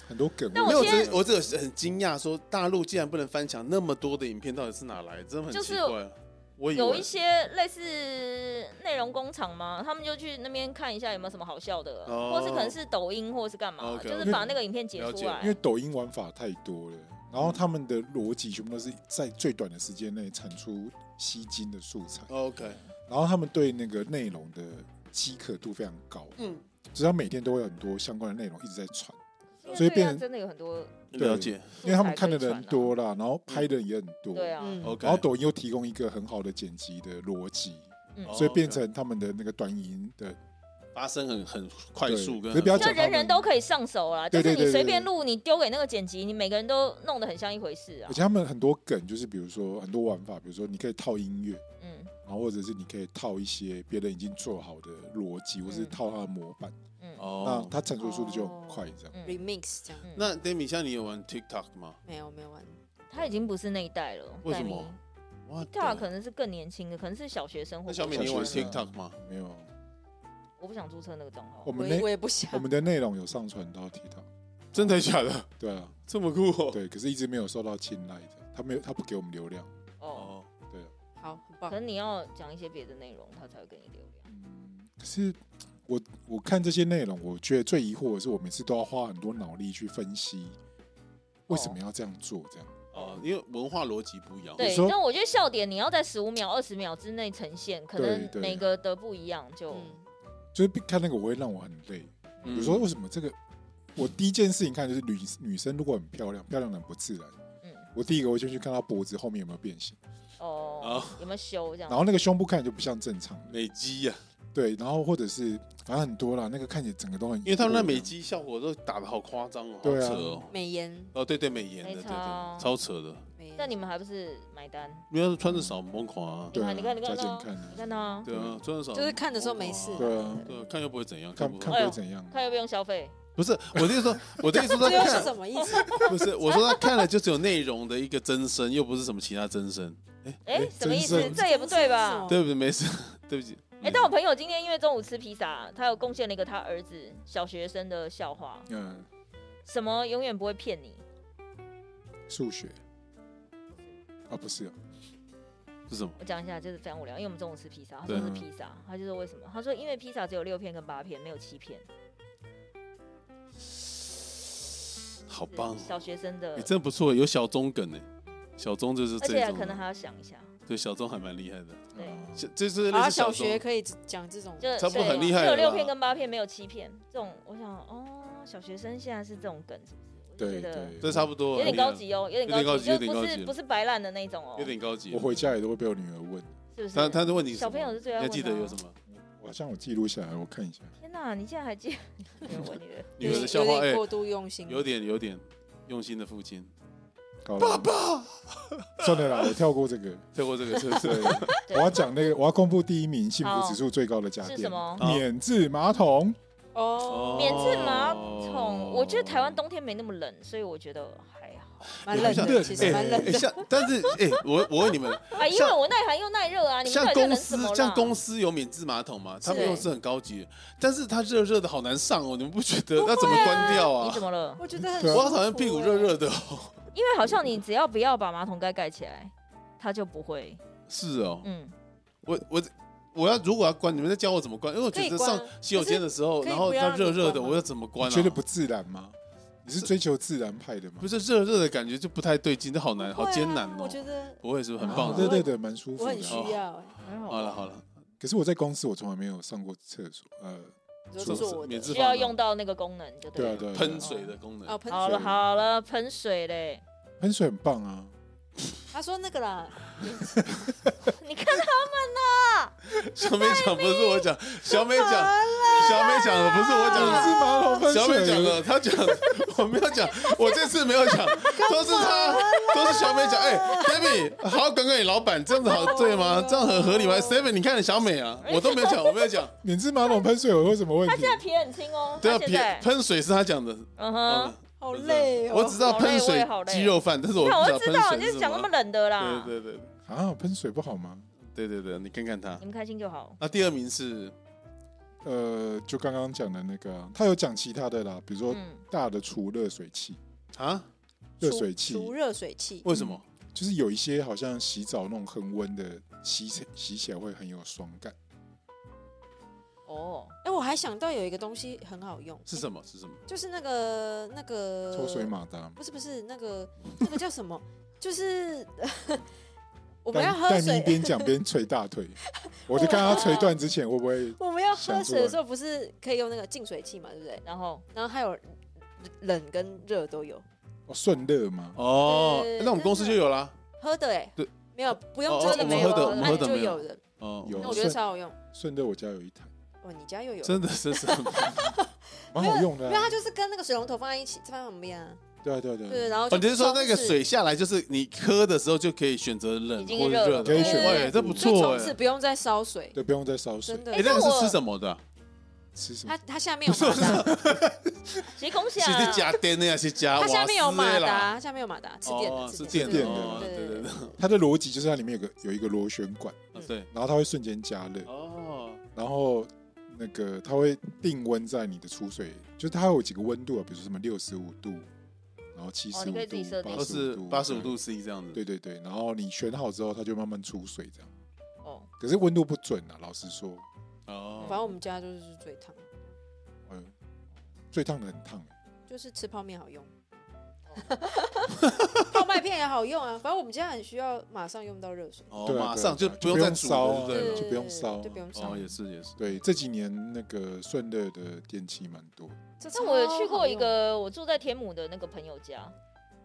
[SPEAKER 1] 很多梗，
[SPEAKER 2] 但
[SPEAKER 4] 没有，
[SPEAKER 2] 我
[SPEAKER 4] 我
[SPEAKER 2] 现在
[SPEAKER 4] 只我只有很惊讶，说大陆竟然不能翻墙，那么多的影片到底是哪来？真的很
[SPEAKER 2] 就是
[SPEAKER 4] 奇怪啊。我以
[SPEAKER 2] 有
[SPEAKER 4] 为
[SPEAKER 2] 一些类似内容工厂嘛，他们就去那边看一下有没有什么好笑的，
[SPEAKER 4] 哦
[SPEAKER 2] 或是可能是抖音，或是干嘛
[SPEAKER 4] OK，OK
[SPEAKER 2] 就是把那个影片截
[SPEAKER 4] 了
[SPEAKER 2] 出
[SPEAKER 4] 解
[SPEAKER 1] 因为
[SPEAKER 2] 来。
[SPEAKER 1] 抖音玩法太多了，然
[SPEAKER 2] 嗯
[SPEAKER 1] 后他们的逻辑全部都是在最短的时间内产出吸睛的素材，
[SPEAKER 4] OK，
[SPEAKER 1] 然后他们对那个内容的饥渴度非常高，
[SPEAKER 4] 嗯，
[SPEAKER 1] 只要每天都会有很多相关的内容一直在传，
[SPEAKER 2] 因为
[SPEAKER 1] 所以
[SPEAKER 2] 对
[SPEAKER 1] 变
[SPEAKER 2] 啊
[SPEAKER 1] 成
[SPEAKER 2] 真的有很多，
[SPEAKER 1] 对
[SPEAKER 4] 了解
[SPEAKER 1] 因为他们看的
[SPEAKER 2] 素材
[SPEAKER 1] 人
[SPEAKER 2] 可以传啊
[SPEAKER 1] 多啦，然后拍的人也很多，
[SPEAKER 2] 对啊，
[SPEAKER 3] 嗯，
[SPEAKER 4] OK，
[SPEAKER 1] 然后抖音又提供一个很好的剪辑的逻辑，
[SPEAKER 2] 嗯
[SPEAKER 1] 所以变成他们的那个短影的
[SPEAKER 2] 啊
[SPEAKER 4] 哦发生很很快速
[SPEAKER 1] 对
[SPEAKER 4] 跟
[SPEAKER 1] 可是不要
[SPEAKER 2] 就
[SPEAKER 1] 讲
[SPEAKER 2] 人人都可以上手啦，就
[SPEAKER 1] 对
[SPEAKER 2] 是
[SPEAKER 1] 对
[SPEAKER 2] 你
[SPEAKER 1] 对对
[SPEAKER 2] 随便录，你丢给那个剪辑，你每个人都弄得很像一回事啊
[SPEAKER 1] 而。且他们很多梗，就是比如说很多玩法，比如说你可以套音乐，
[SPEAKER 2] 嗯
[SPEAKER 1] 然后或者是你可以套一些别人已经做好的逻辑，或是套他的模板，
[SPEAKER 2] 嗯
[SPEAKER 1] 那
[SPEAKER 4] 哦。
[SPEAKER 1] 他产出的速度就很快，这样。
[SPEAKER 2] 嗯，
[SPEAKER 3] remix 这样
[SPEAKER 2] 嗯
[SPEAKER 4] 那 Demi，像你有玩 TikTok 吗
[SPEAKER 3] 没有没有玩，
[SPEAKER 2] 他已经不是那一代了。
[SPEAKER 4] 为什
[SPEAKER 2] 戴
[SPEAKER 4] 么
[SPEAKER 2] 明
[SPEAKER 4] 哇，
[SPEAKER 2] ？TikTok 可能是更年轻的，可能是小学生或
[SPEAKER 4] 那小美，
[SPEAKER 1] 国
[SPEAKER 4] 你
[SPEAKER 1] 小
[SPEAKER 4] 玩
[SPEAKER 1] 学生啊
[SPEAKER 4] TikTok 吗？
[SPEAKER 1] 没有，
[SPEAKER 2] 我不想注册那个账号
[SPEAKER 1] 我。
[SPEAKER 3] 我
[SPEAKER 1] 们
[SPEAKER 3] 也我
[SPEAKER 1] 内
[SPEAKER 3] 也不想
[SPEAKER 1] 我。们的内容有上传到 TikTok，
[SPEAKER 4] 真的 假的？
[SPEAKER 1] 对啊，
[SPEAKER 4] 这么酷哦！
[SPEAKER 1] 对，可是一直没有受到青睐的，他没有，他不给我们流量，
[SPEAKER 2] 哦，
[SPEAKER 4] 哦，
[SPEAKER 3] 好，很
[SPEAKER 2] 可
[SPEAKER 3] 棒。
[SPEAKER 2] 能你要讲一些别的内容，他才会给你流量。
[SPEAKER 1] 嗯，可是我我看这些内容，我觉得最疑惑的是，我每次都要花很多脑力去分析为什么要这样做，这样。
[SPEAKER 4] 哦，因为文化逻辑不一样。
[SPEAKER 2] 对
[SPEAKER 1] 说，
[SPEAKER 2] 但我觉得笑点你要在十五秒、二十秒之内呈现，可能
[SPEAKER 1] 对对
[SPEAKER 2] 每个的不一样就，
[SPEAKER 3] 嗯，
[SPEAKER 1] 就是看那个我会让我很累。比
[SPEAKER 4] 嗯
[SPEAKER 1] 如说为什么这个，我第一件事情看就是女女生如果很漂亮，漂亮的不自然，
[SPEAKER 2] 嗯
[SPEAKER 1] 我第一个会先去看她脖子后面有没有变形，
[SPEAKER 2] 哦
[SPEAKER 4] 哦，
[SPEAKER 2] 有没有修这样
[SPEAKER 1] 然？后那个胸部看起来就不像正常的，
[SPEAKER 4] 美肌啊呀，
[SPEAKER 1] 对，然后或者是反正很多啦，那个看起来整个都很，
[SPEAKER 4] 因为他们那美，肌效果都打的好夸张哦，好
[SPEAKER 1] 对啊
[SPEAKER 4] 扯哦。
[SPEAKER 3] 美颜
[SPEAKER 4] 哦，对对，美颜的，
[SPEAKER 2] 没
[SPEAKER 4] 对
[SPEAKER 2] 差
[SPEAKER 4] 对，
[SPEAKER 2] 哦
[SPEAKER 4] 超扯的。
[SPEAKER 3] 美
[SPEAKER 2] 但你
[SPEAKER 3] 颜，
[SPEAKER 2] 们还不是买单？
[SPEAKER 4] 因为穿着少很疯狂啊，
[SPEAKER 1] 对啊，
[SPEAKER 2] 你看你看
[SPEAKER 1] 加
[SPEAKER 2] 你看
[SPEAKER 1] 减看
[SPEAKER 2] 你
[SPEAKER 1] 啊，
[SPEAKER 2] 看他，
[SPEAKER 4] 对啊，穿着少
[SPEAKER 3] 就是看的时候没事。
[SPEAKER 1] 对啊，
[SPEAKER 4] 对，看又不会怎样，看
[SPEAKER 1] 看
[SPEAKER 4] 不
[SPEAKER 1] 看
[SPEAKER 4] 看
[SPEAKER 1] 不会怎样，
[SPEAKER 2] 哦看要不用消费。
[SPEAKER 4] 不是我的意思 说，我的意思说
[SPEAKER 3] 这
[SPEAKER 4] 他
[SPEAKER 3] 又是什
[SPEAKER 4] 看
[SPEAKER 3] 么意思？
[SPEAKER 4] 不是我说他看了就只有内容的一个增生，又不是什么其他增生，
[SPEAKER 2] 哎
[SPEAKER 1] 哎，
[SPEAKER 2] 什么意
[SPEAKER 1] 真
[SPEAKER 2] 思？
[SPEAKER 1] 是
[SPEAKER 2] 这也不对吧？
[SPEAKER 4] 对不对？没事， 对不起。
[SPEAKER 2] 哦哎，但我朋友今天因为中午吃披萨，他有贡献了一个他儿子小学生的笑话，
[SPEAKER 1] 嗯，
[SPEAKER 2] 什么永远不会骗你，
[SPEAKER 1] 数学啊不是啊，
[SPEAKER 4] 嗯是什么？
[SPEAKER 2] 我讲一下，就是非常无聊，因为我们中午吃披萨，他
[SPEAKER 4] 对
[SPEAKER 2] 说是披萨，他就说为什么？他说因为披萨只有六片跟八片，没有七片。
[SPEAKER 4] 好
[SPEAKER 1] 哦
[SPEAKER 4] 棒，
[SPEAKER 2] 小学生的
[SPEAKER 4] 你，真不错，有小钟梗呢。小钟就是
[SPEAKER 2] 而
[SPEAKER 4] 这
[SPEAKER 2] 且
[SPEAKER 4] 种
[SPEAKER 2] 可能还
[SPEAKER 4] 的，
[SPEAKER 2] 要想一下，
[SPEAKER 4] 对小钟还蛮厉害的，
[SPEAKER 2] 对
[SPEAKER 1] 啊
[SPEAKER 4] 这这是类
[SPEAKER 3] 啊，
[SPEAKER 4] 似
[SPEAKER 3] 小
[SPEAKER 4] 钟
[SPEAKER 3] 学可以讲这种，
[SPEAKER 2] 就
[SPEAKER 4] 差不多
[SPEAKER 2] 对
[SPEAKER 4] 很厉害了
[SPEAKER 2] 只有
[SPEAKER 4] 啦
[SPEAKER 2] 六片跟八片，没有七片。这种我想，哦，小学生现在是这种梗，是不是？我就
[SPEAKER 1] 对
[SPEAKER 2] 觉得
[SPEAKER 1] 对，
[SPEAKER 4] 这差不多，
[SPEAKER 2] 有点
[SPEAKER 4] 很厉害
[SPEAKER 2] 高，级哦，有
[SPEAKER 4] 有点
[SPEAKER 2] 点
[SPEAKER 4] 高
[SPEAKER 2] 高
[SPEAKER 4] 级
[SPEAKER 2] 级，
[SPEAKER 4] 有
[SPEAKER 2] 就
[SPEAKER 4] 点
[SPEAKER 2] 不
[SPEAKER 4] 高级
[SPEAKER 2] 是不是白烂的那一种哦，
[SPEAKER 4] 有点高级。
[SPEAKER 1] 我回家也都会被我女儿问，
[SPEAKER 2] 是不是？
[SPEAKER 4] 他他的问你什么
[SPEAKER 2] 小朋友是最爱
[SPEAKER 4] 你还
[SPEAKER 2] 问
[SPEAKER 4] 记得
[SPEAKER 2] 的啊
[SPEAKER 4] 有什么
[SPEAKER 1] 我好像我记录下来，我看一下，
[SPEAKER 2] 天哪，你竟然还 记得？没有问你的，
[SPEAKER 4] 女儿的笑
[SPEAKER 3] 有
[SPEAKER 4] 话？哎
[SPEAKER 3] 点，过度用心，
[SPEAKER 4] 有点有点用心的父亲，
[SPEAKER 1] 爸爸，算了啦，我跳过这个。
[SPEAKER 4] 跳过这个是 不
[SPEAKER 1] 对
[SPEAKER 2] 对
[SPEAKER 4] 是？，
[SPEAKER 2] 哦
[SPEAKER 1] 我要讲那个，我要公布第一名幸福指数最高的家
[SPEAKER 2] 是
[SPEAKER 1] 电
[SPEAKER 2] 什
[SPEAKER 4] 哦
[SPEAKER 2] 么
[SPEAKER 1] 免治马桶。
[SPEAKER 3] 哦，
[SPEAKER 2] 免治马桶，我觉得台湾冬天没那么冷，所以我觉得还好。
[SPEAKER 3] 蛮冷
[SPEAKER 4] 哎
[SPEAKER 3] 的，其实蛮冷
[SPEAKER 4] 哎，
[SPEAKER 3] 的。
[SPEAKER 4] 像但是哎，我我问你们，
[SPEAKER 2] 啊，因为我耐寒又耐热啊，你们
[SPEAKER 4] 像
[SPEAKER 2] 到底在
[SPEAKER 4] 公
[SPEAKER 2] 冷什
[SPEAKER 4] 司
[SPEAKER 2] 么啦？
[SPEAKER 4] 像公司有免治马桶吗？他们
[SPEAKER 3] 是
[SPEAKER 4] 用是很高级的，但是它热热的好难上哦，你们不觉得？那怎么关掉
[SPEAKER 2] 你
[SPEAKER 4] 啊
[SPEAKER 2] 怎？么了？
[SPEAKER 3] 我觉得很舒
[SPEAKER 1] 对
[SPEAKER 4] 我
[SPEAKER 1] 啊
[SPEAKER 3] 服，
[SPEAKER 4] 好讨厌屁股热热的哦，
[SPEAKER 2] 因为好像你只要不要把马桶盖盖起来，它就不会。
[SPEAKER 4] 是哦，
[SPEAKER 2] 嗯，
[SPEAKER 4] 我我。我要如果要关，你们在教我怎么关，因为我觉
[SPEAKER 3] 可
[SPEAKER 4] 得
[SPEAKER 3] 以关啊
[SPEAKER 4] 上洗手间的时候，
[SPEAKER 3] 可是
[SPEAKER 4] 然后
[SPEAKER 3] 可以不要
[SPEAKER 4] 它热热的，
[SPEAKER 3] 你关吗
[SPEAKER 4] 我要怎么关
[SPEAKER 1] 你
[SPEAKER 4] 啊？
[SPEAKER 1] 觉得不自然吗？你是追求自然派的吗
[SPEAKER 4] 不？是热热的感觉就不太对劲，这好难，好
[SPEAKER 3] 会啊
[SPEAKER 4] 艰难哦。
[SPEAKER 3] 我觉得
[SPEAKER 4] 不会是不是很
[SPEAKER 1] 啊
[SPEAKER 4] 棒
[SPEAKER 1] 对
[SPEAKER 4] 的？
[SPEAKER 1] 对对，蛮舒服
[SPEAKER 3] 我
[SPEAKER 1] 的
[SPEAKER 3] 很。需要，
[SPEAKER 4] 哦
[SPEAKER 3] 哎
[SPEAKER 2] 还好
[SPEAKER 4] 好了好了，
[SPEAKER 1] 可是我在公司我从来没有上过厕所，呃，
[SPEAKER 3] 你说
[SPEAKER 1] 厕所
[SPEAKER 3] 做
[SPEAKER 4] 免治
[SPEAKER 2] 需
[SPEAKER 4] 马
[SPEAKER 2] 要
[SPEAKER 4] 桶
[SPEAKER 2] 用到那个功能就
[SPEAKER 1] 对啊
[SPEAKER 2] 了。
[SPEAKER 1] 对啊，对啊
[SPEAKER 4] 喷水的功
[SPEAKER 3] 啊
[SPEAKER 4] 能，
[SPEAKER 3] 喷
[SPEAKER 2] 好
[SPEAKER 3] 水
[SPEAKER 2] 了。好了，喷水嘞！
[SPEAKER 1] 喷水很棒啊，
[SPEAKER 3] 他说那个啦，
[SPEAKER 2] 你看他
[SPEAKER 4] 小美讲不是我讲，小美讲，小美讲的不是我
[SPEAKER 2] 啊
[SPEAKER 4] 讲
[SPEAKER 1] 免治
[SPEAKER 4] 的。
[SPEAKER 1] 马桶喷
[SPEAKER 4] 小美讲
[SPEAKER 1] 水，
[SPEAKER 4] 的，她讲，我没有讲，我这次没有讲，都是她，都是小美讲。哎，David，好好管管你老板，这样子好对吗？这样很合理吗？Seven，你看小美啊，我都没有讲，我没有讲。
[SPEAKER 1] 免治马桶喷水有什么问
[SPEAKER 2] 他
[SPEAKER 1] 题
[SPEAKER 2] 现？在皮很轻哦，
[SPEAKER 4] 对
[SPEAKER 2] 他
[SPEAKER 4] 啊，
[SPEAKER 2] 现
[SPEAKER 4] 撇
[SPEAKER 2] 在，
[SPEAKER 4] 喷水是她讲的。
[SPEAKER 2] 嗯
[SPEAKER 4] 好
[SPEAKER 2] 哼
[SPEAKER 4] 了，
[SPEAKER 3] 好累哦。
[SPEAKER 4] 我只知道喷
[SPEAKER 2] 好累我也
[SPEAKER 4] 水
[SPEAKER 2] 好累
[SPEAKER 4] 鸡肉饭，但是我
[SPEAKER 2] 看
[SPEAKER 4] 不
[SPEAKER 2] 我
[SPEAKER 4] 知
[SPEAKER 2] 就
[SPEAKER 4] 道
[SPEAKER 2] 知
[SPEAKER 4] 喷
[SPEAKER 2] 道，
[SPEAKER 4] 水
[SPEAKER 2] 就是是讲那
[SPEAKER 4] 什
[SPEAKER 2] 么
[SPEAKER 4] 么。
[SPEAKER 2] 冷的
[SPEAKER 4] 对
[SPEAKER 2] 啦。
[SPEAKER 4] 对对
[SPEAKER 1] 啊，喷水不好吗？
[SPEAKER 4] 对对对，你看看她
[SPEAKER 2] 你。们开心就好。
[SPEAKER 4] 那第二名是
[SPEAKER 1] 呃，就刚刚讲的那个啊，他有讲其他的啦，比如说
[SPEAKER 2] 嗯，
[SPEAKER 1] 大的除热水器，
[SPEAKER 4] 啊？
[SPEAKER 1] 热水器
[SPEAKER 3] 除热水器，
[SPEAKER 4] 为什么？
[SPEAKER 1] 就是有一些好像洗澡那种恒温的洗起洗起来会很有爽感。
[SPEAKER 2] 哦，
[SPEAKER 3] 哎，我还想到有一个东西很好用，
[SPEAKER 4] 是什么？是什么？
[SPEAKER 3] 就是那个那个
[SPEAKER 1] 抽水马达，
[SPEAKER 3] 不是不是那个那个叫什么？就是 呃我们要
[SPEAKER 1] 但
[SPEAKER 3] 喝
[SPEAKER 1] 但你
[SPEAKER 3] 水，
[SPEAKER 1] 边讲边捶大腿，我就看他捶断之前会不会
[SPEAKER 3] 我们要喝
[SPEAKER 1] 想出
[SPEAKER 3] 水的
[SPEAKER 1] 来
[SPEAKER 3] 时候不是可以用那个净水器嘛，对不对？
[SPEAKER 2] 然后
[SPEAKER 3] 然后还有冷跟热都有
[SPEAKER 1] 哦顺热吗？
[SPEAKER 4] 哦
[SPEAKER 3] 对，
[SPEAKER 4] 那我们公司就有啦。
[SPEAKER 3] 喝的哎
[SPEAKER 4] 对，
[SPEAKER 3] 没有不用
[SPEAKER 4] 哦
[SPEAKER 3] 真
[SPEAKER 4] 哦
[SPEAKER 3] 的
[SPEAKER 4] 我们
[SPEAKER 3] 没
[SPEAKER 4] 喝
[SPEAKER 3] 有
[SPEAKER 4] 的
[SPEAKER 3] 啊，
[SPEAKER 4] 我们
[SPEAKER 3] 按
[SPEAKER 4] 喝的
[SPEAKER 3] 就
[SPEAKER 4] 没有
[SPEAKER 3] 有的，
[SPEAKER 4] 哦，
[SPEAKER 1] 有
[SPEAKER 3] 那我觉得
[SPEAKER 1] 顺
[SPEAKER 3] 超好用。
[SPEAKER 1] 顺热我家有一台，
[SPEAKER 3] 哦，你家又有？
[SPEAKER 4] 真的 是什么？
[SPEAKER 1] 蛮好用的
[SPEAKER 3] 因为
[SPEAKER 1] 啊、
[SPEAKER 3] 它就是跟那个水龙头放在一起，放在旁边啊。
[SPEAKER 1] 对啊对啊对啊
[SPEAKER 3] 对，然后
[SPEAKER 4] 哦，
[SPEAKER 3] 就
[SPEAKER 4] 你是说那
[SPEAKER 3] 装
[SPEAKER 4] 个
[SPEAKER 3] 饰
[SPEAKER 4] 水下来，就是你喝的时候就可以选择冷
[SPEAKER 2] 已经
[SPEAKER 4] 或
[SPEAKER 2] 热
[SPEAKER 4] 者
[SPEAKER 2] 了
[SPEAKER 4] 热
[SPEAKER 1] 可
[SPEAKER 4] 的？
[SPEAKER 1] 以选
[SPEAKER 4] 哎，这不
[SPEAKER 3] 所以
[SPEAKER 4] 错
[SPEAKER 3] 从此
[SPEAKER 4] 哎。
[SPEAKER 3] 不用再烧水，
[SPEAKER 1] 对，不用再烧水
[SPEAKER 3] 真，的。
[SPEAKER 4] 哎，
[SPEAKER 2] 哎
[SPEAKER 4] 那个
[SPEAKER 2] 那我
[SPEAKER 4] 是吃什么的啊？
[SPEAKER 1] 吃什
[SPEAKER 3] 它
[SPEAKER 1] 么？
[SPEAKER 3] 它下面有马达，
[SPEAKER 2] 谁恭喜
[SPEAKER 4] 是
[SPEAKER 2] 啊？
[SPEAKER 4] 加电的呀，是加
[SPEAKER 3] 它
[SPEAKER 4] 瓦斯
[SPEAKER 3] 下面有马
[SPEAKER 4] 的啦。
[SPEAKER 3] 达，下面有马达，吃电
[SPEAKER 4] 哦，
[SPEAKER 3] 的，
[SPEAKER 4] 是
[SPEAKER 3] 电
[SPEAKER 4] 电
[SPEAKER 1] 电的
[SPEAKER 4] 的，哦
[SPEAKER 3] 对
[SPEAKER 4] 对
[SPEAKER 3] 对
[SPEAKER 4] 对对，
[SPEAKER 1] 它的逻辑就是它里面有个有一个螺旋管，
[SPEAKER 4] 哦对，
[SPEAKER 1] 然后它会瞬间加热，
[SPEAKER 4] 哦，
[SPEAKER 1] 然后那个它会定温在你的出水，就是它有几个温度啊，比如说什么六十五度，然后七
[SPEAKER 2] 哦
[SPEAKER 1] 十
[SPEAKER 2] 你
[SPEAKER 1] 五
[SPEAKER 2] 可以自己设
[SPEAKER 1] 度、
[SPEAKER 2] 定
[SPEAKER 1] 八
[SPEAKER 4] 都
[SPEAKER 1] 十
[SPEAKER 4] 是
[SPEAKER 1] 五度、
[SPEAKER 4] 八十五嗯度 C 这样子。
[SPEAKER 1] 对，对对对，然后你选好之后，它就慢慢出水这样。
[SPEAKER 2] 哦，
[SPEAKER 1] 可是温度不准啊，老实说，
[SPEAKER 4] 哦
[SPEAKER 3] 反，正我们家就是最烫，
[SPEAKER 1] 哎呦，最烫的很烫欸、
[SPEAKER 3] 就是吃泡面好用，
[SPEAKER 2] 哦
[SPEAKER 3] 泡麦片也好用啊。反正我们家很需要马上用到热水，
[SPEAKER 4] 哦，
[SPEAKER 1] 对啊
[SPEAKER 4] 马
[SPEAKER 1] 对啊
[SPEAKER 4] 上就
[SPEAKER 1] 对啊
[SPEAKER 4] 不
[SPEAKER 1] 就
[SPEAKER 4] 用
[SPEAKER 1] 不
[SPEAKER 4] 再
[SPEAKER 1] 用
[SPEAKER 4] 煮
[SPEAKER 1] 烧
[SPEAKER 4] 了，
[SPEAKER 1] 啊
[SPEAKER 4] 对
[SPEAKER 3] 对
[SPEAKER 4] 了
[SPEAKER 1] 就不用烧
[SPEAKER 3] 就不用烧
[SPEAKER 4] 哦，。也是也是。
[SPEAKER 1] 对，这几年那个顺热的电器蛮多，
[SPEAKER 3] 这
[SPEAKER 2] 但我有去过一
[SPEAKER 3] 超好用，
[SPEAKER 2] 个我住在天母的那个朋友家，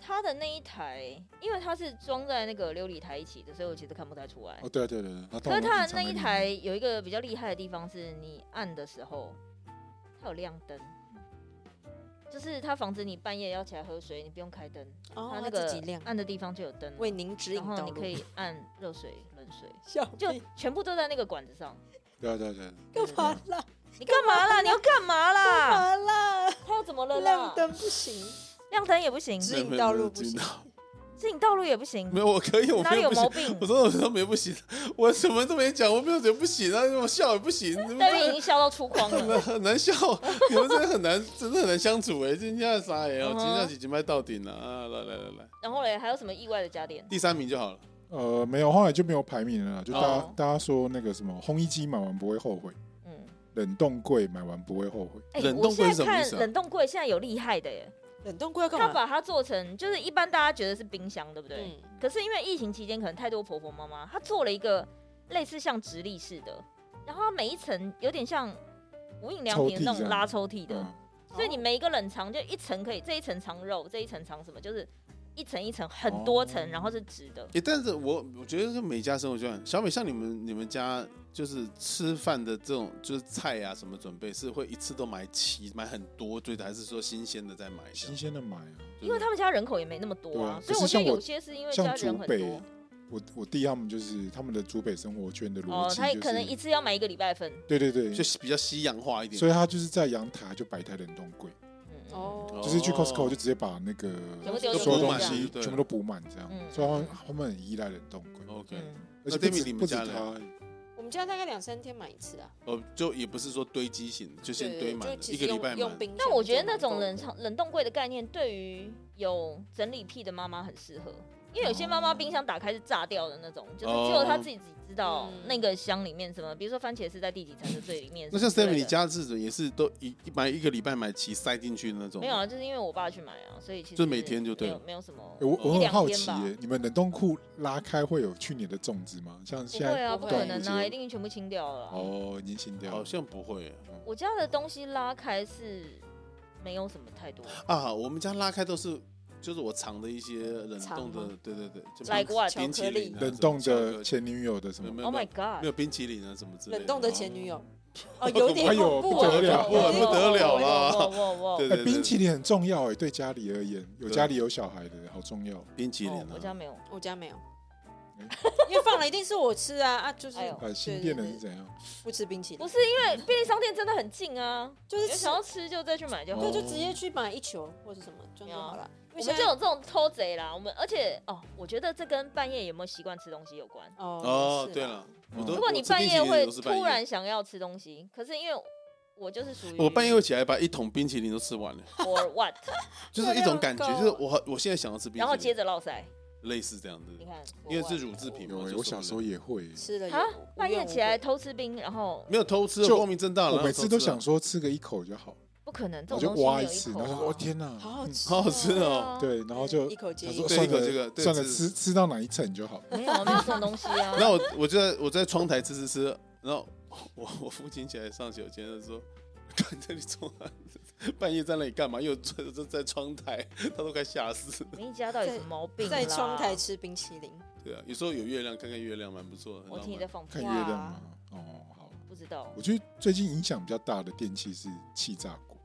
[SPEAKER 2] 他的那一台，因为它是装在那个琉璃台一起的，所以我其实看不太出来。
[SPEAKER 1] 哦，对啊对啊对啊，它到
[SPEAKER 2] 可是
[SPEAKER 1] 我们
[SPEAKER 2] 它
[SPEAKER 1] 平常
[SPEAKER 2] 的那一
[SPEAKER 1] 里面
[SPEAKER 2] 台有一个比较厉害的地方是，你按的时候它有亮灯，就是它防止你半夜要起来喝水，你不用开灯，它
[SPEAKER 3] 哦，
[SPEAKER 2] 那
[SPEAKER 3] 它
[SPEAKER 2] 个
[SPEAKER 3] 自己亮，
[SPEAKER 2] 按的地方就有灯了，
[SPEAKER 3] 为您指引
[SPEAKER 2] 然后
[SPEAKER 3] 道
[SPEAKER 2] 你
[SPEAKER 3] 路
[SPEAKER 2] 可。 以按热水、冷水，
[SPEAKER 3] 小
[SPEAKER 2] 就
[SPEAKER 3] 屁
[SPEAKER 2] 全部都在那个管子上。
[SPEAKER 1] 对啊对啊对啊，
[SPEAKER 2] 对
[SPEAKER 3] 干嘛啦？
[SPEAKER 2] 你干嘛啦？你要干嘛
[SPEAKER 3] 啊干
[SPEAKER 2] 啦？
[SPEAKER 3] 嘛啦？
[SPEAKER 2] 它又怎么了啦？
[SPEAKER 3] 亮灯不行，
[SPEAKER 2] 亮灯也不行，
[SPEAKER 3] 指引道路不
[SPEAKER 4] 没有
[SPEAKER 3] 行
[SPEAKER 4] 没有。
[SPEAKER 2] 自己道路也不行
[SPEAKER 4] 没，有，我可以，我
[SPEAKER 2] 哪
[SPEAKER 4] 没
[SPEAKER 2] 里有
[SPEAKER 4] 有不
[SPEAKER 2] 毛
[SPEAKER 4] 行。
[SPEAKER 2] 病
[SPEAKER 4] 我？说我说没不行，我什么都没讲，我没有觉得不行啊，我笑也不行，你们
[SPEAKER 2] 戴瑞已
[SPEAKER 4] 这
[SPEAKER 2] 经笑到出光
[SPEAKER 4] 很
[SPEAKER 2] 了。
[SPEAKER 4] 难很难笑，你们真的很难，真的很难相处哎，今天啥也哦，
[SPEAKER 2] 嗯哼
[SPEAKER 4] 今天几集麦到顶了啊，来来来来，
[SPEAKER 2] 然后嘞，还有什么意外的家电？
[SPEAKER 4] 第三名就好了。
[SPEAKER 1] 呃，没有，后来就没有排名了啦，就大家、
[SPEAKER 2] 哦
[SPEAKER 1] 大家说那个什么烘衣机买完不会后悔，
[SPEAKER 2] 嗯，
[SPEAKER 1] 冷冻柜买完不会后悔，
[SPEAKER 2] 哎、
[SPEAKER 4] 冷
[SPEAKER 2] 我
[SPEAKER 4] 冻
[SPEAKER 2] 现
[SPEAKER 4] 柜是
[SPEAKER 2] 在
[SPEAKER 4] 什么意
[SPEAKER 2] 看
[SPEAKER 4] 思啊
[SPEAKER 2] 冷冻柜现在有厉害的耶，
[SPEAKER 3] 冷冻柜要干
[SPEAKER 2] 它
[SPEAKER 3] 嘛？
[SPEAKER 2] 把它做成就是一般大家觉得是冰箱，对不对？
[SPEAKER 3] 嗯，
[SPEAKER 2] 可是因为疫情期间可能太多婆婆妈妈，她做了一个类似像直立式的，然后它每一层有点像无印良
[SPEAKER 1] 抽屉
[SPEAKER 2] 品的那
[SPEAKER 1] 这样
[SPEAKER 2] 种拉抽屉的，
[SPEAKER 1] 嗯，
[SPEAKER 2] 所以你每一个冷藏就一层可以这一层藏肉，这一层藏什么，就是一层一层很多层，
[SPEAKER 1] 哦
[SPEAKER 2] 然后是直的。
[SPEAKER 4] 诶，但是我我觉得是每家生活圈，小美像你们你们家就是吃饭的这种就是菜啊什么准备是会一次都买齐买很多对的，还是说新鲜的再买这样？
[SPEAKER 1] 新鲜的买啊。
[SPEAKER 2] 因为他们家人口也没那么多啊，
[SPEAKER 1] 对啊
[SPEAKER 2] 所以我
[SPEAKER 1] 可
[SPEAKER 2] 觉
[SPEAKER 1] 是像
[SPEAKER 2] 得
[SPEAKER 1] 我
[SPEAKER 2] 有些是因为家
[SPEAKER 1] 像
[SPEAKER 2] 人
[SPEAKER 1] 竹
[SPEAKER 2] 很
[SPEAKER 1] 北
[SPEAKER 2] 多，
[SPEAKER 1] 我我弟他们就是他们的竹北生活圈的逻
[SPEAKER 2] 哦，
[SPEAKER 1] 辑、就
[SPEAKER 2] 他
[SPEAKER 1] 是
[SPEAKER 2] 可能一次要买一个礼拜份，
[SPEAKER 1] 对对对，
[SPEAKER 4] 就是比较西洋化一点。
[SPEAKER 1] 所以他就是在阳台就摆一台冷冻柜，
[SPEAKER 2] 嗯，哦，
[SPEAKER 3] 哦，
[SPEAKER 1] 就是去
[SPEAKER 4] 哦
[SPEAKER 1] Costco 就直接把那个
[SPEAKER 2] 全部丢进去
[SPEAKER 1] 所有
[SPEAKER 2] 这
[SPEAKER 1] 东
[SPEAKER 2] 样
[SPEAKER 1] 西
[SPEAKER 4] 对
[SPEAKER 1] 全部都补满这样，
[SPEAKER 2] 嗯
[SPEAKER 1] 所以他们他们很依赖冷冻柜，
[SPEAKER 4] OK，
[SPEAKER 2] 嗯，
[SPEAKER 1] 而且不
[SPEAKER 4] 那 David，
[SPEAKER 1] 止
[SPEAKER 4] 你们
[SPEAKER 1] 不止
[SPEAKER 4] 家嘞
[SPEAKER 1] 他，欸
[SPEAKER 3] 我们家大概两三天买一次啊，
[SPEAKER 4] 哦，就也不是说堆积型的，就先
[SPEAKER 3] 对
[SPEAKER 4] 堆满
[SPEAKER 3] 就
[SPEAKER 4] 了
[SPEAKER 3] 其
[SPEAKER 4] 一
[SPEAKER 3] 实
[SPEAKER 4] 个礼
[SPEAKER 3] 用
[SPEAKER 4] 拜
[SPEAKER 3] 用
[SPEAKER 4] 满。
[SPEAKER 3] 冰箱
[SPEAKER 2] 但我觉得
[SPEAKER 3] 就
[SPEAKER 2] 那
[SPEAKER 3] 蛮
[SPEAKER 2] 种
[SPEAKER 3] 够
[SPEAKER 2] 冷
[SPEAKER 3] 的
[SPEAKER 2] 藏冷冻柜的概念，对于有整理癖的妈妈很适合，因为有些妈妈冰箱打开是炸掉的那种，就是只有她
[SPEAKER 4] 哦
[SPEAKER 2] 自己知道
[SPEAKER 3] 嗯
[SPEAKER 2] 那个箱里面什么，比如说番茄是在第几层的最里面。
[SPEAKER 4] 那像
[SPEAKER 2] 什么
[SPEAKER 4] Sammy
[SPEAKER 2] 之类
[SPEAKER 4] 你
[SPEAKER 2] 的
[SPEAKER 4] 家自己也是都一买一个礼拜买齐塞进去的那种。
[SPEAKER 2] 没有啊，就是因为我爸去买啊，所以其实
[SPEAKER 4] 就每天就对
[SPEAKER 2] 没有
[SPEAKER 4] 了
[SPEAKER 2] 没有什么
[SPEAKER 4] 哦
[SPEAKER 1] 欸。我我
[SPEAKER 2] 一
[SPEAKER 1] 很
[SPEAKER 2] 两
[SPEAKER 1] 好
[SPEAKER 2] 天
[SPEAKER 1] 奇欸
[SPEAKER 2] 吧
[SPEAKER 1] 耶，你们冷冻库拉开会有去年的粽子吗？像
[SPEAKER 2] 不
[SPEAKER 1] 现
[SPEAKER 2] 会
[SPEAKER 1] 在
[SPEAKER 2] 啊，
[SPEAKER 3] 不
[SPEAKER 2] 不
[SPEAKER 3] 会
[SPEAKER 2] 可能
[SPEAKER 1] 端午
[SPEAKER 2] 啊，
[SPEAKER 1] 节
[SPEAKER 2] 一定全部清掉了啊。
[SPEAKER 1] 哦，已经清掉
[SPEAKER 4] 好
[SPEAKER 1] 了，
[SPEAKER 4] 像不会啊嗯
[SPEAKER 2] 我家的东西拉开是没有什么太多
[SPEAKER 4] 啊。我们家拉开都是就是我藏的一些冷冻
[SPEAKER 3] 藏
[SPEAKER 4] 的，对对对，就
[SPEAKER 2] ，like what？
[SPEAKER 4] 冰淇淋啊、
[SPEAKER 1] 冷冻
[SPEAKER 4] 什么巧克
[SPEAKER 1] 的
[SPEAKER 4] 力
[SPEAKER 1] 前女友的什
[SPEAKER 4] 没有
[SPEAKER 1] 么
[SPEAKER 4] 没有
[SPEAKER 2] Oh
[SPEAKER 4] 没
[SPEAKER 2] my
[SPEAKER 4] 有
[SPEAKER 2] god！
[SPEAKER 4] 没有冰淇淋啊什么之类的。
[SPEAKER 3] 冷冻的前女 友，哦，有点
[SPEAKER 1] 哎呦
[SPEAKER 3] 恐怖
[SPEAKER 1] 不
[SPEAKER 3] 啊，
[SPEAKER 1] 得了
[SPEAKER 3] 有点
[SPEAKER 4] 不得了
[SPEAKER 3] 恐怖
[SPEAKER 4] 了
[SPEAKER 2] 哇哇哇！
[SPEAKER 4] 对
[SPEAKER 1] 哎，
[SPEAKER 4] 对对，
[SPEAKER 1] 冰淇淋很重要哎，对家里而言，有
[SPEAKER 4] 对
[SPEAKER 1] 家里有小孩的好重要。
[SPEAKER 4] 冰淇淋
[SPEAKER 2] 哦我家
[SPEAKER 4] 啊，
[SPEAKER 2] 没有，
[SPEAKER 3] 我家没有
[SPEAKER 1] 嗯，
[SPEAKER 3] 因为放了一定是我吃啊啊，就是
[SPEAKER 2] 哎呦
[SPEAKER 1] 呃，新
[SPEAKER 3] 对
[SPEAKER 1] 店的
[SPEAKER 3] 对
[SPEAKER 1] 是
[SPEAKER 3] 对
[SPEAKER 1] 怎样？
[SPEAKER 3] 不吃冰淇
[SPEAKER 2] 不
[SPEAKER 3] 淋，
[SPEAKER 2] 是因为便利商店真的很近啊，
[SPEAKER 3] 就是
[SPEAKER 2] 有
[SPEAKER 3] 吃
[SPEAKER 2] 想，要吃就再去买就好。
[SPEAKER 3] 对，
[SPEAKER 1] 哦
[SPEAKER 3] 就直接去买一球或者什么装就好了。因
[SPEAKER 2] 我们
[SPEAKER 3] 为现
[SPEAKER 2] 就
[SPEAKER 3] 在
[SPEAKER 2] 有这种偷贼啦，我们而且哦，我觉得这跟半夜有没有习惯吃东西有关。
[SPEAKER 3] 哦
[SPEAKER 4] 哦，
[SPEAKER 3] 也是
[SPEAKER 4] 对
[SPEAKER 3] 啦
[SPEAKER 4] 了，我都
[SPEAKER 1] 如
[SPEAKER 2] 如啊果你
[SPEAKER 4] 我吃冰
[SPEAKER 2] 半
[SPEAKER 4] 淇
[SPEAKER 2] 夜
[SPEAKER 4] 淋
[SPEAKER 2] 会
[SPEAKER 4] 都是半夜
[SPEAKER 2] 突然想要吃东西，可是因为我就是属于
[SPEAKER 4] 我半夜会起 来把一桶 冰淇淋都吃完了，
[SPEAKER 2] or what，
[SPEAKER 4] 就是一种感觉，
[SPEAKER 3] 热量
[SPEAKER 4] 就
[SPEAKER 3] 够
[SPEAKER 4] 是我我现在想要吃冰淇淋，
[SPEAKER 2] 然后接着落塞，
[SPEAKER 4] 类似这样的
[SPEAKER 2] 你，看，
[SPEAKER 4] 因为是乳制品
[SPEAKER 1] 有
[SPEAKER 4] 嘛
[SPEAKER 1] 哎、。
[SPEAKER 4] 就
[SPEAKER 1] 我小时候也会，
[SPEAKER 3] 吃了也
[SPEAKER 2] 啊
[SPEAKER 3] 无无，
[SPEAKER 2] 半夜
[SPEAKER 3] 怨无
[SPEAKER 2] 起来
[SPEAKER 3] 悔
[SPEAKER 2] 偷吃冰，然后
[SPEAKER 4] 没有偷吃，
[SPEAKER 1] 就
[SPEAKER 4] 光明正大了。
[SPEAKER 1] 我每次都想
[SPEAKER 4] 说，
[SPEAKER 1] 说吃个一口就好，
[SPEAKER 2] 不可能，这
[SPEAKER 1] 我就
[SPEAKER 2] 种东西
[SPEAKER 1] 挖
[SPEAKER 2] 有
[SPEAKER 1] 次，
[SPEAKER 2] 一口
[SPEAKER 1] 然后
[SPEAKER 2] 啊
[SPEAKER 1] 说哦天哪，
[SPEAKER 3] 好好
[SPEAKER 1] 嗯
[SPEAKER 3] 吃，
[SPEAKER 4] 好好吃哦
[SPEAKER 2] 对啊
[SPEAKER 1] 对，然后就
[SPEAKER 3] 一口接
[SPEAKER 1] 他
[SPEAKER 3] 一
[SPEAKER 1] 说
[SPEAKER 3] 口。
[SPEAKER 4] 对
[SPEAKER 1] 算
[SPEAKER 4] 一口
[SPEAKER 1] 了
[SPEAKER 4] 这个对
[SPEAKER 1] 算了，
[SPEAKER 4] 吃
[SPEAKER 1] 吃吃到哪一层就好。
[SPEAKER 2] 没有没有这种东西啊。
[SPEAKER 4] 然后我我就在我在窗台吃吃吃，然后我我父亲起来上洗手间的时候，看这里冲啊， 半夜在那里干嘛？又在在在窗台，他都快吓死了。
[SPEAKER 2] 你们一家到底有什么毛病啊啦？
[SPEAKER 3] 在窗台吃冰淇淋，
[SPEAKER 4] 对啊，有时候有月亮，看看月亮蛮不错的。
[SPEAKER 2] 我听你在放屁啊
[SPEAKER 1] 看，月亮吗？
[SPEAKER 4] 啊
[SPEAKER 1] 哦，好。
[SPEAKER 2] 不知道
[SPEAKER 1] 我觉得最近影响比较大的电器是气炸锅。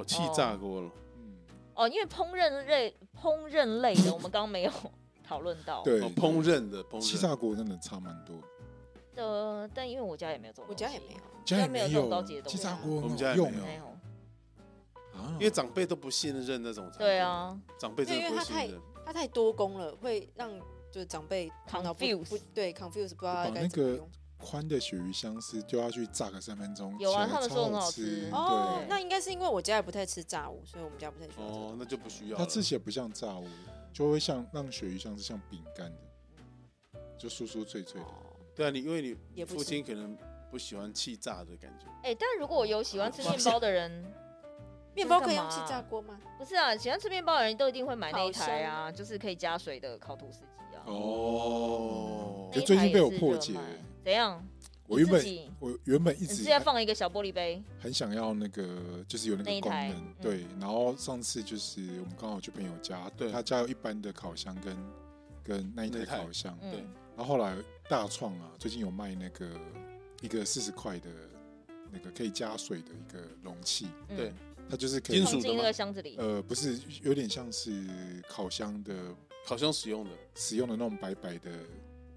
[SPEAKER 4] 哦，气炸锅了。
[SPEAKER 1] 嗯，
[SPEAKER 2] 哦，因为烹饪类烹饪类的，我们刚刚没有 讨论到。
[SPEAKER 1] 对，
[SPEAKER 4] 哦，烹饪的烹
[SPEAKER 1] 气
[SPEAKER 4] 饪。
[SPEAKER 1] 炸锅真的差蛮多，
[SPEAKER 2] 呃，但因为我家也没有这种
[SPEAKER 3] 我
[SPEAKER 2] 东西，
[SPEAKER 3] 家也没有。
[SPEAKER 1] 家也
[SPEAKER 2] 没有
[SPEAKER 1] 没
[SPEAKER 2] 这种高级的东西啊
[SPEAKER 1] 气炸锅，
[SPEAKER 4] 我们家也
[SPEAKER 1] 用
[SPEAKER 4] 没有
[SPEAKER 2] 没
[SPEAKER 1] 哎
[SPEAKER 2] 有。
[SPEAKER 1] 啊，
[SPEAKER 4] 因为长辈都不信任那种，
[SPEAKER 2] 对，啊，
[SPEAKER 4] 长辈真的不会信任。
[SPEAKER 3] 它太多功了，会让就是长辈看到不
[SPEAKER 2] Confuse
[SPEAKER 3] 不对 confuse 不知道
[SPEAKER 1] 把
[SPEAKER 3] 该
[SPEAKER 1] 那
[SPEAKER 3] 怎么
[SPEAKER 1] 个
[SPEAKER 3] 用。
[SPEAKER 1] 宽的鳕鱼香丝丢下去炸个三分钟，
[SPEAKER 2] 有
[SPEAKER 1] 起
[SPEAKER 2] 啊
[SPEAKER 1] 来
[SPEAKER 2] 他们说
[SPEAKER 1] 超
[SPEAKER 2] 很好
[SPEAKER 1] 吃
[SPEAKER 4] 哎
[SPEAKER 2] 吃。
[SPEAKER 3] 哦
[SPEAKER 1] 对，，
[SPEAKER 3] 那应该是因为我家也不太吃炸物，所以我们家不太需要这
[SPEAKER 4] 哦，
[SPEAKER 3] 个。
[SPEAKER 4] 那就不需要了。
[SPEAKER 1] 它吃起来不像炸物，就会像让鳕鱼像是像饼干的，就酥酥脆脆的。
[SPEAKER 3] 哦
[SPEAKER 4] 对啊，你因为你
[SPEAKER 3] 也不
[SPEAKER 4] 父亲可能不喜欢气炸的感觉，
[SPEAKER 2] 哎，但如果有喜欢吃面包的人，
[SPEAKER 3] 面包可以用气炸锅吗？
[SPEAKER 2] 不是啊，喜欢吃面包的人都一定会买那一台啊，就是可以加水的烤吐司机啊。
[SPEAKER 1] 哦
[SPEAKER 4] 哦
[SPEAKER 2] 那一
[SPEAKER 1] 最近
[SPEAKER 2] 台也
[SPEAKER 1] 被我
[SPEAKER 2] 是
[SPEAKER 1] 破
[SPEAKER 2] 热
[SPEAKER 1] 解
[SPEAKER 2] 卖怎样？
[SPEAKER 1] 我原
[SPEAKER 2] 你自
[SPEAKER 1] 本
[SPEAKER 2] 己
[SPEAKER 1] 我原本一
[SPEAKER 2] 你
[SPEAKER 1] 直
[SPEAKER 2] 是要放一个小玻璃杯，
[SPEAKER 1] 很想要那个，就是有那
[SPEAKER 2] 那
[SPEAKER 1] 个
[SPEAKER 2] 一
[SPEAKER 1] 功
[SPEAKER 2] 台
[SPEAKER 1] 能
[SPEAKER 2] 嗯，
[SPEAKER 1] 对。然后上次就是我们刚好去朋友家，
[SPEAKER 4] 对
[SPEAKER 1] 他家有一般的烤箱跟跟那一
[SPEAKER 4] 那
[SPEAKER 1] 台
[SPEAKER 4] 一台
[SPEAKER 1] 烤箱，
[SPEAKER 4] 对
[SPEAKER 2] 嗯，
[SPEAKER 1] 然后后来大创啊，最近有卖那个一个四十块的那个可以加水的一个容器，
[SPEAKER 2] 嗯
[SPEAKER 4] 对，
[SPEAKER 1] 它就是可以
[SPEAKER 4] 金
[SPEAKER 2] 放
[SPEAKER 4] 属的
[SPEAKER 2] 进那
[SPEAKER 4] 吗
[SPEAKER 2] 个箱子里，
[SPEAKER 1] 呃，不是，有点像是烤箱的
[SPEAKER 4] 好像使用的
[SPEAKER 1] 使用的那种白白的，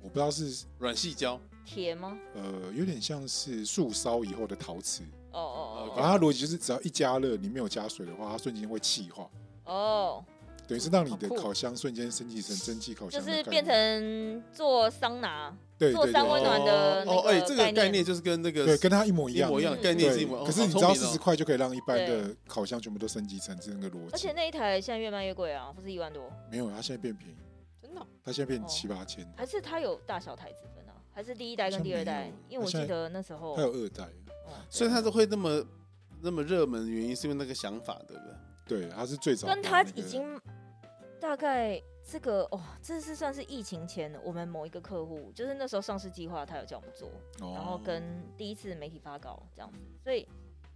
[SPEAKER 1] 我不知道是
[SPEAKER 4] 软细胶，
[SPEAKER 1] 嗯
[SPEAKER 2] 铁吗？
[SPEAKER 1] 呃，有点像是树烧以后的陶瓷。
[SPEAKER 2] 哦哦
[SPEAKER 1] 然后它逻辑就是，只要一加热，你没有加水的话，它瞬间会气化，
[SPEAKER 2] 哦哦，
[SPEAKER 1] 等于是让你的
[SPEAKER 3] 好酷
[SPEAKER 1] 烤箱瞬间升级成蒸汽烤
[SPEAKER 2] 就
[SPEAKER 1] 箱的概
[SPEAKER 2] 是
[SPEAKER 1] 念，
[SPEAKER 2] 变成做桑拿，
[SPEAKER 1] 对
[SPEAKER 2] 做
[SPEAKER 1] 对
[SPEAKER 2] 三
[SPEAKER 1] 对
[SPEAKER 2] 温暖的那
[SPEAKER 4] 哦，哦哎，这个
[SPEAKER 2] 概
[SPEAKER 4] 概
[SPEAKER 2] 念
[SPEAKER 4] 念就是跟那
[SPEAKER 1] 对，
[SPEAKER 4] 个
[SPEAKER 1] 跟它一模一
[SPEAKER 4] 一
[SPEAKER 1] 样，
[SPEAKER 4] 模一样，
[SPEAKER 2] 嗯
[SPEAKER 4] 概念是一模。哦
[SPEAKER 1] 可是你
[SPEAKER 4] 好
[SPEAKER 1] 知道
[SPEAKER 4] 聪
[SPEAKER 1] 四
[SPEAKER 4] 明哦
[SPEAKER 1] 十块就可以让一般的烤箱全部都升级成这个逻
[SPEAKER 2] 而且
[SPEAKER 1] 辑，
[SPEAKER 2] 那一台现在越卖越贵啊，不是一万多，
[SPEAKER 1] 没有，它现在变便宜，
[SPEAKER 3] 真的哦，
[SPEAKER 1] 它现在
[SPEAKER 2] 哦
[SPEAKER 1] 变七八千，
[SPEAKER 2] 还是它有大小台之分啊？还是第一代跟第二
[SPEAKER 1] 好像没
[SPEAKER 2] 代
[SPEAKER 1] 有？
[SPEAKER 2] 因为我记得那时候
[SPEAKER 1] 它，有二代，
[SPEAKER 2] 嗯
[SPEAKER 4] 所以它都会那么那么热门，原因是因为那个想法，对不对？
[SPEAKER 1] 对，它是最早的
[SPEAKER 2] 跟
[SPEAKER 1] 那
[SPEAKER 2] 它
[SPEAKER 1] 个，
[SPEAKER 2] 已经大概这个哦，这是算是疫情前我们某一个客户，就是那时候上市计划，他有叫我们做，然后
[SPEAKER 1] 哦，
[SPEAKER 2] 跟第一次媒体发稿这样子，所以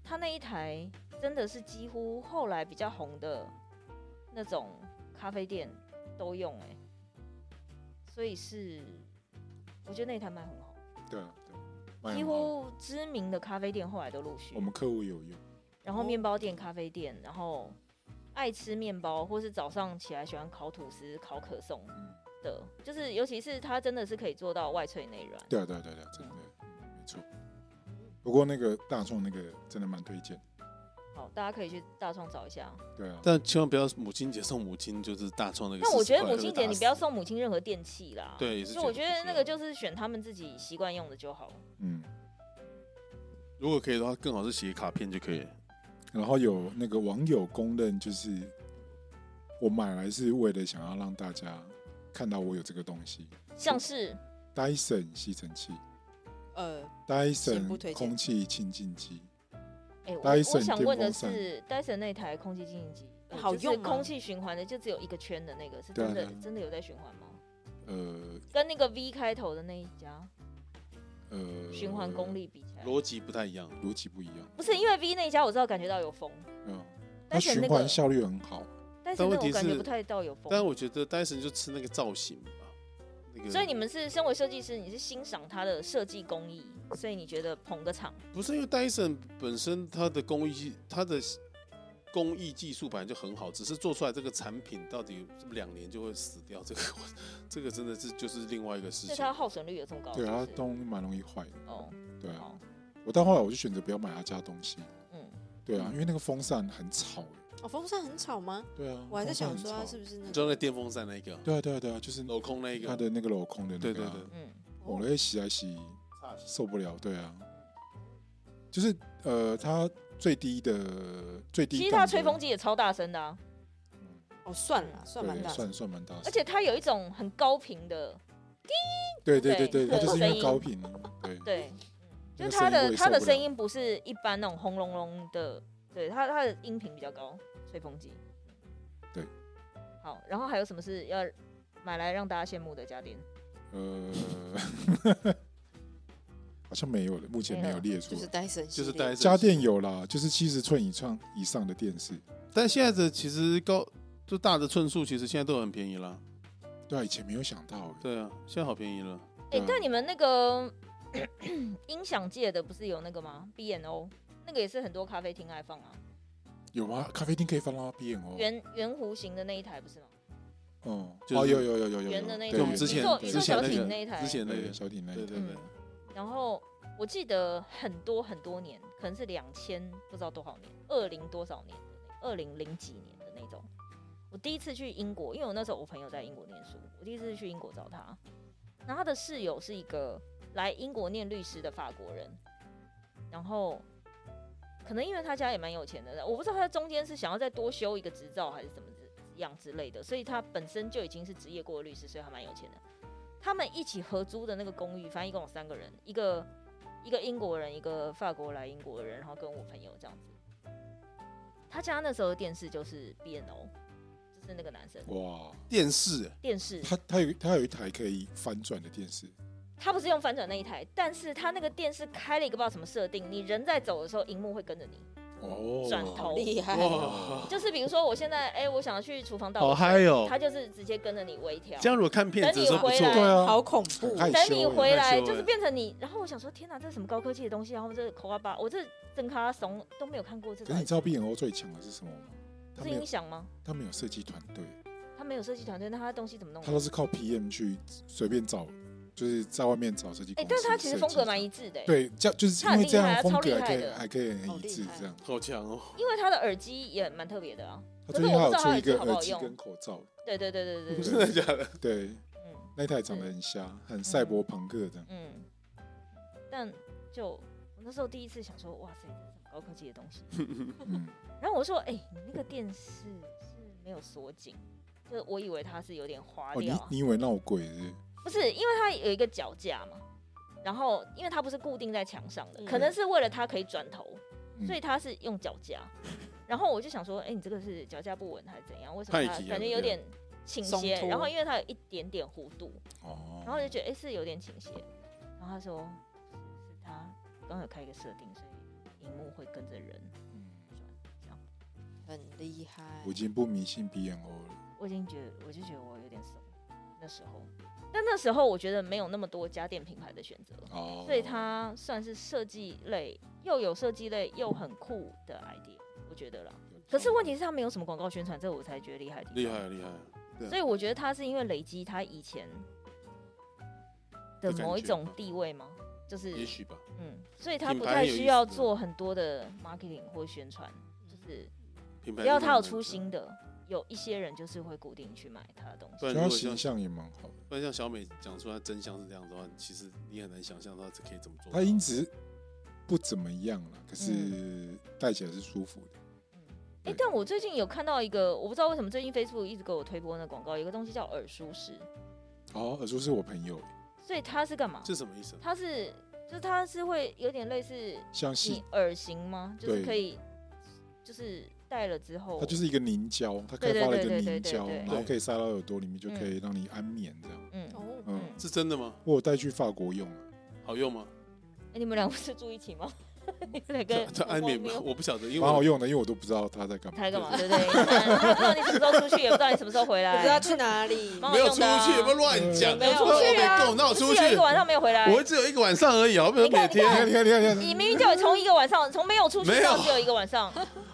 [SPEAKER 2] 他那一台真的是几乎后来比较红的那种咖啡店都用哎、所以是我觉得那一台卖很好，
[SPEAKER 1] 对啊对，
[SPEAKER 2] 几
[SPEAKER 1] 蛮好的
[SPEAKER 2] 乎知名的咖啡店后来都陆续
[SPEAKER 1] 我，们客户有用，
[SPEAKER 2] 然后面包店、咖啡店，然后爱吃面包或是早上起来喜欢烤吐司、烤可颂
[SPEAKER 1] 嗯，
[SPEAKER 2] 的，就是尤其是它真的是可以做到外脆内软，
[SPEAKER 1] 对啊对啊对啊对啊，真的嗯没错。不过那个大众那个真的蛮推荐，
[SPEAKER 2] 好，大家可以去大创找一下。
[SPEAKER 1] 对啊，
[SPEAKER 4] 但千万不要母亲节送母亲就是大创那个40块。
[SPEAKER 2] 但我觉得母
[SPEAKER 4] 那
[SPEAKER 2] 亲
[SPEAKER 4] 个
[SPEAKER 2] 节
[SPEAKER 4] 打
[SPEAKER 2] 你
[SPEAKER 4] 死
[SPEAKER 2] 不要送母亲任何电器啦。，
[SPEAKER 4] 对，也是
[SPEAKER 2] 就我
[SPEAKER 4] 不
[SPEAKER 2] 觉得
[SPEAKER 4] 需
[SPEAKER 2] 那
[SPEAKER 4] 要
[SPEAKER 2] 个就是选他们自己习惯用的就好。
[SPEAKER 1] 嗯，
[SPEAKER 4] 如果可以的话，更好是写卡片就可以了。
[SPEAKER 1] 然后有那个网友公认，就是我买来是为了想要让大家看到我有这个东西
[SPEAKER 2] 像是
[SPEAKER 1] ，Dyson 吸尘器
[SPEAKER 3] 呃，先不
[SPEAKER 1] ，Dyson
[SPEAKER 3] 推荐
[SPEAKER 1] 空气清净机，
[SPEAKER 2] 哎、我我
[SPEAKER 1] Dyson
[SPEAKER 2] 想问的
[SPEAKER 1] 电风扇
[SPEAKER 2] 是，Dyson 那台空气净化机呃
[SPEAKER 3] 好
[SPEAKER 2] 就是
[SPEAKER 3] 用吗
[SPEAKER 2] 空气循环的就只有一个圈的那个，是
[SPEAKER 1] 对啊
[SPEAKER 2] 真的、
[SPEAKER 1] 对啊
[SPEAKER 2] 真的有在循环吗？
[SPEAKER 1] 呃
[SPEAKER 2] 跟那个 V 开头的那一家
[SPEAKER 1] 呃，
[SPEAKER 2] 循环功率比起来，
[SPEAKER 4] 逻辑不太一样，
[SPEAKER 1] 逻辑不一样，
[SPEAKER 2] 不是因为 V 那一家我知道感觉到有风，
[SPEAKER 1] 嗯，它
[SPEAKER 2] 但是
[SPEAKER 1] 循
[SPEAKER 2] 那
[SPEAKER 1] 环
[SPEAKER 2] 个
[SPEAKER 1] 效率很好，
[SPEAKER 3] 哦
[SPEAKER 2] 但
[SPEAKER 4] 但
[SPEAKER 2] 是那
[SPEAKER 4] 问
[SPEAKER 2] 我
[SPEAKER 4] 题
[SPEAKER 2] 感觉
[SPEAKER 4] 是
[SPEAKER 2] 不太到有风。
[SPEAKER 4] 但我觉得戴森就吃那个造型吧。那个
[SPEAKER 2] 所以你们是身为设计师，你是欣赏它的设计工艺，所以你觉得捧个场。
[SPEAKER 4] 不是因为戴森本身它的工艺技，它的工艺技术本来就很好，只是做出来这个产品到底两年就会死掉，这个 这个真的是就是另外一个事
[SPEAKER 2] 所以
[SPEAKER 4] 情
[SPEAKER 2] 它。耗损率有这么高？
[SPEAKER 1] 对
[SPEAKER 2] 是
[SPEAKER 1] 啊，它
[SPEAKER 2] 不是
[SPEAKER 1] 东西蛮容易坏的，
[SPEAKER 2] 哦，
[SPEAKER 1] 对啊。
[SPEAKER 2] 好，
[SPEAKER 1] 我到后来我就选择不要买他家东西，
[SPEAKER 2] 嗯，
[SPEAKER 1] 对啊，
[SPEAKER 4] 嗯
[SPEAKER 1] 因为那个风扇很吵欸，
[SPEAKER 3] 哦，风扇很吵吗？
[SPEAKER 1] 对啊，
[SPEAKER 3] 我还在想
[SPEAKER 1] 风
[SPEAKER 3] 说
[SPEAKER 1] 扇很吵
[SPEAKER 3] 它是，不是那
[SPEAKER 4] 你知
[SPEAKER 3] 个
[SPEAKER 4] 道那电风扇那个
[SPEAKER 1] 对啊对啊对啊，就是
[SPEAKER 4] 镂空那一
[SPEAKER 1] 它
[SPEAKER 4] 个，
[SPEAKER 1] 的那个镂空的那
[SPEAKER 4] 对
[SPEAKER 1] 个
[SPEAKER 4] 对
[SPEAKER 1] 啊，
[SPEAKER 4] 对，
[SPEAKER 2] 嗯，
[SPEAKER 1] 我
[SPEAKER 3] 哦
[SPEAKER 1] 那些洗来洗受不了，对啊，就是呃，它最低的最低，
[SPEAKER 2] 其实它吹风，机也超大声的啊，
[SPEAKER 1] 嗯
[SPEAKER 3] 哦，算了啦，算蛮
[SPEAKER 1] 对，
[SPEAKER 3] 大的，
[SPEAKER 1] 算算蛮大声，
[SPEAKER 2] 而且它有一种很高频的，
[SPEAKER 1] 对对对
[SPEAKER 2] 对
[SPEAKER 1] 对，它就是因
[SPEAKER 2] 声
[SPEAKER 1] 为
[SPEAKER 2] 音
[SPEAKER 1] 高频，对，
[SPEAKER 2] 对，
[SPEAKER 1] 那个
[SPEAKER 2] 就是它
[SPEAKER 1] 声音我
[SPEAKER 2] 的
[SPEAKER 1] 也
[SPEAKER 2] 它的
[SPEAKER 1] 受不了
[SPEAKER 2] 声音不是一般那种轰隆隆的，对，它它的音频比较高，吹风机。
[SPEAKER 1] 对，
[SPEAKER 2] 好，然后还有什么是要买来让大家羡慕的家电？
[SPEAKER 1] 呃， 好像没有了，目前没有列出
[SPEAKER 3] 就。是戴森系
[SPEAKER 4] 就
[SPEAKER 3] 列，
[SPEAKER 4] 是戴森
[SPEAKER 1] 家电有啦，就是七十寸以上以上的电视，
[SPEAKER 4] 但现在的其实高就大的寸数，其实现在都很便宜啦。
[SPEAKER 1] 对啊，以前没有想到欸，
[SPEAKER 4] 对啊，现在好便宜了。
[SPEAKER 2] 哎、
[SPEAKER 4] 对啊
[SPEAKER 2] 但你们那个 音响界的不是有那个吗？B N O 那个也是很多咖啡厅爱放啊，
[SPEAKER 1] 有吗？咖啡厅可以放到 B N 哦，
[SPEAKER 2] 圆圆弧形的那一台不是吗？
[SPEAKER 1] 嗯，
[SPEAKER 4] 就是
[SPEAKER 1] 哦，有有有有有，
[SPEAKER 2] 圆的那一
[SPEAKER 1] 对
[SPEAKER 2] 台，
[SPEAKER 4] 就我们之
[SPEAKER 2] 宇
[SPEAKER 4] 前
[SPEAKER 2] 宙宇
[SPEAKER 4] 之
[SPEAKER 2] 宙
[SPEAKER 4] 前
[SPEAKER 2] 小
[SPEAKER 4] 那
[SPEAKER 2] 艇
[SPEAKER 4] 个
[SPEAKER 2] 那一台，
[SPEAKER 4] 之前那
[SPEAKER 1] 对
[SPEAKER 4] 个，
[SPEAKER 1] 小艇那
[SPEAKER 4] 对
[SPEAKER 1] 一台
[SPEAKER 4] 对对，
[SPEAKER 2] 嗯然后我记得很多很多年，可能是两千不知道多少年，二零多少年的那，二零零几年的那种。我第一次去英国，因为我那时候我朋友在英国念书，我第一次去英国找他，然后他的室友是一个来英国念律师的法国人，然后可能因为他家也蛮有钱的，我不知道他中间是想要再多修一个执照还是怎么之样之类的，所以他本身就已经是职业过的律师，所以他蛮有钱的。他们一起合租的那个公寓，反正一共有三个人，一个一个英国人，一个法国来英国人，然后跟我朋友这样子。他家那时候的电视就是 B N O，就是那个男生
[SPEAKER 1] 哇，
[SPEAKER 4] 电视
[SPEAKER 2] 电视，
[SPEAKER 1] 它它有它有一台可以翻转的电视，
[SPEAKER 2] 他不是用翻转那一台，但是他那个电视开了一个不知道什么设定，你人在走的时候，荧幕会跟着你
[SPEAKER 1] 哦，
[SPEAKER 2] 转头。
[SPEAKER 3] 厉害，
[SPEAKER 4] 哇，
[SPEAKER 2] 就是比如说，我现在哎、我想要去厨房倒，
[SPEAKER 4] 好嗨哦！
[SPEAKER 2] 他就是直接跟着你微调。
[SPEAKER 4] 这样如果看片子的时候不
[SPEAKER 2] 等你回来
[SPEAKER 4] 错，
[SPEAKER 1] 对啊，
[SPEAKER 3] 好恐怖
[SPEAKER 1] 很
[SPEAKER 3] 哦，
[SPEAKER 1] 害
[SPEAKER 2] 等
[SPEAKER 1] 羞
[SPEAKER 2] 你
[SPEAKER 1] 欸
[SPEAKER 2] 回
[SPEAKER 4] 害
[SPEAKER 2] 来
[SPEAKER 4] 羞
[SPEAKER 2] 就是
[SPEAKER 4] 欸
[SPEAKER 2] 变成你，然后我想说，天哪，这是什么高科技的东西？然后这口啊巴，我这真咖怂都没有看过这
[SPEAKER 1] 可
[SPEAKER 2] 个
[SPEAKER 1] 是，你知道 B N O 最强的是什么吗？它
[SPEAKER 2] 是
[SPEAKER 1] 啊没有
[SPEAKER 2] 音响吗？
[SPEAKER 1] 它没有设计团队，
[SPEAKER 2] 他没有设计团队，那他的东西怎么弄
[SPEAKER 1] 它？都是靠 P M 去随便找，就是在外面找设计公
[SPEAKER 2] 哎
[SPEAKER 1] 司。，
[SPEAKER 2] 但是他其实风格蛮
[SPEAKER 1] 一
[SPEAKER 2] 一致的，，欸
[SPEAKER 1] 对，这样就是因为这
[SPEAKER 2] 啊
[SPEAKER 1] 样的风格还可以
[SPEAKER 2] 他
[SPEAKER 1] 还可以很
[SPEAKER 3] 好
[SPEAKER 1] 一
[SPEAKER 3] 厉
[SPEAKER 1] 致
[SPEAKER 2] 啊
[SPEAKER 3] 害
[SPEAKER 1] 这样。
[SPEAKER 4] 好强哦！
[SPEAKER 2] 因为他的耳机也蛮特别的啊。
[SPEAKER 1] 他
[SPEAKER 2] 可
[SPEAKER 1] 最
[SPEAKER 2] 是
[SPEAKER 1] 近还
[SPEAKER 2] 我
[SPEAKER 1] 有
[SPEAKER 2] 不知道
[SPEAKER 1] 出
[SPEAKER 2] 他
[SPEAKER 1] 一个
[SPEAKER 2] 耳机好不
[SPEAKER 1] 耳
[SPEAKER 2] 好
[SPEAKER 1] 机
[SPEAKER 2] 用
[SPEAKER 1] 跟口罩，
[SPEAKER 2] 对对对对对对，
[SPEAKER 4] 真的假的？
[SPEAKER 1] 对，
[SPEAKER 2] 嗯
[SPEAKER 1] 那一台长得很瞎，很赛博朋克这样。
[SPEAKER 2] 嗯，但就我那时候第一次想说，哇塞，这是什么高科技的东西？
[SPEAKER 1] 嗯，
[SPEAKER 2] 然后我说，哎，你那个电视是没有锁紧，就是我以为它是有点花
[SPEAKER 1] 哦，你
[SPEAKER 2] 料啊。
[SPEAKER 1] 你以为闹鬼是不是？
[SPEAKER 2] 不是，因为它有一个脚架嘛，然后因为它不是固定在墙上的，
[SPEAKER 3] 嗯
[SPEAKER 2] 可能是为了它可以转头，
[SPEAKER 1] 嗯
[SPEAKER 2] 所以它是用脚架。然后我就想说，哎、你这个是脚架不稳还是怎样？为什么
[SPEAKER 4] 太
[SPEAKER 2] 它
[SPEAKER 4] 急了
[SPEAKER 2] 感觉有点倾斜
[SPEAKER 3] 松？脱
[SPEAKER 2] 然后因为它有一点点弧度，
[SPEAKER 1] 啊哦，
[SPEAKER 2] 然后我就觉得哎、是有点倾斜。然后他说是是他刚刚有开一个设定，所以荧幕会跟着人。
[SPEAKER 1] 嗯
[SPEAKER 3] 很厉害
[SPEAKER 1] 我已，经不迷信 B N O 了。
[SPEAKER 2] 我已经觉得，我就觉得我有点怂那时候，但那时候我觉得没有那么多家电品牌的选择。
[SPEAKER 1] 哦，
[SPEAKER 2] 所以它算是设计类，又有设计类又很酷的 idea，我觉得啦。可是问题是它没有什么广告宣传，这我才觉得厉害的地方
[SPEAKER 4] 哦厉。害厉害！
[SPEAKER 2] 所以我觉得它是因为累积它以前的
[SPEAKER 4] 的感
[SPEAKER 2] 某一
[SPEAKER 4] 觉
[SPEAKER 2] 种
[SPEAKER 4] 吧
[SPEAKER 2] 地位吗？就是
[SPEAKER 4] 也许吧，
[SPEAKER 2] 嗯，所以它
[SPEAKER 4] 品
[SPEAKER 2] 不
[SPEAKER 4] 牌
[SPEAKER 2] 太
[SPEAKER 4] 很有
[SPEAKER 2] 需
[SPEAKER 4] 意
[SPEAKER 2] 要
[SPEAKER 4] 思啊嗯
[SPEAKER 2] 做很多的 marketing 或宣传，就是
[SPEAKER 4] 品牌
[SPEAKER 2] 只要
[SPEAKER 4] 力
[SPEAKER 2] 它
[SPEAKER 4] 量
[SPEAKER 2] 有
[SPEAKER 4] 很
[SPEAKER 2] 出
[SPEAKER 4] 强，
[SPEAKER 2] 新的，有一些人就是会固定去买它的东
[SPEAKER 4] 不
[SPEAKER 2] 西。
[SPEAKER 4] 然
[SPEAKER 1] 其实它
[SPEAKER 4] 如果像
[SPEAKER 1] 形象也蛮好的，
[SPEAKER 4] 不然像小美讲出来真相是这样的话，其实你很难想象她可以怎么做到。
[SPEAKER 1] 它音质不怎么样了，可是戴起来是舒服的。对
[SPEAKER 2] 哎、嗯但我最近有看到一个，我不知道为什么最近 Facebook 一直给我推播那广告，有个东西叫耳舒适，
[SPEAKER 1] 哦，耳珠是我朋友，
[SPEAKER 2] 所以它是干嘛？
[SPEAKER 4] 这是什么意思？啊
[SPEAKER 2] 它是就是它是会有点类似
[SPEAKER 1] 像
[SPEAKER 2] 你
[SPEAKER 1] 细，
[SPEAKER 2] 耳型吗？就是
[SPEAKER 1] 对
[SPEAKER 2] 可以，就是戴了之后，
[SPEAKER 1] 它就是一个凝胶，它开发了一个
[SPEAKER 2] 对对对对
[SPEAKER 1] 凝胶，
[SPEAKER 2] 对对对
[SPEAKER 1] 然后可以塞到耳朵里面，就可以让你安眠这样。
[SPEAKER 2] 嗯
[SPEAKER 3] 哦，
[SPEAKER 2] 嗯
[SPEAKER 1] 嗯，
[SPEAKER 4] 是真的吗？
[SPEAKER 1] 我有带去法国用啊，
[SPEAKER 4] 好用吗？
[SPEAKER 2] 诶哎你们俩不是住一起吗？ 你们两个
[SPEAKER 4] 这这安眠
[SPEAKER 2] 很荒谬
[SPEAKER 4] 我不晓得，因为
[SPEAKER 1] 蛮好
[SPEAKER 4] 我
[SPEAKER 1] 用的，因为我都不知道它在 干嘛。
[SPEAKER 2] 他干嘛？对不对？他不知道你什么时候出去，也不知道你什么时候回
[SPEAKER 3] 我
[SPEAKER 2] 来，
[SPEAKER 3] 不知道去哪里，
[SPEAKER 2] 蛮好
[SPEAKER 4] 没有
[SPEAKER 2] 用
[SPEAKER 4] 出
[SPEAKER 2] 的啊
[SPEAKER 4] 去，不要乱讲，
[SPEAKER 3] 没有出
[SPEAKER 4] 那我
[SPEAKER 3] 去
[SPEAKER 4] 没
[SPEAKER 2] 啊
[SPEAKER 4] 空，那我
[SPEAKER 2] 不是
[SPEAKER 4] 出去
[SPEAKER 2] 有一，个晚上没有回来。
[SPEAKER 4] 我只有一个晚上而已，好不好？
[SPEAKER 2] 你看
[SPEAKER 4] 每
[SPEAKER 2] 你看
[SPEAKER 1] 看
[SPEAKER 4] 天
[SPEAKER 1] 你看你看你看
[SPEAKER 2] 你
[SPEAKER 1] 你看，
[SPEAKER 2] 明明叫我从一个晚上，从没有出去
[SPEAKER 4] 没有
[SPEAKER 2] 到只有一个晚上。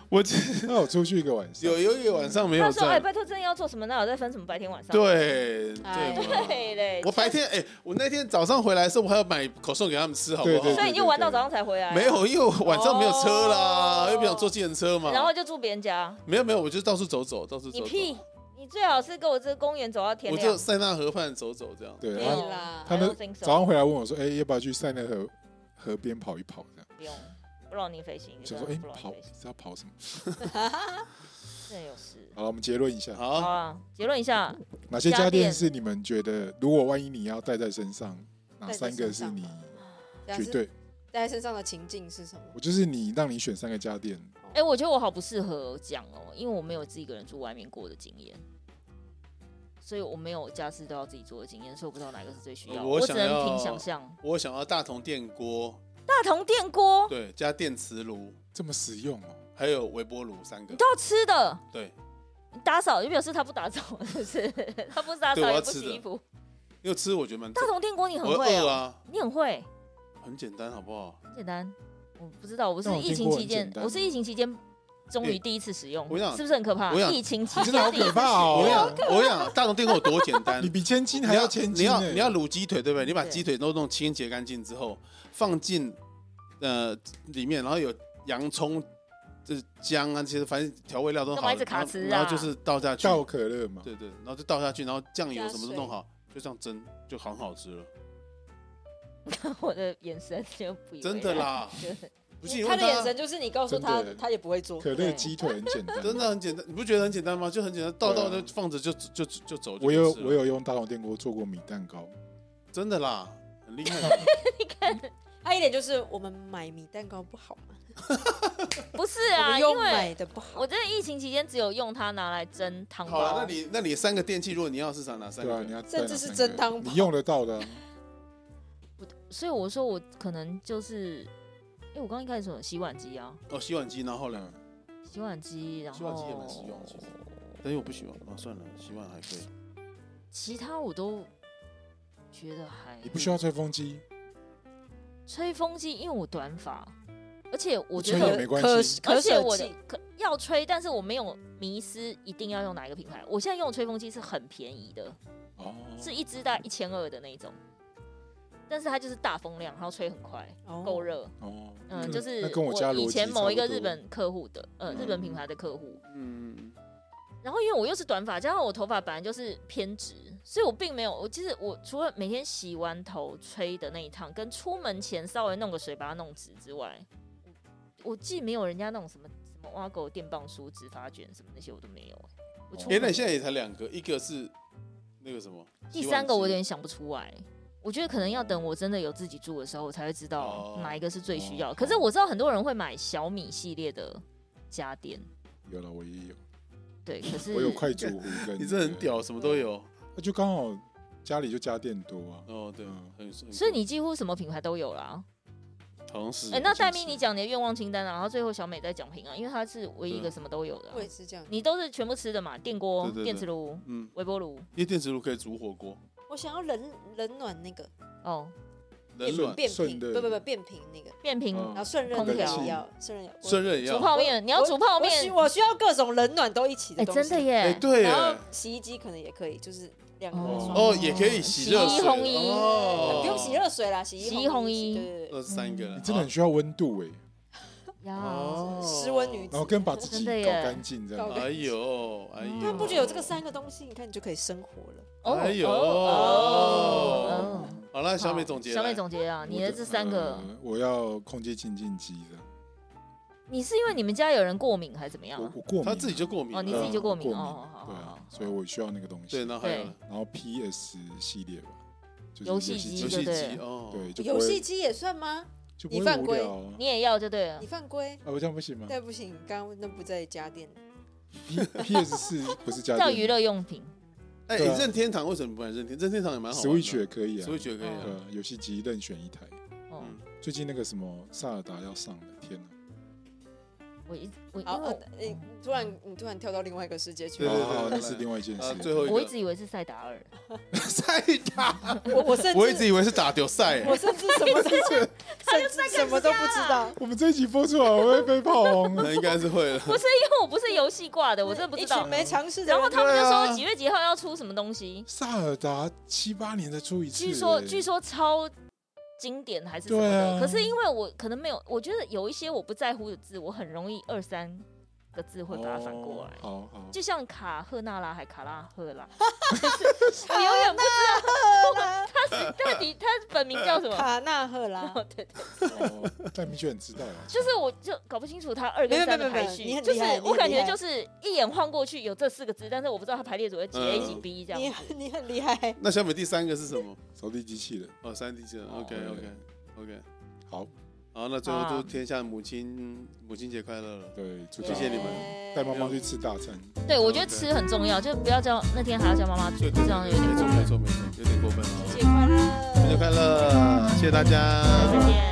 [SPEAKER 4] 我只
[SPEAKER 1] 那我出去一个晚上
[SPEAKER 4] 有，有一个晚上没
[SPEAKER 2] 他
[SPEAKER 4] 有
[SPEAKER 2] 说：“哎，
[SPEAKER 4] 在，
[SPEAKER 2] 拜托，真的要做什么？那我再分什么白天晚上？”
[SPEAKER 4] 对
[SPEAKER 3] 哎
[SPEAKER 4] 对 嘛。
[SPEAKER 2] 对嘞，
[SPEAKER 4] 我白天哎，我那天早上回来的时候，我还要买口送给他们吃，好不
[SPEAKER 1] 对对
[SPEAKER 4] 好
[SPEAKER 2] 所？以你就玩到早上才回来。啊
[SPEAKER 4] 没有，因为我晚上没有车啦
[SPEAKER 2] 哦，
[SPEAKER 4] 又不想坐计程车嘛。
[SPEAKER 2] 然后就住别人家。
[SPEAKER 4] 没有没有，我就到处走走，到处走
[SPEAKER 2] 你
[SPEAKER 4] 走。
[SPEAKER 2] 屁！你最好是跟我这公园走到天
[SPEAKER 4] 我
[SPEAKER 2] 亮
[SPEAKER 4] 就。塞纳河畔走走这样。
[SPEAKER 1] 对，
[SPEAKER 2] 没
[SPEAKER 1] 然
[SPEAKER 2] 有
[SPEAKER 1] 后
[SPEAKER 3] 对啦
[SPEAKER 1] 他
[SPEAKER 2] I
[SPEAKER 1] 们
[SPEAKER 2] don't think so
[SPEAKER 1] 早上回来问我说，哎，要不要去塞纳河河边跑一跑这样？
[SPEAKER 2] 不用，不让你飞行，一个
[SPEAKER 1] 想说，哎、
[SPEAKER 2] 不让你
[SPEAKER 1] 跑
[SPEAKER 2] 飞行，
[SPEAKER 1] 是要跑什么？
[SPEAKER 2] 真的有事。
[SPEAKER 1] 好了，我们结论一下，
[SPEAKER 2] 好
[SPEAKER 4] 好，
[SPEAKER 2] 啊，结论一下，
[SPEAKER 1] 哪些
[SPEAKER 2] 家
[SPEAKER 1] 家
[SPEAKER 2] 电
[SPEAKER 1] 电是你们觉得，如果万一你要带在身上，哪
[SPEAKER 3] 带在
[SPEAKER 1] 三个是
[SPEAKER 3] 身上
[SPEAKER 1] 你
[SPEAKER 3] 大家
[SPEAKER 1] 绝
[SPEAKER 3] 是
[SPEAKER 1] 对？
[SPEAKER 3] 戴在身上的情境是什么？
[SPEAKER 1] 我就是你，让你选三个家电，
[SPEAKER 2] 哎、我觉得我好不适合讲哦，因为我没有自己一个人住外面过的经验，所以我没有家事都要自己做的经验，所以我不知道哪个是最需要。
[SPEAKER 4] 我
[SPEAKER 2] 我只
[SPEAKER 4] 想
[SPEAKER 2] 能
[SPEAKER 4] 要
[SPEAKER 2] 凭想象。
[SPEAKER 4] 我想要大同电锅，
[SPEAKER 2] 大同电锅，
[SPEAKER 4] 对，加电磁炉，
[SPEAKER 1] 这么实用哦。
[SPEAKER 4] 还有微波炉三个
[SPEAKER 2] 你，都要吃的，
[SPEAKER 4] 对，
[SPEAKER 2] 你打扫就表示他不打扫，是不是？ 他不打扫
[SPEAKER 4] 对我
[SPEAKER 2] 也
[SPEAKER 4] 要
[SPEAKER 2] 不
[SPEAKER 4] 吃
[SPEAKER 2] 洗
[SPEAKER 4] 的
[SPEAKER 2] 衣服。
[SPEAKER 4] 因为吃我觉得蛮，
[SPEAKER 2] 大同电锅你很
[SPEAKER 4] 我
[SPEAKER 2] 会
[SPEAKER 4] 饿
[SPEAKER 2] 哦，
[SPEAKER 4] 啊，
[SPEAKER 2] 你很会，
[SPEAKER 4] 很简单，好不好？
[SPEAKER 2] 很简单。我不知道，我是
[SPEAKER 1] 但我
[SPEAKER 2] 疫
[SPEAKER 1] 听
[SPEAKER 2] 情
[SPEAKER 1] 过
[SPEAKER 2] 期
[SPEAKER 1] 很
[SPEAKER 2] 间
[SPEAKER 1] 简，单
[SPEAKER 2] 我是疫情期间终于
[SPEAKER 4] 哎
[SPEAKER 2] 第一次使用，
[SPEAKER 4] 我想
[SPEAKER 2] 是不是很可怕
[SPEAKER 4] 我？想
[SPEAKER 2] 疫情期
[SPEAKER 1] 真的好
[SPEAKER 2] 间第一
[SPEAKER 1] 可
[SPEAKER 2] 次，
[SPEAKER 1] 怕
[SPEAKER 4] 我跟你
[SPEAKER 1] 哦！
[SPEAKER 4] 讲，我跟你讲，大同电锅有多简单
[SPEAKER 1] 你，比千金还
[SPEAKER 4] 嗯你要
[SPEAKER 1] 要千
[SPEAKER 4] 你
[SPEAKER 1] 金
[SPEAKER 4] 要
[SPEAKER 1] 呢
[SPEAKER 4] 你要卤鸡腿对不对？你把
[SPEAKER 2] 对
[SPEAKER 4] 鸡腿都弄清洁干净之后，放进呃里面，然后有洋葱、就是姜啊，这些反正调味料都
[SPEAKER 2] 干
[SPEAKER 4] 好
[SPEAKER 2] 嘛
[SPEAKER 4] 了，
[SPEAKER 2] 一直卡
[SPEAKER 4] 然后
[SPEAKER 2] 词啊
[SPEAKER 4] 然后就是倒下去，
[SPEAKER 1] 倒可
[SPEAKER 2] 啊
[SPEAKER 1] 乐嘛？
[SPEAKER 4] 对对，然后就倒下去，然后酱油
[SPEAKER 3] 加
[SPEAKER 4] 什么都
[SPEAKER 3] 水
[SPEAKER 4] 弄好，就这样蒸，就很好吃了，
[SPEAKER 2] 我的眼神就不一
[SPEAKER 4] 真的啦，不信你
[SPEAKER 3] 他
[SPEAKER 4] 问
[SPEAKER 3] 的眼
[SPEAKER 4] 他
[SPEAKER 3] 神。就是你告诉
[SPEAKER 1] 真
[SPEAKER 3] 他
[SPEAKER 1] 的，
[SPEAKER 3] 他也不会做。
[SPEAKER 1] 可乐鸡腿很简单，
[SPEAKER 4] 真的。很简单，你不觉得很简单吗？就很简单，倒
[SPEAKER 1] 对
[SPEAKER 4] 倒
[SPEAKER 1] 啊
[SPEAKER 4] 就放着就就就就走。就
[SPEAKER 1] 我有
[SPEAKER 4] 可以吃了
[SPEAKER 1] 我有用大同电锅做过米蛋糕，
[SPEAKER 4] 真的啦，很厉害 的。
[SPEAKER 3] 他一点就是我们买米蛋糕不好嘛，
[SPEAKER 2] 不是
[SPEAKER 3] 我
[SPEAKER 2] 啊，
[SPEAKER 3] 们
[SPEAKER 2] 因
[SPEAKER 3] 又
[SPEAKER 2] 为
[SPEAKER 3] 买的不好
[SPEAKER 2] 我。真的疫情期间只有用它拿来蒸汤
[SPEAKER 4] 好了，
[SPEAKER 2] 包
[SPEAKER 4] 那。你那你三个电器，如果你要是啥哪三
[SPEAKER 1] 对啊，
[SPEAKER 4] 个
[SPEAKER 1] 你？要带
[SPEAKER 3] 甚至
[SPEAKER 1] 哪
[SPEAKER 3] 是
[SPEAKER 1] 三
[SPEAKER 3] 真
[SPEAKER 1] 个
[SPEAKER 3] 汤
[SPEAKER 1] 你
[SPEAKER 3] 泡
[SPEAKER 1] 用得到的啊。
[SPEAKER 2] 所以我说我可能就是，因为我刚刚一开始说洗碗机啊，
[SPEAKER 4] 哦，洗碗机，然后
[SPEAKER 1] 嗯
[SPEAKER 4] 呢？
[SPEAKER 2] 洗碗机，然后
[SPEAKER 4] 洗碗机也蛮实用的其实
[SPEAKER 2] 哦
[SPEAKER 4] 但是我不洗碗啊，算了，洗碗还可以。
[SPEAKER 2] 其他我都觉得还
[SPEAKER 1] 你不需要吹风机，
[SPEAKER 2] 吹风机，因为我短发，而且我觉
[SPEAKER 1] 吹也
[SPEAKER 2] 得，
[SPEAKER 1] 没关系。
[SPEAKER 3] 可
[SPEAKER 2] 而且
[SPEAKER 3] 舍
[SPEAKER 2] 我的
[SPEAKER 3] 弃
[SPEAKER 2] 可要吹，但是我没有迷失一定要用哪一个品牌。我现在用的吹风机是很便宜的，
[SPEAKER 1] 哦，
[SPEAKER 2] 是一支大概一千二的那一种，但是它就是大风量，然后吹很快，
[SPEAKER 3] 哦
[SPEAKER 2] 够热。
[SPEAKER 1] 哦，
[SPEAKER 2] 嗯，
[SPEAKER 1] 跟
[SPEAKER 2] 就是
[SPEAKER 1] 那跟我家逻辑
[SPEAKER 2] 以前某一个
[SPEAKER 1] 差不多
[SPEAKER 2] 日本客户的，呃，日本品牌的客户。
[SPEAKER 4] 嗯，
[SPEAKER 2] 然后因为我又是短发，加上我头发本来就是偏直，所以我并没有，我其实我除了每天洗完头吹的那一趟，跟出门前稍微弄个水把它弄直之外，我我既没有人家那种什么什么挖狗电棒梳、直发卷什么那些我都没有、欸我出
[SPEAKER 1] 哦
[SPEAKER 4] 哎、那
[SPEAKER 2] 门
[SPEAKER 4] 你现在也才两个，一个是那个什么，
[SPEAKER 2] 第
[SPEAKER 4] 洗碗
[SPEAKER 2] 三个我有
[SPEAKER 4] 机
[SPEAKER 2] 点想不出来。我觉得可能要等我真的有自己住的时候，我才会知道
[SPEAKER 4] 哦
[SPEAKER 2] 哪一个是最需
[SPEAKER 1] 哦
[SPEAKER 2] 要。可是我知道很多人会买小米系列的家电，
[SPEAKER 1] 有了，我也有，
[SPEAKER 2] 对，可是
[SPEAKER 1] 我有快煮 壶跟
[SPEAKER 4] 嗯你这很，屌，什么都有。
[SPEAKER 1] 那就刚好家里就家电多啊。
[SPEAKER 4] 哦，对
[SPEAKER 1] 嗯，
[SPEAKER 4] 很很
[SPEAKER 2] 所以你几乎什么品牌都有啦。
[SPEAKER 4] 好像是
[SPEAKER 2] 哎、那
[SPEAKER 4] 好像
[SPEAKER 2] 戴
[SPEAKER 4] 是
[SPEAKER 2] 咪你讲你的愿望清单啊，然后最后小美再讲平啊，因为她是唯一一个
[SPEAKER 4] 对
[SPEAKER 2] 什么都有的啊、
[SPEAKER 3] 我也是这样。
[SPEAKER 2] 你都是全部吃的嘛，电锅
[SPEAKER 4] 对对、对
[SPEAKER 2] 电磁炉、
[SPEAKER 4] 嗯，
[SPEAKER 2] 微波炉。
[SPEAKER 4] 因为电磁炉可以煮火锅，
[SPEAKER 3] 我想要冷冷暖那个
[SPEAKER 2] 哦，
[SPEAKER 4] 冷
[SPEAKER 1] 顺
[SPEAKER 4] 暖
[SPEAKER 2] 嗯
[SPEAKER 3] 变
[SPEAKER 1] 顺
[SPEAKER 3] 频，
[SPEAKER 1] 的
[SPEAKER 3] 不不不变频那个，
[SPEAKER 2] 变频、
[SPEAKER 1] 嗯
[SPEAKER 3] 然后顺
[SPEAKER 2] 空
[SPEAKER 3] 热
[SPEAKER 2] 调
[SPEAKER 3] 也要顺热也要，我
[SPEAKER 4] 胜任也
[SPEAKER 2] 煮
[SPEAKER 4] 要。
[SPEAKER 2] 泡面，你要
[SPEAKER 3] 我
[SPEAKER 2] 煮泡
[SPEAKER 3] 我需
[SPEAKER 2] 面。
[SPEAKER 3] 我需要各种冷暖都一起
[SPEAKER 2] 哎、
[SPEAKER 3] 的东西。
[SPEAKER 2] 真的耶！
[SPEAKER 4] 哎、对耶，
[SPEAKER 3] 然后洗衣机可能也可以，就是两个人
[SPEAKER 2] 哦
[SPEAKER 3] 双
[SPEAKER 4] 哦，也可以洗热
[SPEAKER 2] 洗
[SPEAKER 4] 水，
[SPEAKER 2] 衣烘衣哎
[SPEAKER 4] 哦
[SPEAKER 3] 不用洗，热水啦，洗衣
[SPEAKER 2] 洗衣烘衣
[SPEAKER 3] 一起对对
[SPEAKER 4] 二
[SPEAKER 3] 对，
[SPEAKER 4] 十三个了，
[SPEAKER 1] 嗯你真的很需啊要温度哎，
[SPEAKER 2] 呀、
[SPEAKER 4] 哦，
[SPEAKER 3] 湿温女子
[SPEAKER 1] 然后跟把自己
[SPEAKER 2] 真的耶
[SPEAKER 1] 搞干净这样
[SPEAKER 3] 搞。
[SPEAKER 4] 哎呦，哎
[SPEAKER 3] 突然
[SPEAKER 4] 呦，
[SPEAKER 3] 不觉得有这个三个东西，你看你就可以生活了。
[SPEAKER 2] 哦
[SPEAKER 4] 哎呦
[SPEAKER 2] 哦哦哦
[SPEAKER 4] 好了，小美总结，
[SPEAKER 2] 小美
[SPEAKER 4] 来嗯
[SPEAKER 2] 总结啊，你的这三个，
[SPEAKER 1] 呃我要空气净净机的，
[SPEAKER 2] 你是因为你们家有人过敏还是怎么样
[SPEAKER 1] 我
[SPEAKER 2] 啊？
[SPEAKER 1] 我过敏，
[SPEAKER 4] 她自己就过敏了，
[SPEAKER 2] 哦，你自己就过敏
[SPEAKER 1] 过敏
[SPEAKER 2] 哦，好
[SPEAKER 1] 对
[SPEAKER 2] 好好
[SPEAKER 1] 啊，，所以我需要那个东西
[SPEAKER 4] 对，。然后还有
[SPEAKER 2] 对
[SPEAKER 4] 呢
[SPEAKER 1] 然后 PS 系列吧，就是
[SPEAKER 2] 游戏机
[SPEAKER 4] 游
[SPEAKER 2] 对
[SPEAKER 4] 戏
[SPEAKER 2] 不对
[SPEAKER 4] 机哦，
[SPEAKER 1] 对，就不
[SPEAKER 3] 游戏
[SPEAKER 1] 会
[SPEAKER 3] 机也算吗？
[SPEAKER 1] 就不
[SPEAKER 3] 你
[SPEAKER 1] 会
[SPEAKER 3] 犯
[SPEAKER 1] 无
[SPEAKER 3] 规
[SPEAKER 1] 聊啊
[SPEAKER 2] 你。也要就对了
[SPEAKER 3] 你。犯规，
[SPEAKER 1] 啊，我这样不行吗
[SPEAKER 3] 但不行，刚刚那不在家电。
[SPEAKER 1] ？P PS 四不 是家
[SPEAKER 2] 叫
[SPEAKER 1] 电
[SPEAKER 2] 娱乐用品，
[SPEAKER 4] 哎，
[SPEAKER 1] 对啊
[SPEAKER 4] 任天堂为什么不玩任天？任天堂也蛮好玩的
[SPEAKER 1] ，Switch 也可以啊，
[SPEAKER 4] ，Switch 也可
[SPEAKER 1] 对
[SPEAKER 4] 以啊，
[SPEAKER 1] 啊，游戏机任选一台。
[SPEAKER 2] 哦，
[SPEAKER 4] 嗯
[SPEAKER 1] 最近那个什么萨尔达要上了，天哪！
[SPEAKER 2] 我一我因
[SPEAKER 3] 好，
[SPEAKER 2] 为
[SPEAKER 3] 呃诶，突然你突然跳到另外一个世界去
[SPEAKER 4] 对
[SPEAKER 3] 了，
[SPEAKER 4] 对对
[SPEAKER 1] 哦
[SPEAKER 4] 对
[SPEAKER 1] 那是另外一件
[SPEAKER 4] 啊
[SPEAKER 1] 事。
[SPEAKER 4] 最后
[SPEAKER 2] 我
[SPEAKER 4] 一个
[SPEAKER 2] 我一直以为是塞达 尔，哦
[SPEAKER 4] 赛打，
[SPEAKER 3] 我我甚
[SPEAKER 4] 我一直
[SPEAKER 3] 至
[SPEAKER 4] 以为是打丢赛，
[SPEAKER 3] 我甚至什么 都甚至什么都不知
[SPEAKER 2] 啊
[SPEAKER 3] 道。
[SPEAKER 1] 我们这一集播出来，我会被炮 轰啊。
[SPEAKER 4] 那应该是会了。
[SPEAKER 2] 不是因为我不是游戏挂的，我真的不知
[SPEAKER 3] 一
[SPEAKER 2] 道
[SPEAKER 3] 群。没尝试的
[SPEAKER 2] 然
[SPEAKER 3] 人，
[SPEAKER 2] 后他们就
[SPEAKER 4] 对
[SPEAKER 2] 说
[SPEAKER 4] 啊
[SPEAKER 2] 几月几号要出什么东西，
[SPEAKER 1] 萨尔达七八年才出一次欸，
[SPEAKER 2] 据说据说超经典还是什么
[SPEAKER 1] 对
[SPEAKER 2] 的。
[SPEAKER 1] 啊
[SPEAKER 2] 可是因为我可能没有，我觉得有一些我不在乎的字，我很容易二三个字会把它反过来。
[SPEAKER 4] 哦
[SPEAKER 1] 好好，
[SPEAKER 2] 就像卡赫纳拉还卡拉赫拉，就是我永远不知道他是到底他本名叫什么。
[SPEAKER 3] 卡纳赫拉，
[SPEAKER 2] 哦对对，
[SPEAKER 1] 哦但明确很知道啊，
[SPEAKER 2] 就是我就搞不清楚他二
[SPEAKER 3] 没
[SPEAKER 2] 跟
[SPEAKER 3] 有
[SPEAKER 2] 三
[SPEAKER 3] 没
[SPEAKER 2] 的
[SPEAKER 3] 有没
[SPEAKER 2] 排
[SPEAKER 3] 有
[SPEAKER 2] 序
[SPEAKER 3] 你，很
[SPEAKER 2] 就是
[SPEAKER 3] 厉害你
[SPEAKER 2] 我
[SPEAKER 3] 很
[SPEAKER 2] 感
[SPEAKER 3] 厉
[SPEAKER 2] 觉
[SPEAKER 3] 害
[SPEAKER 2] 就是一眼晃过去有这四个字，但是我不知道它排列组合几 A 几 B 这样
[SPEAKER 3] 你
[SPEAKER 2] 子。
[SPEAKER 3] 很你很厉害。
[SPEAKER 4] 那小美第三个是什么？
[SPEAKER 1] 扫地机器人。
[SPEAKER 4] 哦，三 D 机了。
[SPEAKER 2] 哦
[SPEAKER 4] OK OK OK。
[SPEAKER 1] 好，
[SPEAKER 4] 好，那最后
[SPEAKER 2] 啊
[SPEAKER 4] 祝天下母亲母亲节快乐了。
[SPEAKER 1] 对，祝
[SPEAKER 4] 谢谢你们
[SPEAKER 3] 耶
[SPEAKER 1] 带妈妈去吃大餐。
[SPEAKER 2] 对，我觉得
[SPEAKER 4] 对
[SPEAKER 2] 吃很重要，就不要叫那天还要叫妈妈煮，
[SPEAKER 4] 对
[SPEAKER 2] 这
[SPEAKER 4] 对
[SPEAKER 2] 样有
[SPEAKER 4] 对，
[SPEAKER 2] 点
[SPEAKER 4] 没
[SPEAKER 2] 过
[SPEAKER 4] 错
[SPEAKER 2] 分
[SPEAKER 4] 没。错没错，有点过分了。
[SPEAKER 3] 节快乐，
[SPEAKER 4] 啊生日快乐，谢谢大家。
[SPEAKER 2] 再见。